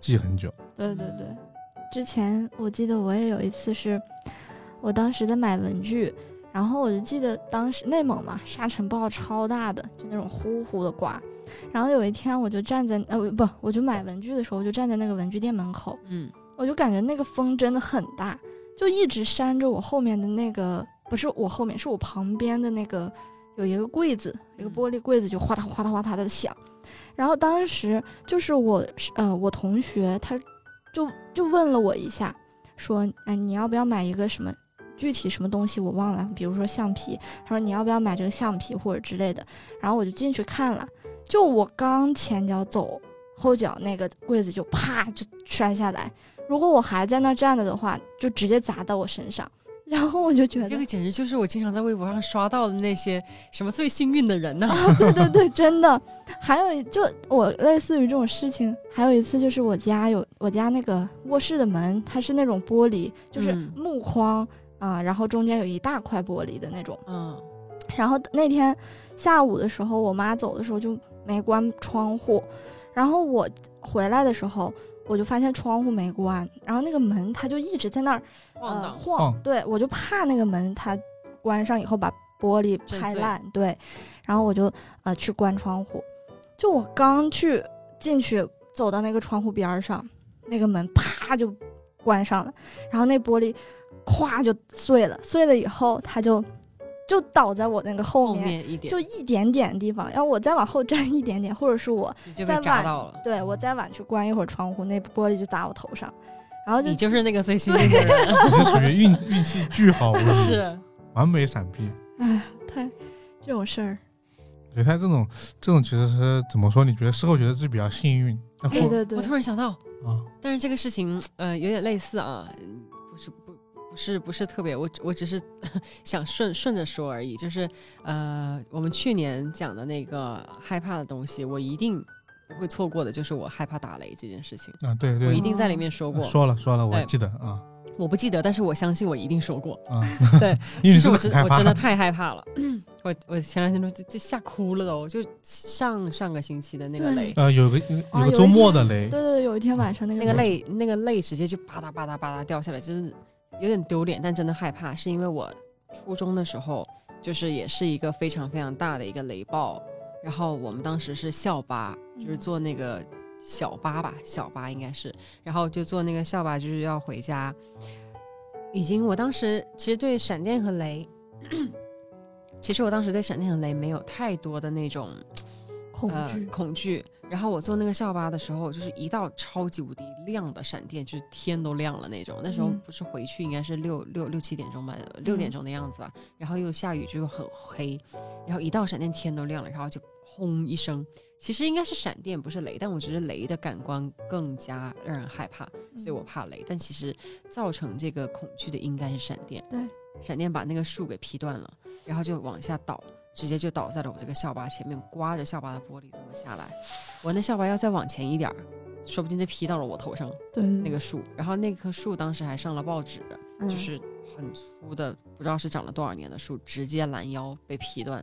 Speaker 1: 记很久。
Speaker 4: 对对对，嗯之前我记得我也有一次是，我当时在买文具，然后我就记得当时内蒙嘛，沙尘暴超大的，就那种呼呼的刮。然后有一天我就站在呃不，我就买文具的时候，我就站在那个文具店门口，
Speaker 2: 嗯
Speaker 4: 我就感觉那个风真的很大，就一直扇着我后面的那个，不是我后面，是我旁边的那个有一个柜子，一个
Speaker 2: 嗯
Speaker 4: 玻璃柜子就哗嗒哗嗒哗嗒的响。然后当时就是我呃我同学他就就问了我一下，说哎你要不要买一个什么具体什么东西我忘了，比如说橡皮，他说你要不要买这个橡皮或者之类的，然后我就进去看了，就我刚前脚走，后脚那个柜子就啪就摔下来，如果我还在那站着的话，就直接砸到我身上，然后我就觉
Speaker 2: 这
Speaker 4: 得
Speaker 2: 个 简直就是我经常在微博上刷到的那些什么最幸运的人呐、
Speaker 4: 啊，对对对，真的。还有一就我类似于这种事情，还有一次就是我家有我家那个卧室的门，它是那种玻璃，就是
Speaker 2: 嗯
Speaker 4: 木框啊、然后中间有一大块玻璃的那种。
Speaker 2: 嗯，
Speaker 4: 然后那天下午的时候，我妈走的时候就没关窗户，然后我回来的时候。我就发现窗户没关，然后那个门它就一直在那儿
Speaker 2: 晃
Speaker 4: 呃、
Speaker 2: 荡，
Speaker 4: 晃
Speaker 1: 晃，
Speaker 4: 对我就怕那个门它关上以后把玻璃
Speaker 2: 震
Speaker 4: 拍
Speaker 2: 碎
Speaker 4: 烂，对，然后我就呃去关窗户，就我刚去进去走到那个窗户边儿上，那个门啪就关上了，然后那玻璃咵就碎了，碎了以后它就就倒在我那个后
Speaker 2: 后
Speaker 4: 面。
Speaker 2: 面一点
Speaker 4: 就一点点地方，要我再往后站一点点，或者是我
Speaker 2: 你就被
Speaker 4: 在晚
Speaker 2: 扎到了，
Speaker 4: 对我再晚去关一会儿窗户，那玻璃就砸我头上，然后就
Speaker 2: 你就是那个最幸 运的人，
Speaker 1: 你这属于运运气巨好，我觉得
Speaker 2: 是
Speaker 1: 完美闪避。
Speaker 4: 哎，太这种事儿，
Speaker 1: 所以他这种这种其实是怎么说？你觉得事后觉得自己比较幸运，但
Speaker 2: 哎
Speaker 4: 对
Speaker 1: 后
Speaker 4: 对对
Speaker 2: 我，突然想到，
Speaker 1: 啊，
Speaker 2: 但是这个事情，呃，有点类似啊，嗯不是不不是不是特别，我只我只是 想顺顺着说而已。就是呃，我们去年讲的那个害怕的东西，我一定不会错过的，就是我害怕打雷这件事情，
Speaker 1: 啊，对
Speaker 2: 我一
Speaker 1: 对，
Speaker 2: 定在里面说过。
Speaker 1: 说了说了，我
Speaker 2: 对
Speaker 1: 记得啊
Speaker 2: 我不记得，但是我相信我一定说过。
Speaker 1: 啊，
Speaker 2: 对，
Speaker 1: 因为
Speaker 2: 就
Speaker 1: 你真
Speaker 2: 是我
Speaker 1: 的很
Speaker 2: 真
Speaker 1: 害
Speaker 2: 我
Speaker 1: 怕，
Speaker 2: 真的太害怕了， 我我前两天都就就吓哭了都，就上上个星期的那个
Speaker 4: 对
Speaker 2: 雷。
Speaker 1: 呃，有个有个有
Speaker 4: 啊有
Speaker 1: 个
Speaker 4: 一
Speaker 1: 周末的雷，
Speaker 4: 对对对，有一天晚上那个
Speaker 2: 那个
Speaker 4: 东西
Speaker 2: 泪，那个泪直接就吧嗒吧嗒吧嗒掉下来，就是有点丢脸，但真的害怕，是因为我初中的时候，就是也是一个非常非常大的一个雷暴，然后我们当时是校巴，就是
Speaker 4: 嗯
Speaker 2: 坐那个小巴吧，小巴应该是，然后就坐那个校巴，就是要回家，已经我当时其实对闪电和雷。 其实我当时对闪电和雷没有太多的那种
Speaker 4: 恐惧
Speaker 2: 呃、，恐惧。然后我坐那个校巴的时候，就是一道超级无敌亮的闪电，就是天都亮了那种。那时候
Speaker 4: 嗯
Speaker 2: 不是回去应该是六六六七点钟吧，六点钟的样子吧。啊然后又下雨，就很黑。然后一道闪电，天都亮了，然后就轰一声。其实应该是闪电，不是雷，但我只是雷的感官更加让人害怕，所
Speaker 4: 嗯
Speaker 2: 以我怕雷。但其实造成这个恐惧的应该是闪电。
Speaker 4: 对，
Speaker 2: 闪电把那个树给劈断了，然后就往下倒，直接就倒在了我这个校巴前面，刮着校巴的玻璃这么下来。我那校巴要再往前一点儿，说不定就劈到了我头上
Speaker 4: 对
Speaker 2: 那个树。然后那棵树当时还上了报纸，
Speaker 4: 嗯
Speaker 2: 就是很粗的，不知道是长了多少年的树，直接拦腰被劈断。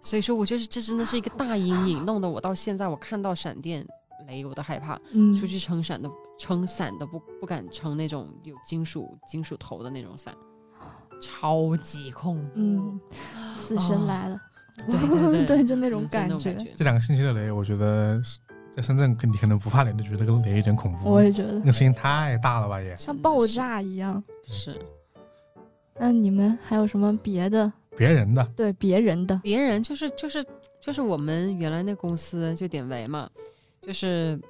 Speaker 2: 所以说，我觉得这真的是一个大阴影，弄得我到现在我看到闪电雷我都害怕。
Speaker 4: 嗯
Speaker 2: 出去撑伞都撑伞都不不敢撑那种有金属金属头的那种伞，超级恐怖，
Speaker 4: 嗯，死神来了，
Speaker 2: 哦对
Speaker 4: 对，
Speaker 2: 对，
Speaker 4: 就那
Speaker 2: 那
Speaker 4: 种感
Speaker 2: 觉
Speaker 4: 觉，，
Speaker 1: 这两个星期的雷，我觉得是在深圳，你可能不怕雷，就觉得这个雷有点恐怖
Speaker 4: 我，也觉得
Speaker 1: 那
Speaker 2: 嗯
Speaker 1: 个声音太大了吧也。
Speaker 4: 像爆炸一样。
Speaker 2: 是是
Speaker 4: 那你们还有什么别的？
Speaker 1: 别人的
Speaker 4: 对别人的，
Speaker 2: 别人就是就是就是我们原来那公司就典韦嘛，就是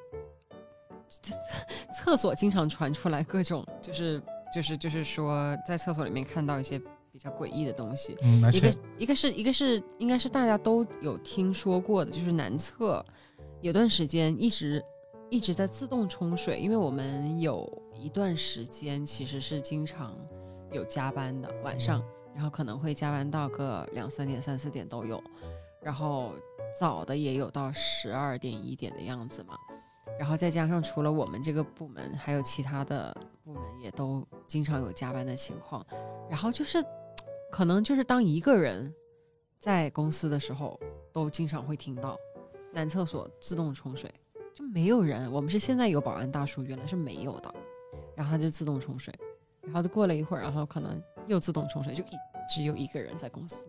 Speaker 2: 厕所经常传出来各种，就是就是就是说在厕所里面看到一些比较诡异的东西。
Speaker 1: 嗯，而
Speaker 2: 一
Speaker 1: 且
Speaker 2: 个一个是一个是应该是大家都有听说过的，就是男厕有段时间一直一直在自动冲水，因为我们有一段时间其实是经常有加班的晚上，然后可能会加班到个两三点、三四点都有，然后早的也有到十二点一点的样子嘛。然后再加上除了我们这个部门，还有其他的部门也都经常有加班的情况，然后就是可能就是当一个人在公司的时候，都经常会听到男厕所自动冲水，就没有人。我们是现在有保安大叔，原来是没有的，然后他就自动冲水，然后就过了一会儿，然后可能又自动冲水，就一只有一个人在公司，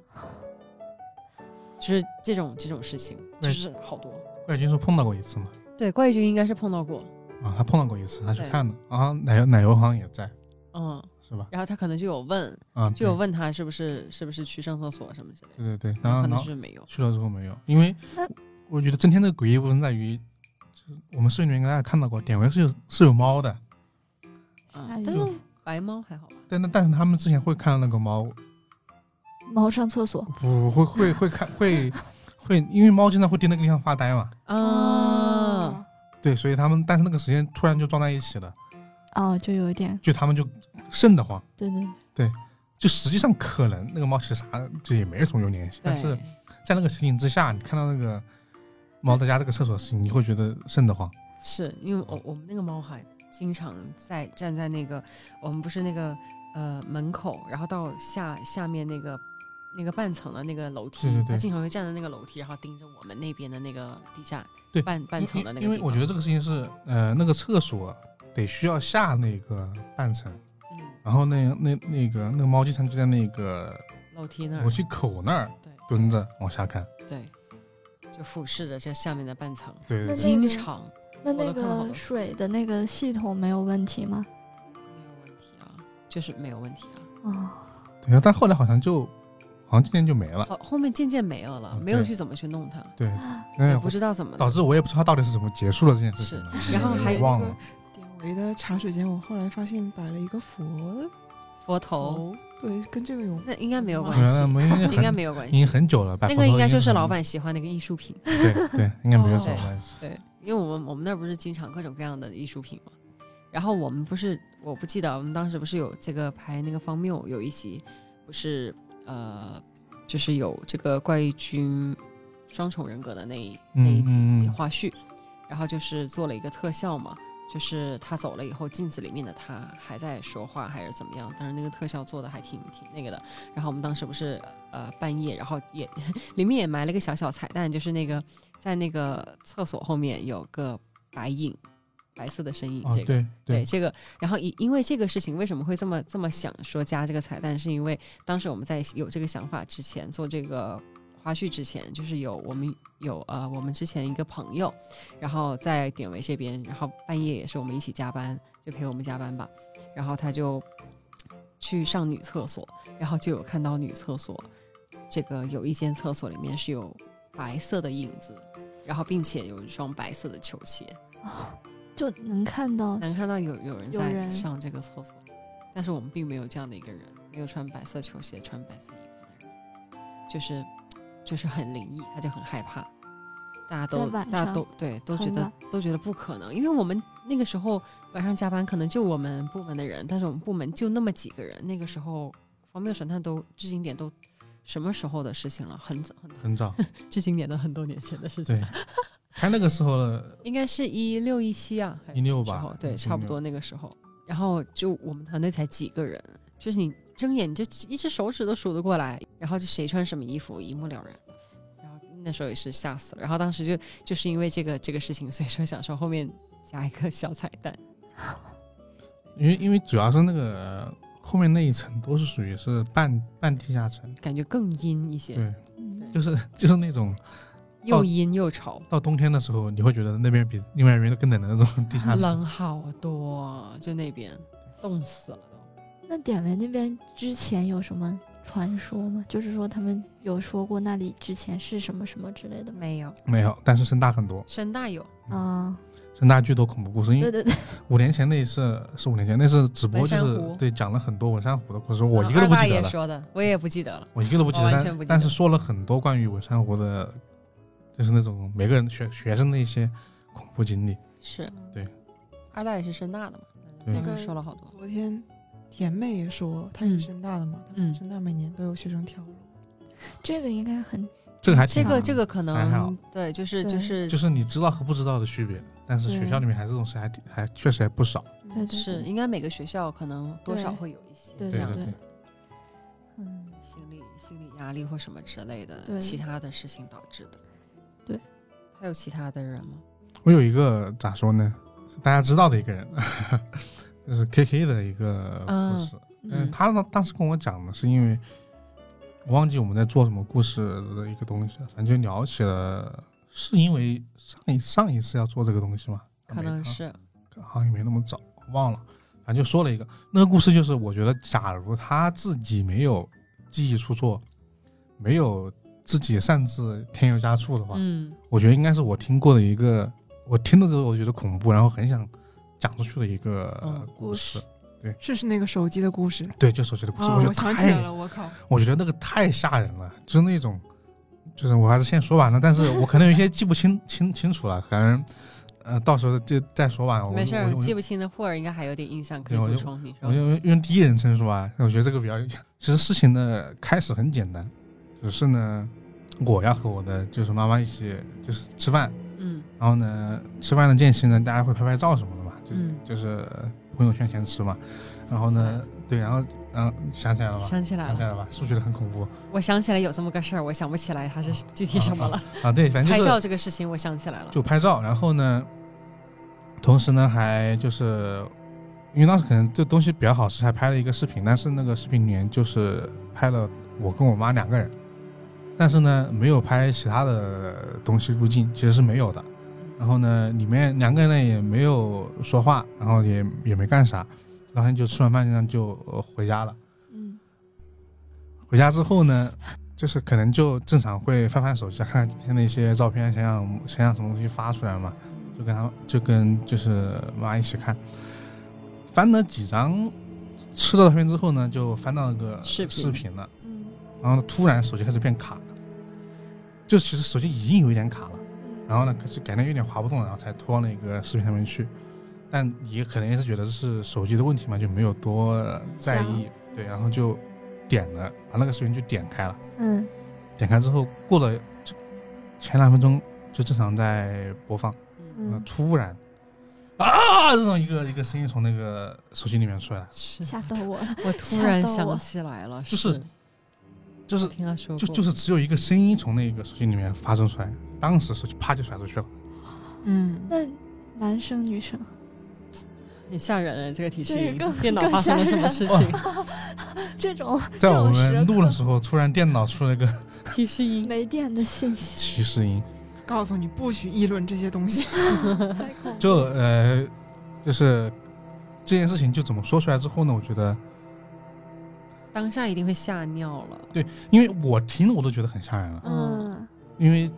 Speaker 2: 就是这种这种事情，
Speaker 1: 那
Speaker 2: 就是好多。
Speaker 1: 怪军是碰到过一次嘛？
Speaker 2: 对，怪君应该是碰到过，
Speaker 1: 啊，他碰到过一次，他去
Speaker 2: 对
Speaker 1: 看的啊，奶油奶油好像也在
Speaker 2: 嗯，
Speaker 1: 是吧？
Speaker 2: 然后他可能就有问，
Speaker 1: 啊，
Speaker 2: 就有
Speaker 1: 对
Speaker 2: 问他是不是是不是去上厕所什么之类
Speaker 1: 对
Speaker 2: 的，
Speaker 1: 对对，然后
Speaker 2: 可
Speaker 1: 然
Speaker 2: 能
Speaker 1: 后
Speaker 2: 是没有。
Speaker 1: 去了之后没有，因为
Speaker 4: 那
Speaker 1: 我觉得今天的诡异部分在于，就是我们视频里面应该看到过，典韦是有是有猫的，
Speaker 2: 啊
Speaker 4: 哎，
Speaker 2: 但
Speaker 4: 呦
Speaker 2: 是白猫还好吧？
Speaker 1: 但但但是他们之前会看那个猫，
Speaker 4: 猫上厕所，
Speaker 1: 不会会会看会会，因为猫经常会盯那个地方发呆嘛，
Speaker 2: 啊，
Speaker 1: 对，所以他们但是那个时间突然就撞在一起了，
Speaker 4: 哦，就有一点，
Speaker 1: 就他们就瘆得慌，
Speaker 4: 对对，对
Speaker 1: 就实际上可能那个猫其实啥就也没什么有联系，但是
Speaker 2: 对
Speaker 1: 在那个情景之下，你看到那个猫在家这个厕所的事情，你会觉得瘆得慌。
Speaker 2: 是因为
Speaker 1: 嗯
Speaker 2: 我我们那个猫还经常在站在那个我们不是那个呃门口，然后到下下面那个那个半层的那个楼梯，
Speaker 1: 对对对
Speaker 2: 它经常会站在那个楼梯，然后盯着我们那边的那个地下
Speaker 1: 对
Speaker 2: 半半层的那个地
Speaker 1: 因
Speaker 2: 方。
Speaker 1: 为因为我觉得这个事情是，呃，那个厕所得需要下那个半层，
Speaker 2: 嗯
Speaker 1: 然后那那那个那个猫经常就在那个
Speaker 2: 楼梯那
Speaker 1: 楼
Speaker 2: 儿
Speaker 1: 梯口那儿
Speaker 2: 对
Speaker 1: 蹲着往下看。
Speaker 2: 对，就俯视着这下面的半层，
Speaker 1: 对对
Speaker 4: 那
Speaker 1: 对，
Speaker 2: 经常
Speaker 4: 那
Speaker 2: 我
Speaker 4: 那
Speaker 2: 都看了好多
Speaker 4: 个
Speaker 2: 次
Speaker 4: 水的那个系统没有问题吗？
Speaker 2: 没有问题啊，就是没有问题啊。
Speaker 4: 哦，
Speaker 1: 对啊但后来好像就好像今年就没了。
Speaker 2: 后后面渐渐没有了，
Speaker 1: 啊
Speaker 2: 没有
Speaker 1: 对
Speaker 2: 去怎么去弄它，
Speaker 1: 对，
Speaker 2: 也
Speaker 1: 嗯
Speaker 2: 不，知道怎么
Speaker 1: 导致我也不知道它到底是怎么结束了这件事情的。
Speaker 2: 是然后还
Speaker 1: 我忘了，
Speaker 3: 典韦的茶水间，我后来发现摆了一个佛
Speaker 2: 佛头，
Speaker 3: 头，对，跟这个有
Speaker 2: 哦那应该没有
Speaker 3: 对
Speaker 2: 关
Speaker 1: 哦原
Speaker 2: 系
Speaker 1: 来，没呃应该
Speaker 2: 应该
Speaker 1: 很
Speaker 2: 没有关
Speaker 1: 已经
Speaker 2: 系。
Speaker 1: 很久了，百
Speaker 2: 那
Speaker 1: 分
Speaker 2: 个
Speaker 1: 之
Speaker 2: 应该就是
Speaker 1: 很
Speaker 2: 老板喜欢的一个艺术品，
Speaker 1: 对对，应该没有什么
Speaker 2: 哦
Speaker 1: 关系。
Speaker 2: 对，因为我们我们那儿不是经常各种各样的艺术品嘛，然后我们不是我不记得我们当时不是有这个拍那个方谬有一集，不是呃就是有这个怪异君双重人格的那一那一集
Speaker 1: 嗯嗯嗯
Speaker 2: 花絮，然后就是做了一个特效嘛，就是他走了以后，镜子里面的他还在说话还是怎么样，但是那个特效做的还挺挺那个的。然后我们当时不是呃半夜，然后也里面也埋了个小小彩蛋，就是那个在那个厕所后面有个白影，白色的身影，
Speaker 1: 哦
Speaker 2: 这，
Speaker 1: 对
Speaker 2: 个。对
Speaker 1: 对，
Speaker 2: 这个，然后因因为这个事情为什么会这么这么想说加这个彩蛋，是因为当时我们在有这个想法之前做这个花絮之前，就是有我们有呃我们之前一个朋友，然后在典韦这边，然后半夜也是我们一起加班，就陪我们加班吧，然后他就去上女厕所，然后就有看到女厕所这个有一间厕所里面是有白色的影子，然后并且有一双白色的球鞋。
Speaker 4: 就能看到，
Speaker 2: 能看到有有人
Speaker 4: 有
Speaker 2: 在
Speaker 4: 人
Speaker 2: 上这个厕所，但是我们并没有这样的一个人，没有穿白色球鞋、穿白色衣服的人，就是就是很灵异，他就很害怕。大家都
Speaker 4: 在晚
Speaker 2: 大家
Speaker 4: 上
Speaker 2: 都对都觉
Speaker 4: 很
Speaker 2: 得
Speaker 4: 晚
Speaker 2: 都觉得不可能，因为我们那个时候晚上加班，可能就我们部门的人，但是我们部门就那么几个人，那个时候方面神探都至今点都什么时候的事情了，很早很
Speaker 1: 很早，
Speaker 2: 至今点的很多年前的事 情
Speaker 1: 对，拍那个时候的
Speaker 2: 应该是一六一七啊，还是
Speaker 1: 16
Speaker 2: 什么时候
Speaker 1: 吧
Speaker 2: 对，
Speaker 1: 嗯
Speaker 2: 差不多那个时候。然后就我们团队才几个人，就是你睁眼你就一只手指都数得过来，然后就谁穿什么衣服一目了然。然后那时候也是吓死了，然后当时就就是因为这个这个事情，所以说想说后面加一个小彩蛋。
Speaker 1: 因为因为主要是那个后面那一层都是属于是半半地下层，
Speaker 2: 感觉更阴一些，
Speaker 1: 对，
Speaker 4: 嗯
Speaker 1: 就是就是那种
Speaker 2: 又阴又潮，
Speaker 1: 到冬天的时候，你会觉得那边比另外一边更冷的那种地下层。
Speaker 2: 冷好多，就那边冻死了都。
Speaker 4: 那典韦那边之前有什么传说吗？就是说他们有说过那里之前是什么什么之类的吗？
Speaker 2: 没有，
Speaker 1: 没有，但是声大很多。
Speaker 2: 深大有，
Speaker 4: 啊、
Speaker 1: 陈大剧都恐怖故事，因
Speaker 4: 对
Speaker 1: 为
Speaker 4: 对对，
Speaker 1: 五年前那一次是五年前那次直播，就
Speaker 2: 文山湖
Speaker 1: 是对讲了很多文山湖的故事，我一个
Speaker 2: 啊
Speaker 1: 都不
Speaker 2: 二爸
Speaker 1: 记得
Speaker 2: 也
Speaker 1: 了，
Speaker 2: 说的，我也不记得了。
Speaker 1: 我一个都不记
Speaker 2: 我
Speaker 1: 得，
Speaker 2: 完全
Speaker 1: 但
Speaker 2: 不记得
Speaker 1: 但是说了很多关于文山湖的，就是那种每个人学学生的一些恐怖经历。
Speaker 2: 是
Speaker 1: 对，
Speaker 2: 二大也是深大的嘛，
Speaker 1: 对
Speaker 2: 当时说了好多。
Speaker 3: 昨天甜妹也说，她是
Speaker 2: 嗯
Speaker 3: 深大的嘛，她
Speaker 2: 嗯
Speaker 3: 说深大每年都有学生跳楼，
Speaker 4: 这个应该很
Speaker 1: 这个还
Speaker 2: 嗯这
Speaker 1: 挺
Speaker 2: 个这个可
Speaker 1: 还好
Speaker 2: 能对，就是
Speaker 4: 嗯对
Speaker 2: 就是
Speaker 1: 就是你知道和不知道的区别，但是
Speaker 4: 对
Speaker 1: 学校里面还是这种事还挺还确实还不少。
Speaker 4: 对对对
Speaker 2: 是应该每个学校可能多少会有一些
Speaker 4: 对
Speaker 2: 这
Speaker 1: 对
Speaker 2: 样
Speaker 1: 对
Speaker 2: 子
Speaker 1: 对，
Speaker 4: 嗯，
Speaker 2: 心理心理压力或什么之类的
Speaker 4: 对
Speaker 2: 其他的事情导致的。
Speaker 4: 对，
Speaker 2: 还有其他的人吗？
Speaker 1: 我有一个咋说呢，是大家知道的一个人， 就是 K K 的一个故事。嗯，
Speaker 2: 嗯
Speaker 1: 他呢当时跟我讲的是因为我忘记我们在做什么故事的一个东西了，反正就聊起了，是因为上一上一次要做这个东西吗？
Speaker 2: 可能
Speaker 1: 啊
Speaker 2: 是
Speaker 1: 好像也没那么早，忘了，反正就说了一个那个故事，就是我觉得，假如他自己没有记忆出错，没有自己擅自添油加醋的话，
Speaker 2: 嗯
Speaker 1: 我觉得应该是我听过的一个，我听的时候我觉得恐怖，然后很想讲出去的一个、
Speaker 2: 嗯
Speaker 1: 故事。
Speaker 3: 这是那个手机的故事
Speaker 1: 对，就手机的
Speaker 2: 哦
Speaker 1: 故事，
Speaker 3: 啊！
Speaker 1: 我觉
Speaker 3: 我
Speaker 1: 得
Speaker 3: 想起来
Speaker 1: 太，
Speaker 3: 了，我靠，
Speaker 1: 我觉得那个太吓人了，就是那种，就是我还是先说完了，但是我可能有一些记不清清清楚了，可能。呃，到时候就再说吧。啊我
Speaker 2: 没事儿
Speaker 1: 我，我
Speaker 2: 记不清的或者应该还有点印象可以
Speaker 1: 对我
Speaker 2: 补
Speaker 1: 就
Speaker 2: 充。你
Speaker 1: 我
Speaker 2: 说
Speaker 1: 就用第一人称说啊，我觉得这个比较。其实事情的开始很简单，只是呢，我要和我的就是妈妈一起就是吃饭，
Speaker 2: 嗯
Speaker 1: 然后呢，吃饭的间隙呢，大家会拍拍照什么的嘛，就、
Speaker 2: 嗯
Speaker 1: 就是朋友圈前吃嘛。然后呢，对，然后然后想起来了吧？
Speaker 2: 想起来
Speaker 1: 想起
Speaker 2: 了，
Speaker 1: 来了吧？是不是觉得很恐怖
Speaker 2: 我想起来有这么个事儿，我想不起来它是具体什么了。
Speaker 1: 啊？对，反正
Speaker 2: 拍
Speaker 1: 就是
Speaker 2: 照这个事情，我想起来了。
Speaker 1: 就拍照，然后呢，同时呢还就是，因为当时可能这东西比较好吃，还拍了一个视频，但是那个视频里面就是拍了我跟我妈两个人，但是呢没有拍其他的东西入镜，其实是没有的。
Speaker 2: 嗯
Speaker 1: 然后呢，里面两个人呢也没有说话，然后也也没干啥，然后就吃完饭这样就呃回家了。
Speaker 4: 嗯
Speaker 1: 回家之后呢，就是可能就正常会翻翻手机，看看今天的一些照片，想想想想什么东西发出来嘛，就跟他就跟就是妈一起看，翻了几张吃的照片之后呢，就翻到那个
Speaker 2: 视频
Speaker 1: 视频了，
Speaker 4: 嗯
Speaker 1: 然后突然手机开始变卡了，就其实手机已经有一点卡了，
Speaker 4: 嗯
Speaker 1: 然后呢，可是感觉有点滑不动了，然后才拖到那个视频上面去，但也可能也是觉得是手机的问题嘛，就没有多呃在意，对，然后就点了，把那个视频就点开了。
Speaker 4: 嗯
Speaker 1: 点开之后，过了就前两分钟就正常在播放，
Speaker 2: 嗯，
Speaker 1: 那
Speaker 4: 嗯，
Speaker 1: 突然啊，这种一个一个声音从那个手机里面出来，
Speaker 2: 是
Speaker 4: 吓得我了，
Speaker 2: 我突然
Speaker 4: 吓到
Speaker 2: 想
Speaker 4: 我
Speaker 2: 起来了，
Speaker 1: 就是就是
Speaker 2: 听他说
Speaker 1: 就
Speaker 2: 过，
Speaker 1: 就是只有一个声音从那个手机里面发生出来，当时手机啪就甩出去了，
Speaker 3: 嗯，
Speaker 4: 那男生女生
Speaker 2: 很吓人哎，这个提示
Speaker 4: 对
Speaker 2: 音
Speaker 4: 更
Speaker 2: 电脑
Speaker 4: 更
Speaker 2: 发生了
Speaker 4: 吓
Speaker 2: 什么
Speaker 4: 人
Speaker 2: 事情？
Speaker 4: 这种
Speaker 1: 在我
Speaker 4: 这种时
Speaker 1: 们
Speaker 4: 刻
Speaker 1: 录的时候，突然电脑出了一个
Speaker 2: 提示音，
Speaker 4: 没电的信息，
Speaker 1: 提示音，
Speaker 3: 告诉你不许议论这些东西，
Speaker 4: 太恐怖
Speaker 1: 就呃，就是这件事情就怎么说出来之后呢？我觉得，
Speaker 2: 当下一定会吓尿了。
Speaker 1: 因为我听我都觉得很吓人了，
Speaker 4: 嗯
Speaker 1: 因为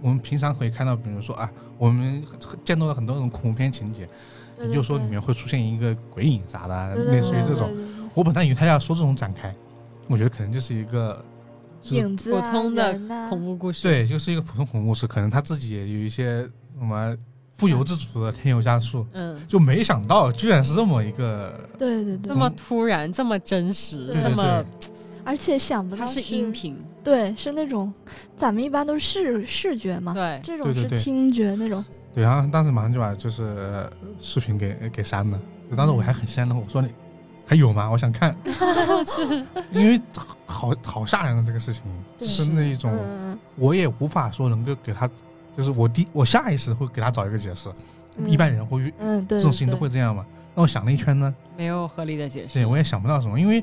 Speaker 1: 我们平常可以看到，比如说啊，我们见到了很多那种恐怖片情节，
Speaker 4: 对
Speaker 1: 嗯你
Speaker 4: 对
Speaker 1: 就说里
Speaker 4: 对
Speaker 1: 面会出现一个鬼影啥的，
Speaker 4: 对对
Speaker 1: 类似于
Speaker 4: 对
Speaker 1: 这
Speaker 4: 对
Speaker 1: 种。
Speaker 4: 对对
Speaker 1: 我本来以为他要说这种展开，我觉得可能就是一个，就是
Speaker 4: 影子
Speaker 2: 普
Speaker 4: 啊
Speaker 2: 通的
Speaker 4: 人呐
Speaker 2: 恐怖故事，
Speaker 1: 对，就是一个普通恐怖故事，可能他自己也有一些什么不由自主的添油加醋，
Speaker 2: 嗯，
Speaker 1: 就没想到居然是这么一个
Speaker 4: 对对
Speaker 2: 这
Speaker 4: 对，
Speaker 2: 么突然，这么真实，
Speaker 4: 对
Speaker 2: 这么
Speaker 4: 而且想不到
Speaker 2: 它是音，频，
Speaker 4: 对，是那种咱们一般都是视视觉嘛，
Speaker 2: 对，
Speaker 1: 对
Speaker 4: 这种
Speaker 1: 对
Speaker 4: 是
Speaker 1: 对
Speaker 4: 听觉那种，
Speaker 1: 对，然后当时马上就把就是呃视频给给删了。就当时我还很羡慕，我说你还有吗？我想看， 因为好好吓人的啊这个事情，
Speaker 4: 对
Speaker 1: 是
Speaker 2: 是
Speaker 1: 那一种
Speaker 4: 嗯，
Speaker 1: 我也无法说能够给他，就是我第我下意识会给他找一个解释，
Speaker 4: 嗯
Speaker 1: 一般人会遇
Speaker 4: 嗯，对，
Speaker 1: 这种事情都会这样嘛。那我想了一圈呢，
Speaker 2: 没有合理的解
Speaker 1: 对
Speaker 2: 释。
Speaker 1: 我也想不到什么，因为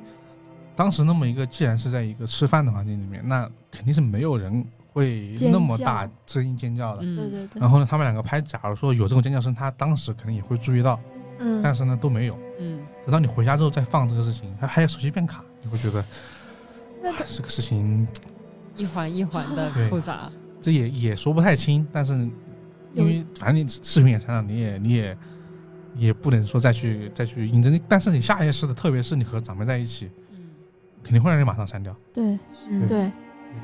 Speaker 1: 当时那么一个既然是在一个吃饭的环境里面，那肯定是没有人会
Speaker 4: 尖
Speaker 1: 那么
Speaker 4: 叫
Speaker 1: 大声音尖叫的。
Speaker 4: 对，对
Speaker 2: 嗯，
Speaker 4: 对对，
Speaker 1: 然后呢，他们两个拍，假如说有这种尖叫声，他当时可能也会注意到，
Speaker 4: 嗯，
Speaker 1: 但是呢都没有。
Speaker 2: 嗯，
Speaker 1: 等到你回家之后再放这个事情，还还有手机变卡，你会觉得
Speaker 4: 那他
Speaker 1: 这个事情
Speaker 2: 一环一环的
Speaker 1: 对
Speaker 2: 复杂，
Speaker 1: 这也也说不太清，但是因为反正你视频也删了，你也你也也不能说再去再去印证，但是你下意识的，特别是你和长辈在一起，
Speaker 2: 嗯，
Speaker 1: 肯定会让你马上删掉。
Speaker 4: 对
Speaker 3: 嗯
Speaker 4: 对，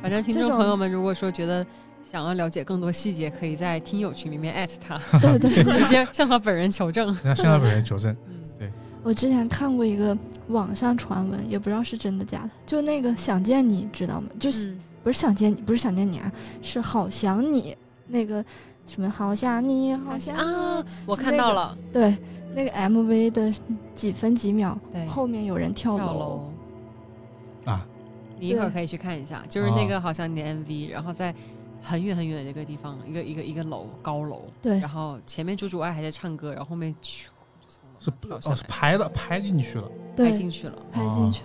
Speaker 2: 反正听
Speaker 4: 这
Speaker 2: 众
Speaker 4: 种
Speaker 2: 朋友们，如果说觉得想要了解更多细节，可以在听友群里面艾特他，
Speaker 4: 对对对，
Speaker 2: 直接向他本人求证。
Speaker 1: 人家现在本人求证，
Speaker 2: 嗯，
Speaker 4: 我之前看过一个网上传闻，也不知道是真的假的，就那个想见你知道吗？就是
Speaker 2: 嗯
Speaker 4: 不是想见你，不是想见你啊，是好想你那个什么好想你，好想
Speaker 2: 啊
Speaker 4: 你，
Speaker 2: 我看到了，
Speaker 4: 对，那个 MV 的几分几秒
Speaker 2: 对
Speaker 4: 后面有人跳
Speaker 2: 跳
Speaker 4: 楼，
Speaker 2: 楼
Speaker 1: 啊！
Speaker 2: 你一会儿可以去看一下，就是那个好像你的 MV，然后在很远很远的一个地方，一个一个一个楼高楼，
Speaker 4: 对
Speaker 2: 然后前面朱主爱还在唱歌，然后后面咻就从楼
Speaker 1: 是
Speaker 2: 上跳下
Speaker 1: 哦，是
Speaker 2: 来，
Speaker 1: 拍的拍进去了，
Speaker 2: 拍，
Speaker 4: 对
Speaker 2: 进去了。
Speaker 4: 拍
Speaker 1: 哦
Speaker 4: 进去，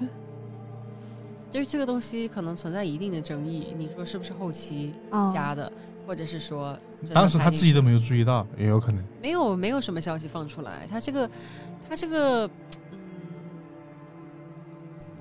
Speaker 2: 就是这个东西可能存在一定的争议，你说是不是后期
Speaker 4: 啊，
Speaker 2: 加的，或者是说真的
Speaker 1: 当时他
Speaker 2: 拍
Speaker 1: 自
Speaker 2: 进
Speaker 1: 己都没有注意到，也有可能。
Speaker 2: 没有没有什么消息放出来，他这个他这个嗯，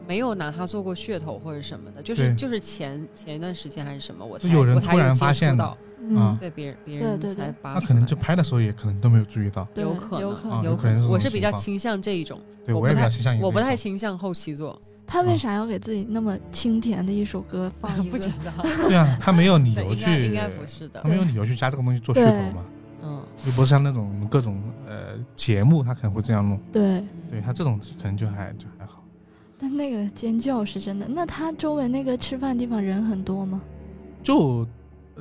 Speaker 2: 没有拿他做过噱头或者什么的，就是
Speaker 1: 对
Speaker 2: 就是前前一段时间还是什么，我才
Speaker 1: 就有人
Speaker 2: 我才
Speaker 1: 突然
Speaker 2: 接
Speaker 1: 发
Speaker 2: 触
Speaker 1: 现的
Speaker 2: 到，
Speaker 1: 啊
Speaker 4: 嗯，
Speaker 2: 对别人别
Speaker 4: 对
Speaker 2: 人
Speaker 4: 对对
Speaker 2: 才扒
Speaker 1: 他
Speaker 2: 出
Speaker 1: 可能
Speaker 2: 来
Speaker 1: 就拍的时候也可能都没有注意到，
Speaker 4: 对
Speaker 2: 嗯有可
Speaker 4: 有
Speaker 2: 能
Speaker 4: 可
Speaker 1: 啊，
Speaker 4: 能
Speaker 1: 有可能是这
Speaker 2: 我
Speaker 1: 种
Speaker 2: 是比较
Speaker 1: 情况
Speaker 2: 倾向这一种，
Speaker 1: 对
Speaker 2: 我
Speaker 1: 也
Speaker 2: 不
Speaker 1: 比
Speaker 2: 太
Speaker 1: 较倾向于
Speaker 2: 我不
Speaker 1: 这
Speaker 2: 太
Speaker 1: 种
Speaker 2: 倾向后期做，
Speaker 4: 他为啥要给自己那么清甜的一首歌放
Speaker 2: 嗯
Speaker 4: 一
Speaker 2: 不
Speaker 4: 个
Speaker 2: 知？道，
Speaker 1: 对啊，他 没有理
Speaker 2: 对
Speaker 1: 由
Speaker 2: 应该
Speaker 1: 去
Speaker 2: 应，该不是的
Speaker 1: 他，没有理由去加这个东西做噱头嘛，
Speaker 2: 嗯，
Speaker 1: 又不是像那种各种呃节目，他可能会这样弄，
Speaker 4: 对，
Speaker 1: 对他这种可能就还就还好，
Speaker 4: 但那个尖叫是真的。那他周围那个吃饭地方人很多吗？
Speaker 1: 就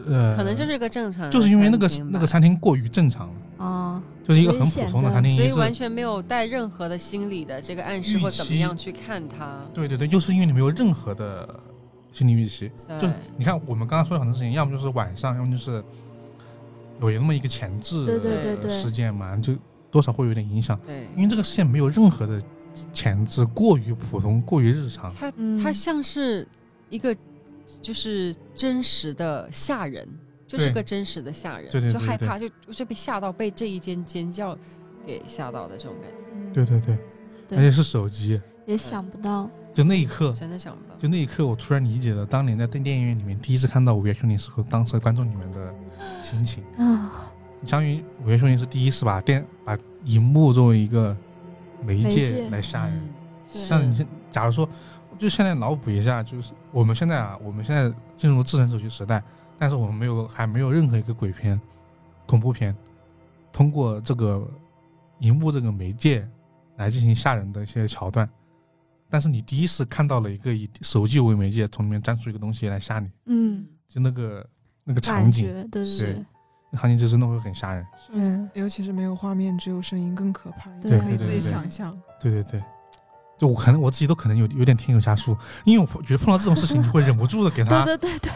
Speaker 1: 呃
Speaker 2: 嗯可能就是一个正常的餐厅吧，
Speaker 1: 就是因为那个那个餐厅过于正常了，
Speaker 4: 啊，
Speaker 1: 就是一个很
Speaker 4: 危
Speaker 1: 普
Speaker 4: 险
Speaker 1: 通的
Speaker 4: 的
Speaker 1: 餐厅，
Speaker 2: 所
Speaker 1: 也
Speaker 2: 以完
Speaker 1: 是
Speaker 2: 全没有带任何的心理的这个暗示
Speaker 1: 预
Speaker 2: 或怎么
Speaker 1: 期
Speaker 2: 样去看它，
Speaker 1: 对对对，就是因为你没有任何的心理预期，就
Speaker 2: 对。
Speaker 1: 你看我们刚刚说的很多事情，要么就是晚上，要么就是有那么一个前置
Speaker 4: 对对
Speaker 2: 对
Speaker 1: 的
Speaker 4: 对
Speaker 1: 事件嘛，就多少会有点影响，
Speaker 2: 对，
Speaker 1: 因为这个事件没有任何的前置，过于普通，过于日常。
Speaker 2: 它
Speaker 4: 嗯，
Speaker 2: 它像是一个就是真实的吓人，就是
Speaker 1: 对
Speaker 2: 个真实的吓人，
Speaker 1: 对对
Speaker 2: 就
Speaker 1: 对
Speaker 2: 害
Speaker 1: 对
Speaker 2: 怕，就就被吓到，被这一间尖叫给吓到的这种感觉，
Speaker 4: 嗯
Speaker 1: 对对对，而
Speaker 4: 对
Speaker 1: 且是手机，
Speaker 4: 也想不到，
Speaker 1: 就那一刻，
Speaker 2: 真的想不到。
Speaker 1: 呃就那一刻，我突然理解了当年在电影院里面第一次看到《午夜凶铃》时候，当时的观众你们的心情。
Speaker 4: 啊，
Speaker 1: 相当于《午夜凶铃》是第一次把电把荧幕作为一个媒
Speaker 4: 媒
Speaker 1: 介嗯
Speaker 4: 介
Speaker 1: 来吓
Speaker 2: 嗯
Speaker 1: 人。
Speaker 4: 对
Speaker 1: 像你现，假如说，就现在脑补一下，就是我们现在啊，我们现在进入智能手机时代，但是我们没有还没有任何一个鬼片、恐怖片通过这个荧幕这个媒介来进行吓人的一些桥段。但是你第一次看到了一个以手机为媒介，从里面钻出一个东西来吓你，
Speaker 4: 嗯，
Speaker 1: 就那个那个场
Speaker 4: 感
Speaker 1: 景，
Speaker 4: 觉对
Speaker 1: 是
Speaker 4: 对，
Speaker 1: 那场景就真的会很吓人。
Speaker 4: 嗯，
Speaker 3: 尤其是没有画面，只有声音更可怕，你
Speaker 4: 对
Speaker 3: 可以
Speaker 4: 对
Speaker 3: 自己
Speaker 4: 对对
Speaker 3: 想象。
Speaker 1: 对对对，就我可能我自己都可能有有点添油加醋，因为我觉得碰到这种事情，你会忍不住的给
Speaker 4: 对
Speaker 1: 他，
Speaker 4: 对对对，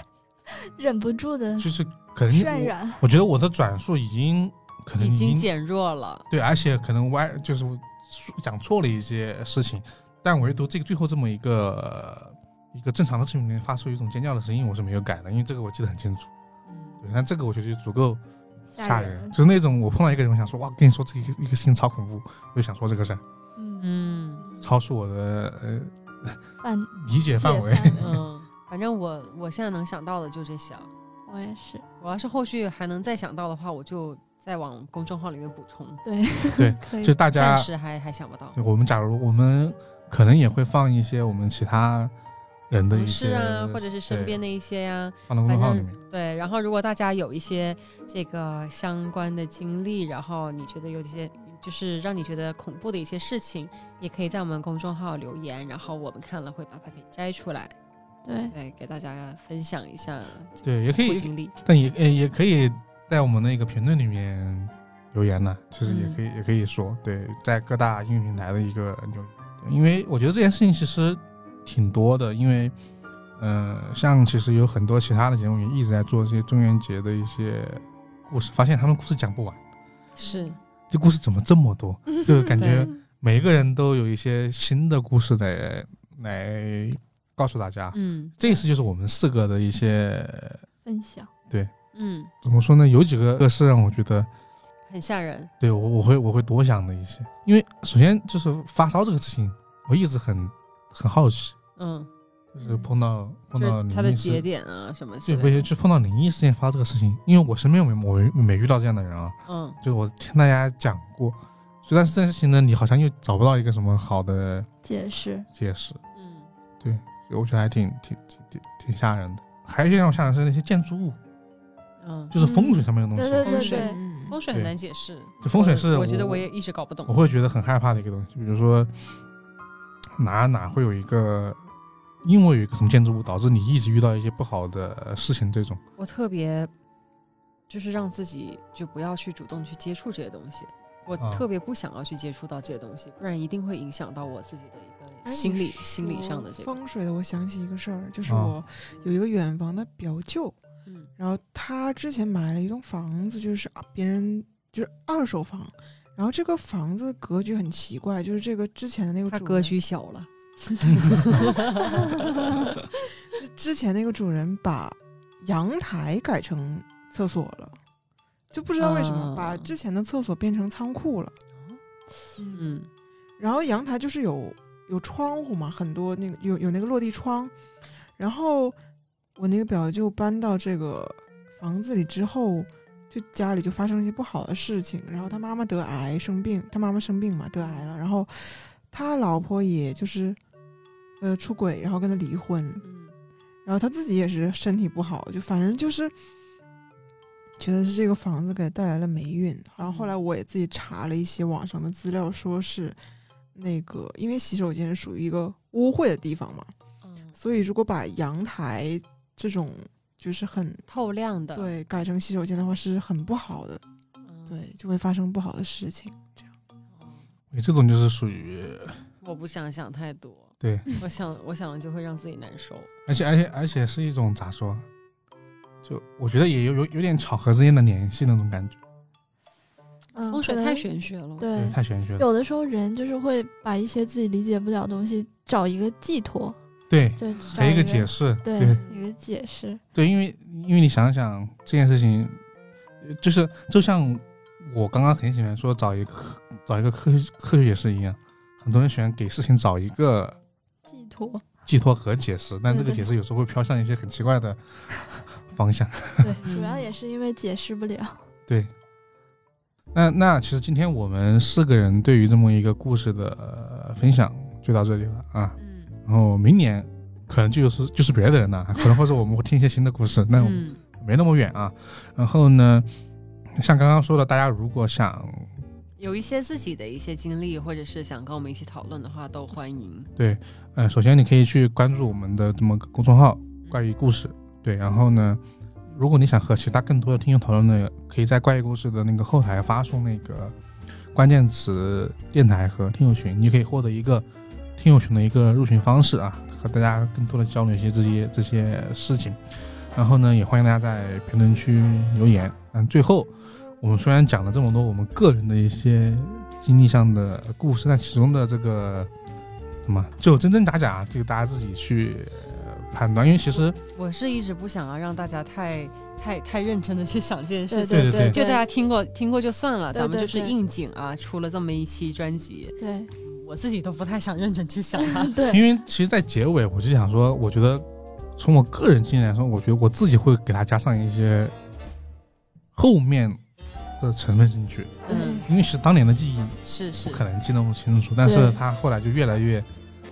Speaker 4: 忍不住的
Speaker 1: 就是可能
Speaker 4: 渲
Speaker 1: 我
Speaker 4: 染，
Speaker 1: 我觉得我的转述已经可能
Speaker 2: 已经
Speaker 1: 经
Speaker 2: 减弱了，
Speaker 1: 对，而且可能歪就是讲错了一些事情，但唯独这个最后这么一个。一个正常的视频里面发出一种尖叫的声音，我是没有改的，因为这个我记得很清楚。对，但这个我觉得就足够吓人，
Speaker 4: 人
Speaker 1: 就，是那种我碰到一个人，我想说哇，跟你说这一个一个事情超恐怖，我就想说这个事儿，
Speaker 4: 嗯，
Speaker 2: 嗯
Speaker 1: 超出我的呃
Speaker 4: 范
Speaker 1: 理解范围。
Speaker 4: 解 范围
Speaker 2: 嗯，反正我我现在能想到的就这些了。
Speaker 4: 我也是，
Speaker 2: 我要是后续还能再想到的话，我就再往公众号里面补充。
Speaker 4: 对
Speaker 1: 对
Speaker 4: 可 以
Speaker 1: 就，大家
Speaker 2: 暂时还还想不到，
Speaker 1: 对，我们假如我们可能也会放一些我们其他人的
Speaker 2: 同
Speaker 1: 一
Speaker 2: 事
Speaker 1: 些
Speaker 2: 啊，或者是身
Speaker 1: 对
Speaker 2: 边的一些呀、
Speaker 1: 放到公众号里面。
Speaker 2: 对，然后如果大家有一些这个相关的经历，然后你觉得有一些就是让你觉得恐怖的一些事情，也可以在我们公众号留言，然后我们看了会把它给摘出来，
Speaker 4: 对，
Speaker 2: 对，给大家分享一下这
Speaker 1: 对，也可
Speaker 2: 个
Speaker 1: 以，
Speaker 2: 经历。
Speaker 1: 但也呃也可以在我们那个评论里面留言呢，其实也
Speaker 2: 嗯
Speaker 1: 可以、也可以说，对，在各大音乐平台的一个留言，对因为我觉得这件事情其实挺多的，因为。呃，像其实有很多其他的节目也一直在做这些中元节的一些故事，发现他们故事讲不完，
Speaker 2: 是，
Speaker 1: 这故事怎么这么 多？就是感觉每个人都有一些新的故事来来告诉大家。
Speaker 2: 嗯
Speaker 1: 这一次就是我们四个的一些
Speaker 4: 分享，
Speaker 2: 嗯，
Speaker 1: 怎么说呢？有几个是让我觉得
Speaker 2: 很吓人，
Speaker 1: 对我我会我会多想的一些，因为首先就是发烧这个事情，我一直很很好奇，
Speaker 2: 嗯，
Speaker 1: 就是碰到碰
Speaker 2: 就
Speaker 1: 到
Speaker 2: 是
Speaker 1: 灵
Speaker 2: 它的
Speaker 1: 异
Speaker 2: 节
Speaker 1: 事，
Speaker 2: 点啊什么之
Speaker 1: 就不
Speaker 2: 类
Speaker 1: 是
Speaker 2: 的。
Speaker 1: 就碰到灵异事件发这个事情，因为我身边我没我没没遇到这样的人啊，
Speaker 2: 嗯
Speaker 1: 就我听大家讲过，所以但是这件事情呢，你好像又找不到一个什么好的
Speaker 4: 解释。
Speaker 1: 解释，
Speaker 2: 嗯，
Speaker 1: 所以我觉得还挺挺挺挺挺吓人的。还有一些让我吓人的是那些建筑物，
Speaker 2: 嗯，
Speaker 1: 就是风水上面的东西，
Speaker 4: 对对
Speaker 2: 风
Speaker 4: 对
Speaker 2: 水
Speaker 4: 对，
Speaker 3: 嗯
Speaker 2: 风水很难解释。
Speaker 1: 就风水是
Speaker 2: 我觉得
Speaker 1: 我
Speaker 2: 我也一直搞不懂
Speaker 1: 我。会觉得很害怕的一个东西。比如说哪哪会有一个，因为有一个什么建筑物导致你一直遇到一些不好的呃事情，这种
Speaker 2: 我特别就是让自己就不要去主动去接触这些东西，我
Speaker 1: 啊
Speaker 2: 特别不想要去接触到这些东西，不然一定会影响到我自己的一
Speaker 3: 哎
Speaker 2: 个
Speaker 3: 你
Speaker 2: 心理、
Speaker 3: 说
Speaker 2: 心理上的这个。
Speaker 3: 风水的，我想起一个事儿，就是
Speaker 1: 啊
Speaker 4: 哦
Speaker 3: 我有一个远房的表舅，
Speaker 2: 嗯
Speaker 3: 然后他之前买了一栋房子，就是啊别人就是二手房，然后这个房子格局很奇怪，就是这个之前的那个
Speaker 2: 他
Speaker 3: 主
Speaker 2: 格
Speaker 3: 人
Speaker 2: 局小了，
Speaker 3: 之前那个主人把阳台改成厕所了，就不知道为什么
Speaker 2: 啊
Speaker 3: 把之前的厕所变成仓库了。嗯，
Speaker 2: 嗯
Speaker 3: 然后阳台就是有有窗户嘛，很多那个有有那个落地窗。然后我那个表舅搬到这个房子里之后，就家里就发生了一些不好的事情。然后他妈妈得癌生病，他妈妈生病嘛得癌了，然后他老婆也就是呃出轨，然后跟他离婚。
Speaker 2: 嗯，
Speaker 3: 然后他自己也是身体不好，就反正就是觉得是这个房子给他带来了霉运。然后后来我也自己查了一些网上的资料，说是那个因为洗手间属于一个污秽的地方嘛，
Speaker 2: 嗯
Speaker 3: 所以如果把阳台这种就是很
Speaker 2: 透亮的，
Speaker 3: 对改成洗手间的话是很不好的，
Speaker 2: 嗯，
Speaker 3: 对，就会发生不好的事情。
Speaker 1: 这种就是属于
Speaker 2: 我不想想太多，
Speaker 1: 对，
Speaker 4: 嗯
Speaker 2: 我想我想了就会让自己难受。
Speaker 1: 而且而且而且是一种咋说，就我觉得也有有有点巧合之间的联系那种感觉，
Speaker 4: 嗯，
Speaker 2: 风水
Speaker 4: 可
Speaker 2: 太
Speaker 4: 能
Speaker 2: 玄学了，
Speaker 4: 对
Speaker 1: 对，太玄学了。
Speaker 4: 有的时候人就是会把一些自己理解不了的东西找一个寄托，
Speaker 1: 对，
Speaker 4: 就
Speaker 1: 嗯给一个解
Speaker 4: 释，
Speaker 1: 释，
Speaker 4: 对，一个解释，
Speaker 1: 对，因为因为你想想这件事情，呃就是就像我刚刚很喜欢说找一个科找一个科学科学解释一样，很多人喜欢给事情找一个
Speaker 4: 寄托，
Speaker 1: 寄托和解释，但
Speaker 4: 对
Speaker 1: 这个
Speaker 4: 对
Speaker 1: 解释有时候会飘向一些很奇怪的方向。
Speaker 4: 对，主要
Speaker 2: 嗯
Speaker 4: 也是因为解释不了，
Speaker 1: 对，那那其实今天我们四个人对于这么一个故事的、呃分享就到这里了啊，
Speaker 2: 嗯
Speaker 1: 然后明年可能就是就是别的人了，啊可能或者我们会听一些新的故事，那我们
Speaker 2: 嗯
Speaker 1: 没那么远啊。然后呢，像刚刚说的，大家如果想
Speaker 2: 有一些自己的一些经历，或者是想跟我们一起讨论的话，都欢迎。
Speaker 1: 呃，首先你可以去关注我们的这么个公众号“怪
Speaker 2: 于
Speaker 1: 异故事”，对。然后呢，如果你想和其他更多的听众讨论呢，可以在“怪异故事”的那个后台发送那个关键词“电台”和听友群，你可以获得一个听友群的一个入群方式啊，和大家更多的交流一些这些这些事情。然后呢，也欢迎大家在评论区留言。嗯，最后我们虽然讲了这么多我们个人的一些经历上的故事，但其中的这个什么就真真假假，这个大家自己去呃判断。因为其实
Speaker 2: 我是一直不想要让大家太太太认真的去想这件事情，
Speaker 1: 对对对
Speaker 4: 对，
Speaker 2: 就大家听过听过就算了，
Speaker 4: 对
Speaker 2: 咱们
Speaker 4: 对
Speaker 2: 就是
Speaker 4: 对
Speaker 2: 应景啊，出了这么一期专辑，
Speaker 4: 对
Speaker 2: 我自己都不太想认真去想 它。
Speaker 4: 对，
Speaker 1: 因为其实，在结尾我就想说，我觉得从我个人经历来说，我觉得我自己会给它加上一些后面的成分进去，
Speaker 2: 嗯，
Speaker 1: 因为其实当年的记忆
Speaker 2: 是是
Speaker 1: 不可能记那么清楚，但是
Speaker 4: 对
Speaker 1: 它后来就越来越，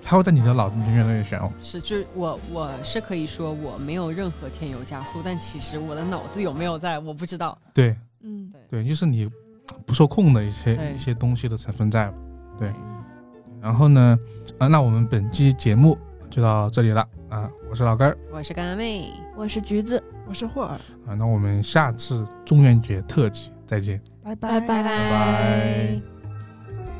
Speaker 1: 它会在你的脑子里面越来越玄乎。
Speaker 2: 是，就是我我是可以说我没有任何添油加醋，但其实我的脑子有没有在，我不知道。
Speaker 1: 对
Speaker 4: 嗯，
Speaker 1: 对，就是你不受控的一些
Speaker 2: 对
Speaker 1: 一些东西的成分在。
Speaker 2: 哎
Speaker 1: 对然后呢，啊，那我们本期节目就到这里了啊，我是老根儿
Speaker 2: 我是干妹，
Speaker 4: 我是橘子，
Speaker 3: 我是霍尔，
Speaker 1: 啊，那我们下次中元节特辑再见。
Speaker 3: 拜
Speaker 4: 拜
Speaker 3: 拜
Speaker 4: 拜
Speaker 1: 拜拜